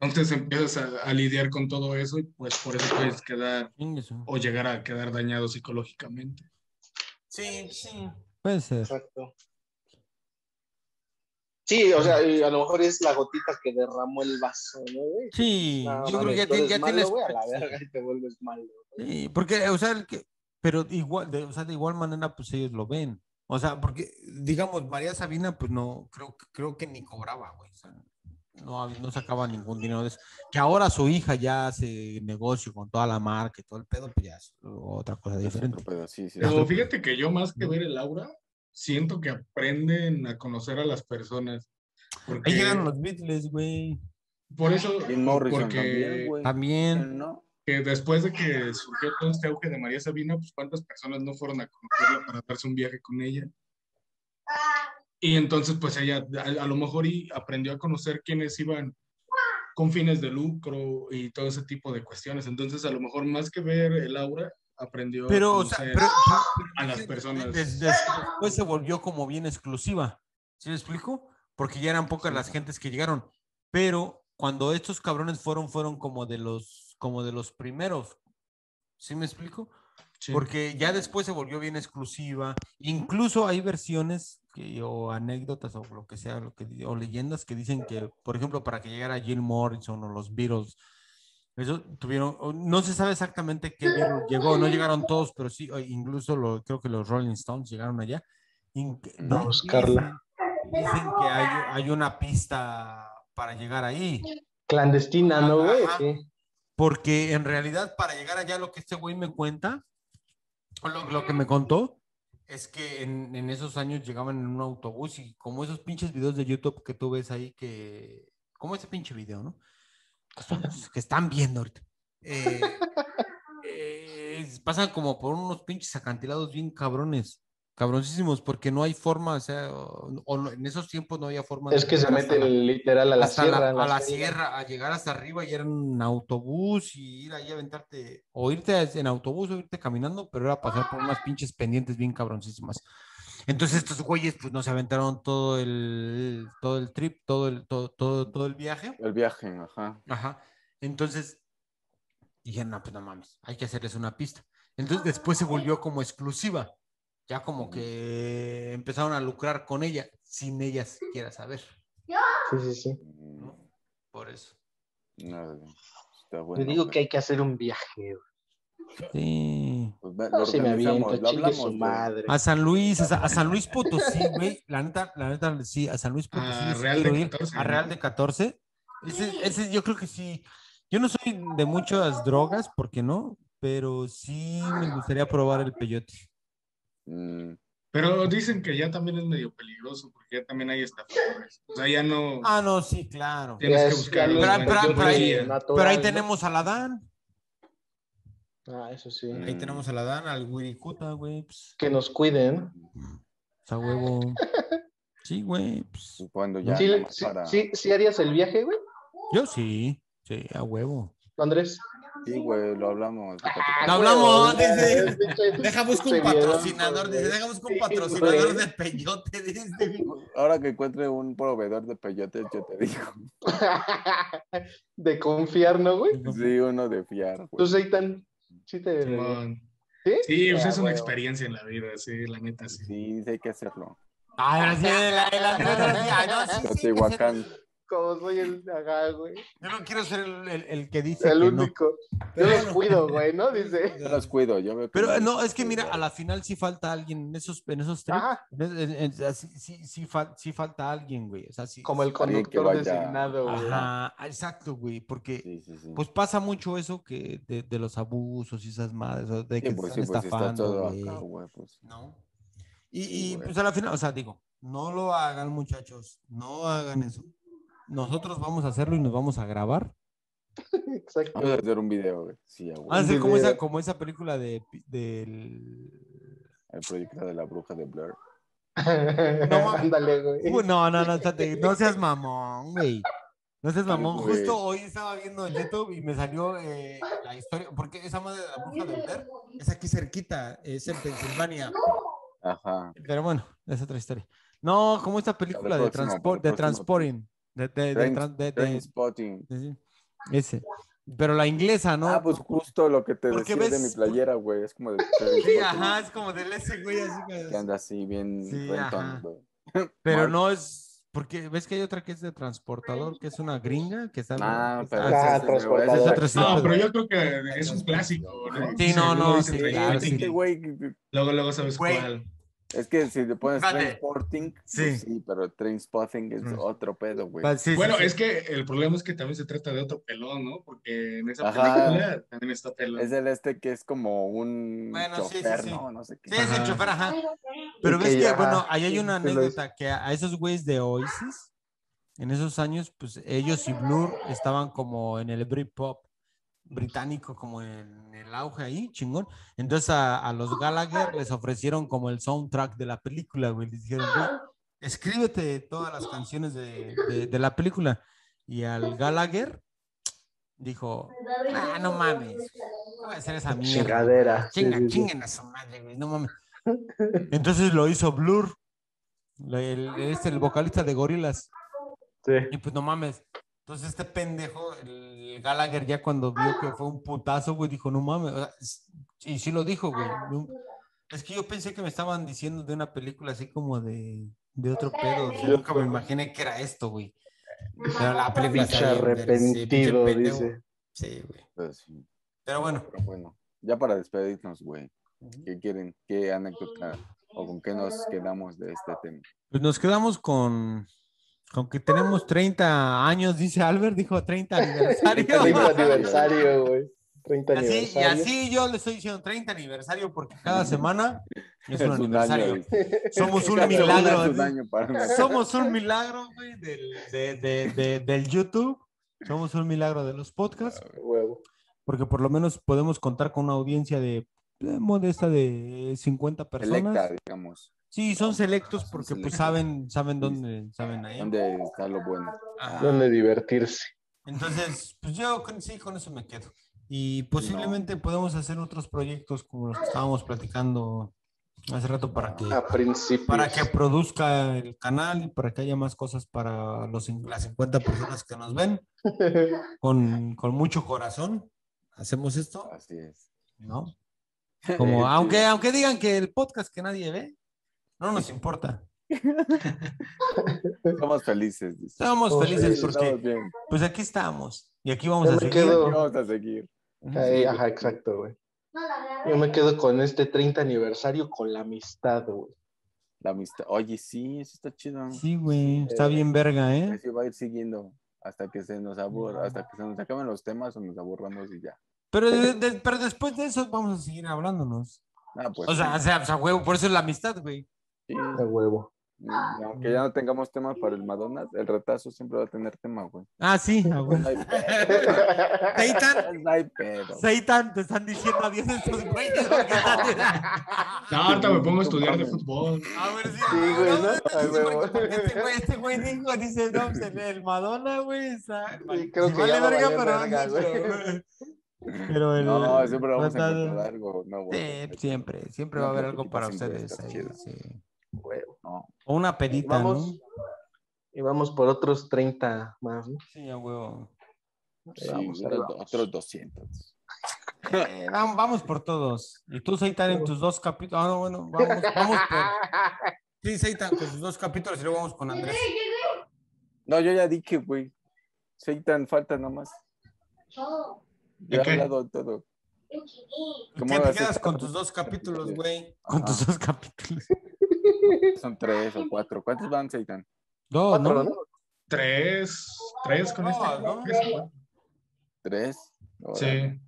Speaker 4: Entonces empiezas a, a lidiar con todo eso y pues por eso puedes quedar
Speaker 2: Chingue su-
Speaker 4: o llegar a quedar dañado psicológicamente.
Speaker 3: Sí, sí.
Speaker 2: Puede ser.
Speaker 3: Exacto. Sí, o sea, y a lo mejor es la gotita que derramó el vaso, ¿no, güey?
Speaker 2: Sí,
Speaker 3: No,
Speaker 2: yo creo
Speaker 3: mames,
Speaker 2: que ya,
Speaker 3: tú
Speaker 2: ti-
Speaker 3: eres
Speaker 2: ya
Speaker 3: malo,
Speaker 2: tienes. pues,
Speaker 3: güey, a la verga y te vuelves malo. güey.
Speaker 2: Sí, porque, o sea, el que- pero igual, de, o sea, de igual manera, pues ellos lo ven. O sea, porque, digamos, María Sabina, pues no, creo, que- creo que ni cobraba, güey. O sea, no, hab- no sacaba ningún dinero de eso. Que ahora su hija ya hace negocio con toda la marca y todo el pedo, pues ya es otra cosa
Speaker 1: Es otro
Speaker 2: diferente.
Speaker 1: pedo, sí, sí.
Speaker 4: Pero fíjate que yo más que ver el aura, siento que aprenden a conocer a las personas. Porque,
Speaker 2: Ahí llegaron los Beatles, güey.
Speaker 4: por eso,
Speaker 1: Jim Morrison
Speaker 4: porque
Speaker 1: también, güey.
Speaker 2: También.
Speaker 1: ¿no?
Speaker 4: que después de que surgió todo este auge de María Sabina, pues cuántas personas no fueron a conocerla para darse un viaje con ella. Y entonces, pues ella a, a lo mejor y aprendió a conocer quiénes iban con fines de lucro y todo ese tipo de cuestiones. Entonces, a lo mejor más que ver el aura, aprendió
Speaker 2: Pero,
Speaker 4: a
Speaker 2: o sea,
Speaker 4: conocer
Speaker 2: pero-
Speaker 4: a las personas.
Speaker 2: Des- des- después se volvió como bien exclusiva. ¿Sí me explico? Porque ya eran pocas las gentes que llegaron. Pero cuando estos cabrones fueron, fueron como de los, como de los primeros. ¿Sí me explico?
Speaker 4: Sí.
Speaker 2: Porque ya después se volvió bien exclusiva. Incluso hay versiones que, o anécdotas o lo que sea, lo que, di- o leyendas que dicen que, por ejemplo, para que llegara Jill Morrison o los Beatles, eso tuvieron, o no se sabe exactamente qué Beatle llegó, no llegaron todos, pero sí, o incluso lo, creo que los Rolling Stones llegaron allá. In-
Speaker 1: No,
Speaker 2: dicen-
Speaker 3: buscarla.
Speaker 2: Dicen, que hay, hay una pista para llegar ahí.
Speaker 3: Clandestina, ¿no, güey?
Speaker 2: Ajá.
Speaker 3: Sí.
Speaker 2: Porque en realidad, para llegar allá, lo que este güey me cuenta, o lo, lo que me contó, es que en, en esos años llegaban en un autobús y como esos pinches videos de YouTube que tú ves ahí, que. Como ese pinche video, ¿no? Que, son los que están viendo ahorita. Eh, eh, es- pasan como por unos pinches acantilados bien cabrones, cabroncísimos, porque no hay forma, o sea, o- o no- en esos tiempos no había forma.
Speaker 3: Es
Speaker 2: de
Speaker 3: que se
Speaker 2: llegar hasta la-
Speaker 3: meten literal a la
Speaker 2: hasta la-
Speaker 3: sierra.
Speaker 2: a
Speaker 3: en
Speaker 2: la,
Speaker 3: selva.
Speaker 2: sierra, a llegar hasta arriba y era un autobús y ir ahí a aventarte, o irte a- en autobús o irte caminando, pero era pasar por unas pinches pendientes bien cabroncísimas. Entonces estos güeyes pues no se aventaron todo el, todo el trip, todo el, todo, todo, todo el viaje.
Speaker 1: El viaje, ajá.
Speaker 2: Ajá. Entonces dije, no, pues no mames, hay que hacerles una pista. Entonces después se volvió como exclusiva, ya como que empezaron a lucrar con ella, sin ella siquiera saber,
Speaker 3: Sí, sí, sí.
Speaker 1: Mm,
Speaker 2: ¿no? Por eso.
Speaker 1: no, está
Speaker 3: Le
Speaker 1: bueno,
Speaker 3: digo
Speaker 1: güey.
Speaker 3: que hay que hacer un viaje, güey.
Speaker 2: Sí.
Speaker 1: Pues ve,
Speaker 3: No,
Speaker 1: lo
Speaker 3: si me
Speaker 1: organizamos,
Speaker 3: aviento,
Speaker 1: lo
Speaker 3: chingue
Speaker 1: hablamos.
Speaker 3: su
Speaker 1: güey.
Speaker 3: madre.
Speaker 2: A San Luis, a, Sa- a San Luis Potosí, güey. La neta, la neta, sí, a San Luis Potosí.
Speaker 4: A
Speaker 2: sí
Speaker 4: Real de
Speaker 2: quiero ir.
Speaker 4: 14,
Speaker 2: A Ah, Real
Speaker 4: ¿no?
Speaker 2: de 14. Ese, ese yo creo que sí. Yo no soy de muchas drogas, porque no, pero sí me gustaría probar el peyote.
Speaker 1: Mm,
Speaker 4: Pero dicen que ya también es medio peligroso porque ya también hay estafadores. O sea, ya no
Speaker 2: Ah, no, sí, claro.
Speaker 4: tienes
Speaker 3: Ya
Speaker 4: que
Speaker 3: es-
Speaker 4: buscar.
Speaker 3: ya
Speaker 4: los
Speaker 2: Pero-
Speaker 4: buenos.
Speaker 2: pero-
Speaker 4: Yo
Speaker 2: pero ahí-
Speaker 4: diría,
Speaker 2: Pero ahí tenemos al Adán.
Speaker 3: Ah, eso sí.
Speaker 2: Ahí
Speaker 1: Mm.
Speaker 2: tenemos al Adán, al Wirikuta, güey. Pues,
Speaker 3: Que nos cuiden.
Speaker 2: esa huevo. Sí, güey. pues,
Speaker 1: cuando ya.
Speaker 3: ¿Sí,
Speaker 1: nomás
Speaker 3: sí,
Speaker 1: para-
Speaker 3: sí, sí harías el viaje, güey,
Speaker 2: yo sí. Sí, a huevo.
Speaker 3: Andrés?
Speaker 1: Sí, güey, lo hablamos. lo platicamos.
Speaker 2: Lo hablamos,
Speaker 3: güey,
Speaker 2: dice.
Speaker 3: es pinche-
Speaker 2: Deja busco un
Speaker 3: pinche miedo,
Speaker 2: patrocinador, dice,
Speaker 3: güey.
Speaker 2: deja busco un
Speaker 3: Sí,
Speaker 2: patrocinador
Speaker 3: güey.
Speaker 2: de peyote, dice.
Speaker 1: Ahora que encuentre un proveedor de peyotes, yo te digo.
Speaker 3: De confiar, ¿no, güey?
Speaker 1: Sí, uno de fiar,
Speaker 3: Tú,
Speaker 1: güey.
Speaker 3: Seitan, sí te...
Speaker 4: Simón.
Speaker 3: ¿Sí?
Speaker 4: Sí, pues
Speaker 3: Ah,
Speaker 4: es una
Speaker 3: güey.
Speaker 4: experiencia en la vida, sí, la neta, sí.
Speaker 1: Sí, sí, hay que hacerlo.
Speaker 2: Ay, Ah, ahora sí, el- el Andrés, ahora sí, ay, no, Ah, sí, sí,
Speaker 1: Teotihuacán.
Speaker 3: Como soy el ajá, güey.
Speaker 2: Yo no quiero ser el, el- el que dice
Speaker 3: El
Speaker 2: que
Speaker 3: único. Yo los cuido, güey, ¿no? Dice.
Speaker 1: Yo los cuido, yo veo.
Speaker 2: Pero eh, no, es que mira, a la final sí falta alguien en esos, en esos tres.
Speaker 3: Ajá.
Speaker 2: sí, sí, sí fal- sí falta alguien, güey. O sea, sí.
Speaker 3: Como el
Speaker 1: Alguien que
Speaker 3: conductor
Speaker 1: vaya.
Speaker 3: designado, güey.
Speaker 2: Ajá, ah, exacto, güey, porque
Speaker 1: Sí, sí, sí.
Speaker 2: pues pasa mucho eso que de, de los abusos y esas madres, o de que
Speaker 1: Sí,
Speaker 2: se
Speaker 1: pues, sí,
Speaker 2: están
Speaker 1: pues está
Speaker 2: estafando,
Speaker 1: todo
Speaker 2: güey.
Speaker 1: acá, güey. Pues.
Speaker 2: ¿no? Y,
Speaker 1: Sí,
Speaker 2: y,
Speaker 1: güey.
Speaker 2: pues a la final, o sea, digo, no lo hagan muchachos, no hagan eso. Nosotros vamos a hacerlo y nos vamos a grabar. Ah.
Speaker 3: Exacto.
Speaker 1: Vamos a hacer un video, güey. Sí, a
Speaker 2: Vamos a
Speaker 1: güey.
Speaker 2: hacer Ah, como
Speaker 3: video.
Speaker 2: esa, como esa película de, pi- del...
Speaker 1: El proyecto de la bruja de Blair.
Speaker 2: mames. Uy,
Speaker 3: Ándale,
Speaker 1: Eh,
Speaker 3: güey.
Speaker 2: Uh, No, no, no, espérate, no seas mamón, güey. No seas mamón.
Speaker 1: güey.
Speaker 2: Justo hoy estaba viendo en YouTube y me salió eh, la historia, porque esa madre de la bruja de Blair es aquí cerquita, es en Pensilvania.
Speaker 1: Ajá.
Speaker 2: Pero bueno, es otra historia. No, como esta película de,
Speaker 1: próximo, para
Speaker 2: transport, de
Speaker 1: el próximo.
Speaker 2: Transporting. De, de, de,
Speaker 1: Train-
Speaker 2: tran- de- de-
Speaker 1: Train Spotting.
Speaker 2: de- Ese. Pero la inglesa, ¿no?
Speaker 1: Ah, pues justo lo que te
Speaker 2: Porque
Speaker 1: decía de
Speaker 2: ves-
Speaker 1: mi playera, güey. Es como de.
Speaker 2: Sí, ajá, es como del ese güey así. que-
Speaker 1: Que anda así bien
Speaker 2: Sí,
Speaker 1: rentón,
Speaker 2: ajá.
Speaker 1: güey.
Speaker 2: Pero
Speaker 1: Mark.
Speaker 2: no es. Porque ves que hay otra que es de transportador, que es una gringa, que está.
Speaker 1: Ah, pero.
Speaker 3: Ah,
Speaker 1: ese es-
Speaker 3: transportadora.
Speaker 1: ese es
Speaker 2: Otra
Speaker 1: otro-
Speaker 2: sí, pues,
Speaker 4: No,
Speaker 2: güey.
Speaker 4: pero yo creo que es un clásico, ¿no?
Speaker 2: Sí, no,
Speaker 4: Seguro
Speaker 2: no,
Speaker 4: dicen,
Speaker 2: sí,
Speaker 4: "Güey,
Speaker 2: claro,
Speaker 4: ahorita
Speaker 2: sí.
Speaker 1: Este
Speaker 4: que-
Speaker 1: güey,
Speaker 4: Luego, luego sabes
Speaker 2: Güey.
Speaker 4: cuál.
Speaker 1: es que si te pones
Speaker 2: Espérate.
Speaker 1: Trainspotting, pues
Speaker 2: Sí.
Speaker 1: sí. pero Trainspotting es
Speaker 2: Mm.
Speaker 1: otro pedo, güey.
Speaker 2: Sí, sí,
Speaker 4: Bueno,
Speaker 2: sí.
Speaker 4: es que el problema es que también se trata de otro pelón, ¿no? Porque en esa
Speaker 1: Ajá.
Speaker 4: película también está pelón.
Speaker 1: Es el este que es como un
Speaker 2: Bueno, sí, sí,
Speaker 1: chofer,
Speaker 2: sí.
Speaker 1: ¿no? No sé qué.
Speaker 2: Sí, es el
Speaker 4: Ajá.
Speaker 2: chofer, ajá.
Speaker 1: Y
Speaker 2: Pero ves
Speaker 1: que
Speaker 2: que,
Speaker 1: ya-
Speaker 2: bueno, ahí hay una
Speaker 1: sí, sí lo
Speaker 2: anécdota que a a esos güeyes de Oasis, en esos años, pues ellos y Blur estaban como en el Britpop británico, como en el auge ahí, chingón. Entonces a, a los Gallagher les ofrecieron como el soundtrack de la película, güey. Les dijeron, güey, escríbete todas las canciones de, de- de la película. Y al Gallagher dijo, ah, no mames, no voy a hacer esa mierda.
Speaker 3: Chingadera. Sí,
Speaker 2: Chinga,
Speaker 3: sí, sí.
Speaker 2: chinguen a su madre, güey, no mames. Entonces lo hizo Blur. la- El, es el vocalista de Gorilas.
Speaker 3: Sí.
Speaker 2: Y pues no mames. Entonces este pendejo, el Gallagher, ya cuando vio que fue un putazo, güey, dijo, no mames. o sea, es- y sí lo dijo, güey. no- Es que yo pensé que me estaban diciendo de una película así como de, de otro pedo. o sea, nunca me imaginé que era esto, güey. Pero la película
Speaker 3: Pinche
Speaker 2: está bien, verga, sí, pinche
Speaker 3: arrepentido,
Speaker 2: pendejo.
Speaker 3: dice.
Speaker 2: Sí, güey.
Speaker 1: Pues, sí.
Speaker 2: Pero Ah, bueno,
Speaker 1: Pero bueno, ya para despedirnos, güey. ¿Qué quieren? ¿Qué anécdota o con qué nos quedamos de este tema?
Speaker 2: Pues nos quedamos con, con que tenemos 30 años, dice Albert, dijo 30 aniversario.
Speaker 3: 30
Speaker 1: Aniversario.
Speaker 3: aniversario, güey. 30
Speaker 2: Así, y
Speaker 3: aniversario.
Speaker 2: así yo le estoy diciendo 30 aniversario porque cada semana es
Speaker 1: Es
Speaker 2: un
Speaker 1: un año,
Speaker 2: aniversario.
Speaker 1: güey.
Speaker 2: Somos un
Speaker 1: Cada semana
Speaker 2: milagro.
Speaker 1: es un año para nosotros.
Speaker 2: Somos un milagro, güey, del, de- de- de- del YouTube. Somos un milagro de los podcasts
Speaker 3: Huevo.
Speaker 2: porque por lo menos podemos contar con una audiencia de eh, modesta de 50 personas.
Speaker 1: Selecta, digamos.
Speaker 2: Sí, son selectos
Speaker 1: Son
Speaker 2: porque pues
Speaker 1: selectos.
Speaker 2: saben, saben dónde, saben ahí. Ah,
Speaker 1: ¿Dónde está lo bueno?
Speaker 2: Ajá.
Speaker 3: Donde divertirse.
Speaker 2: Entonces, pues yo con, sí, con eso me quedo. Y posiblemente podemos hacer otros proyectos como los que estábamos platicando hace rato para que,
Speaker 3: A principios.
Speaker 2: para que produzca el canal y para que haya más cosas para los, cin- las 50 personas que nos ven. Con, con mucho corazón hacemos esto,
Speaker 1: Así es.
Speaker 2: ¿no? Como,
Speaker 1: Sí.
Speaker 2: aunque, aunque digan que el podcast que nadie ve, no nos importa.
Speaker 1: Somos felices. dice.
Speaker 2: Estamos
Speaker 3: Somos
Speaker 2: felices
Speaker 3: felices,
Speaker 2: porque
Speaker 1: Estamos bien.
Speaker 2: pues aquí estamos y aquí vamos
Speaker 3: Yo
Speaker 2: a
Speaker 3: me
Speaker 2: seguir.
Speaker 3: quedo-
Speaker 1: Vamos a seguir.
Speaker 2: Ujú.
Speaker 3: Ahí, ajá, exacto, güey. Yo me quedo con este 30 aniversario con la amistad, güey.
Speaker 1: La amistad. Oye, sí, eso está chido.
Speaker 2: Sí, güey, está
Speaker 3: Eh,
Speaker 2: bien verga, ¿eh?
Speaker 1: Así va a ir siguiendo hasta que se nos aburra, hasta que se nos acaben los temas o nos aburramos y ya.
Speaker 2: Pero, de- de- pero después de eso vamos a seguir hablándonos.
Speaker 1: Ah, pues.
Speaker 2: o, sea, o,
Speaker 1: sí,
Speaker 2: sea, o sea, huevo, por eso es la amistad, güey.
Speaker 1: sí.
Speaker 3: A huevo.
Speaker 1: Y Aunque ya no tengamos tema para el Madonna, el retazo siempre va a tener tema, güey.
Speaker 2: Ah, sí, a
Speaker 1: No
Speaker 2: huevo.
Speaker 1: hay pedo.
Speaker 2: Seitan,
Speaker 1: No hay pedo.
Speaker 2: Seitan, te están diciendo adiós estos güeyes. porque están-
Speaker 4: No,
Speaker 2: A
Speaker 4: ahorita me pongo a estudiar de fútbol.
Speaker 2: ver si.
Speaker 3: Sí, güey, ¿no? A huevo.
Speaker 2: Este güey, este güey dijo, dice, no, pues, el, el Madonna, güey. está-
Speaker 3: Sí, creo
Speaker 2: si
Speaker 3: que
Speaker 2: vale
Speaker 3: ya
Speaker 2: verga,
Speaker 3: valió
Speaker 2: pero.
Speaker 3: verga, güey.
Speaker 2: Pero el.
Speaker 1: No, siempre vamos a
Speaker 2: Fatal.
Speaker 1: encontrar algo. No,
Speaker 2: Sí, siempre, siempre
Speaker 1: Una
Speaker 2: va a haber algo
Speaker 1: plática
Speaker 2: para
Speaker 1: siempre
Speaker 2: ustedes.
Speaker 1: está
Speaker 2: ahí,
Speaker 1: chida.
Speaker 2: sí.
Speaker 3: Huevo.
Speaker 1: No.
Speaker 2: O una
Speaker 3: Y
Speaker 2: pedita, ¿no?
Speaker 3: vamos, y vamos por otros 30 más, ¿no?
Speaker 2: Sí, a huevo.
Speaker 1: Sí,
Speaker 3: Vamos, ahí
Speaker 1: otros,
Speaker 3: vamos.
Speaker 1: otros 200.
Speaker 2: Eh, vam- vamos por todos. Y tú, Seitan, en tus dos capítulos. Ah, no, bueno, vamos, vamos por. Sí, Seitan, con sus dos capítulos y luego vamos con Andrés.
Speaker 1: No, yo ya dije, güey. Soy tan falta nada más. Ya he
Speaker 4: ¿De qué?
Speaker 1: hablado todo.
Speaker 2: ¿Qué
Speaker 1: ¿Cómo
Speaker 2: te
Speaker 1: vas a
Speaker 2: quedas
Speaker 1: hacer?
Speaker 2: con tus dos capítulos, güey? Ah.
Speaker 1: Ajá.
Speaker 2: Con tus dos capítulos.
Speaker 1: Son tres o cuatro. ¿Cuántos van, Seitan?
Speaker 2: Dos,
Speaker 3: Cuatro,
Speaker 2: ¿no?
Speaker 3: ¿no?
Speaker 4: Tres, tres con
Speaker 2: No,
Speaker 4: este.
Speaker 2: no.
Speaker 4: Tres, cuatro.
Speaker 1: ¿Tres?
Speaker 4: Sí.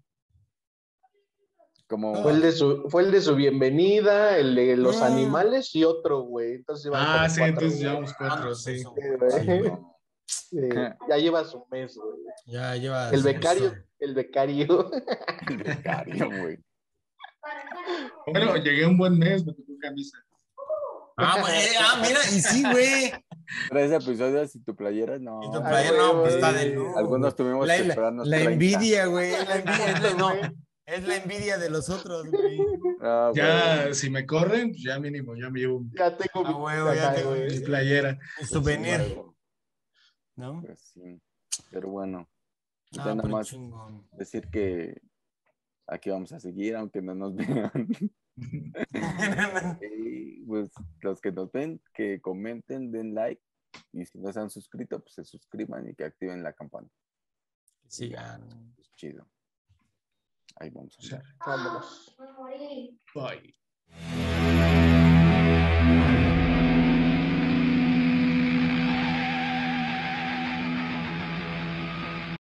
Speaker 1: Como
Speaker 3: Fue el, de su, fue el de su bienvenida, el de los
Speaker 2: Ah.
Speaker 3: animales y otro, güey. Entonces iban
Speaker 4: Ah,
Speaker 3: como
Speaker 4: sí,
Speaker 3: cuatro,
Speaker 4: entonces
Speaker 3: güey.
Speaker 4: llevamos cuatro,
Speaker 2: Vamos,
Speaker 4: sí.
Speaker 2: eso,
Speaker 3: Sí,
Speaker 2: Ah, güey.
Speaker 3: güey.
Speaker 1: no.
Speaker 3: Sí, Eh, ya lleva su mes, güey.
Speaker 2: Ya lleva.
Speaker 3: El
Speaker 2: su-
Speaker 3: becario,
Speaker 2: su-
Speaker 3: el becario.
Speaker 1: el becario, güey.
Speaker 2: pues,
Speaker 4: Bueno, llegué un buen mes, me tocó camisa.
Speaker 2: Ah, güey, ah, mira, y sí, güey.
Speaker 1: Tres episodios y tu playera, no.
Speaker 2: Y tu playera,
Speaker 3: Ay,
Speaker 2: no,
Speaker 3: güey,
Speaker 2: pues está
Speaker 3: güey.
Speaker 2: de lujo.
Speaker 1: Ah, Algunos tuvimos
Speaker 2: La,
Speaker 1: que
Speaker 2: la-
Speaker 1: esperarnos
Speaker 2: la
Speaker 1: 30.
Speaker 2: envidia, güey. es la envidia, es la- no,
Speaker 3: güey.
Speaker 2: es la envidia de los otros, güey.
Speaker 1: Ah, güey.
Speaker 4: Ya, si me corren, pues ya mínimo, ya me llevo un-
Speaker 3: Ya tengo
Speaker 2: Ah,
Speaker 3: mi
Speaker 2: huevo, ya
Speaker 3: Ajá,
Speaker 2: tengo
Speaker 3: güey.
Speaker 4: mi playera.
Speaker 2: El
Speaker 1: Pues sí,
Speaker 2: souvenir,
Speaker 1: güey,
Speaker 2: ¿no? Ah,
Speaker 1: pues sí. Pero bueno, Ya nada más decir que aquí vamos a seguir, aunque no nos vean. y pues los que nos ven, que comenten, den like. Y si no se han suscrito, pues se suscriban y que activen la campana.
Speaker 2: Sigan. ah,
Speaker 1: Es chido. Ahí vamos. a
Speaker 4: Sí.
Speaker 1: andar.
Speaker 3: Vámonos.
Speaker 4: Bye.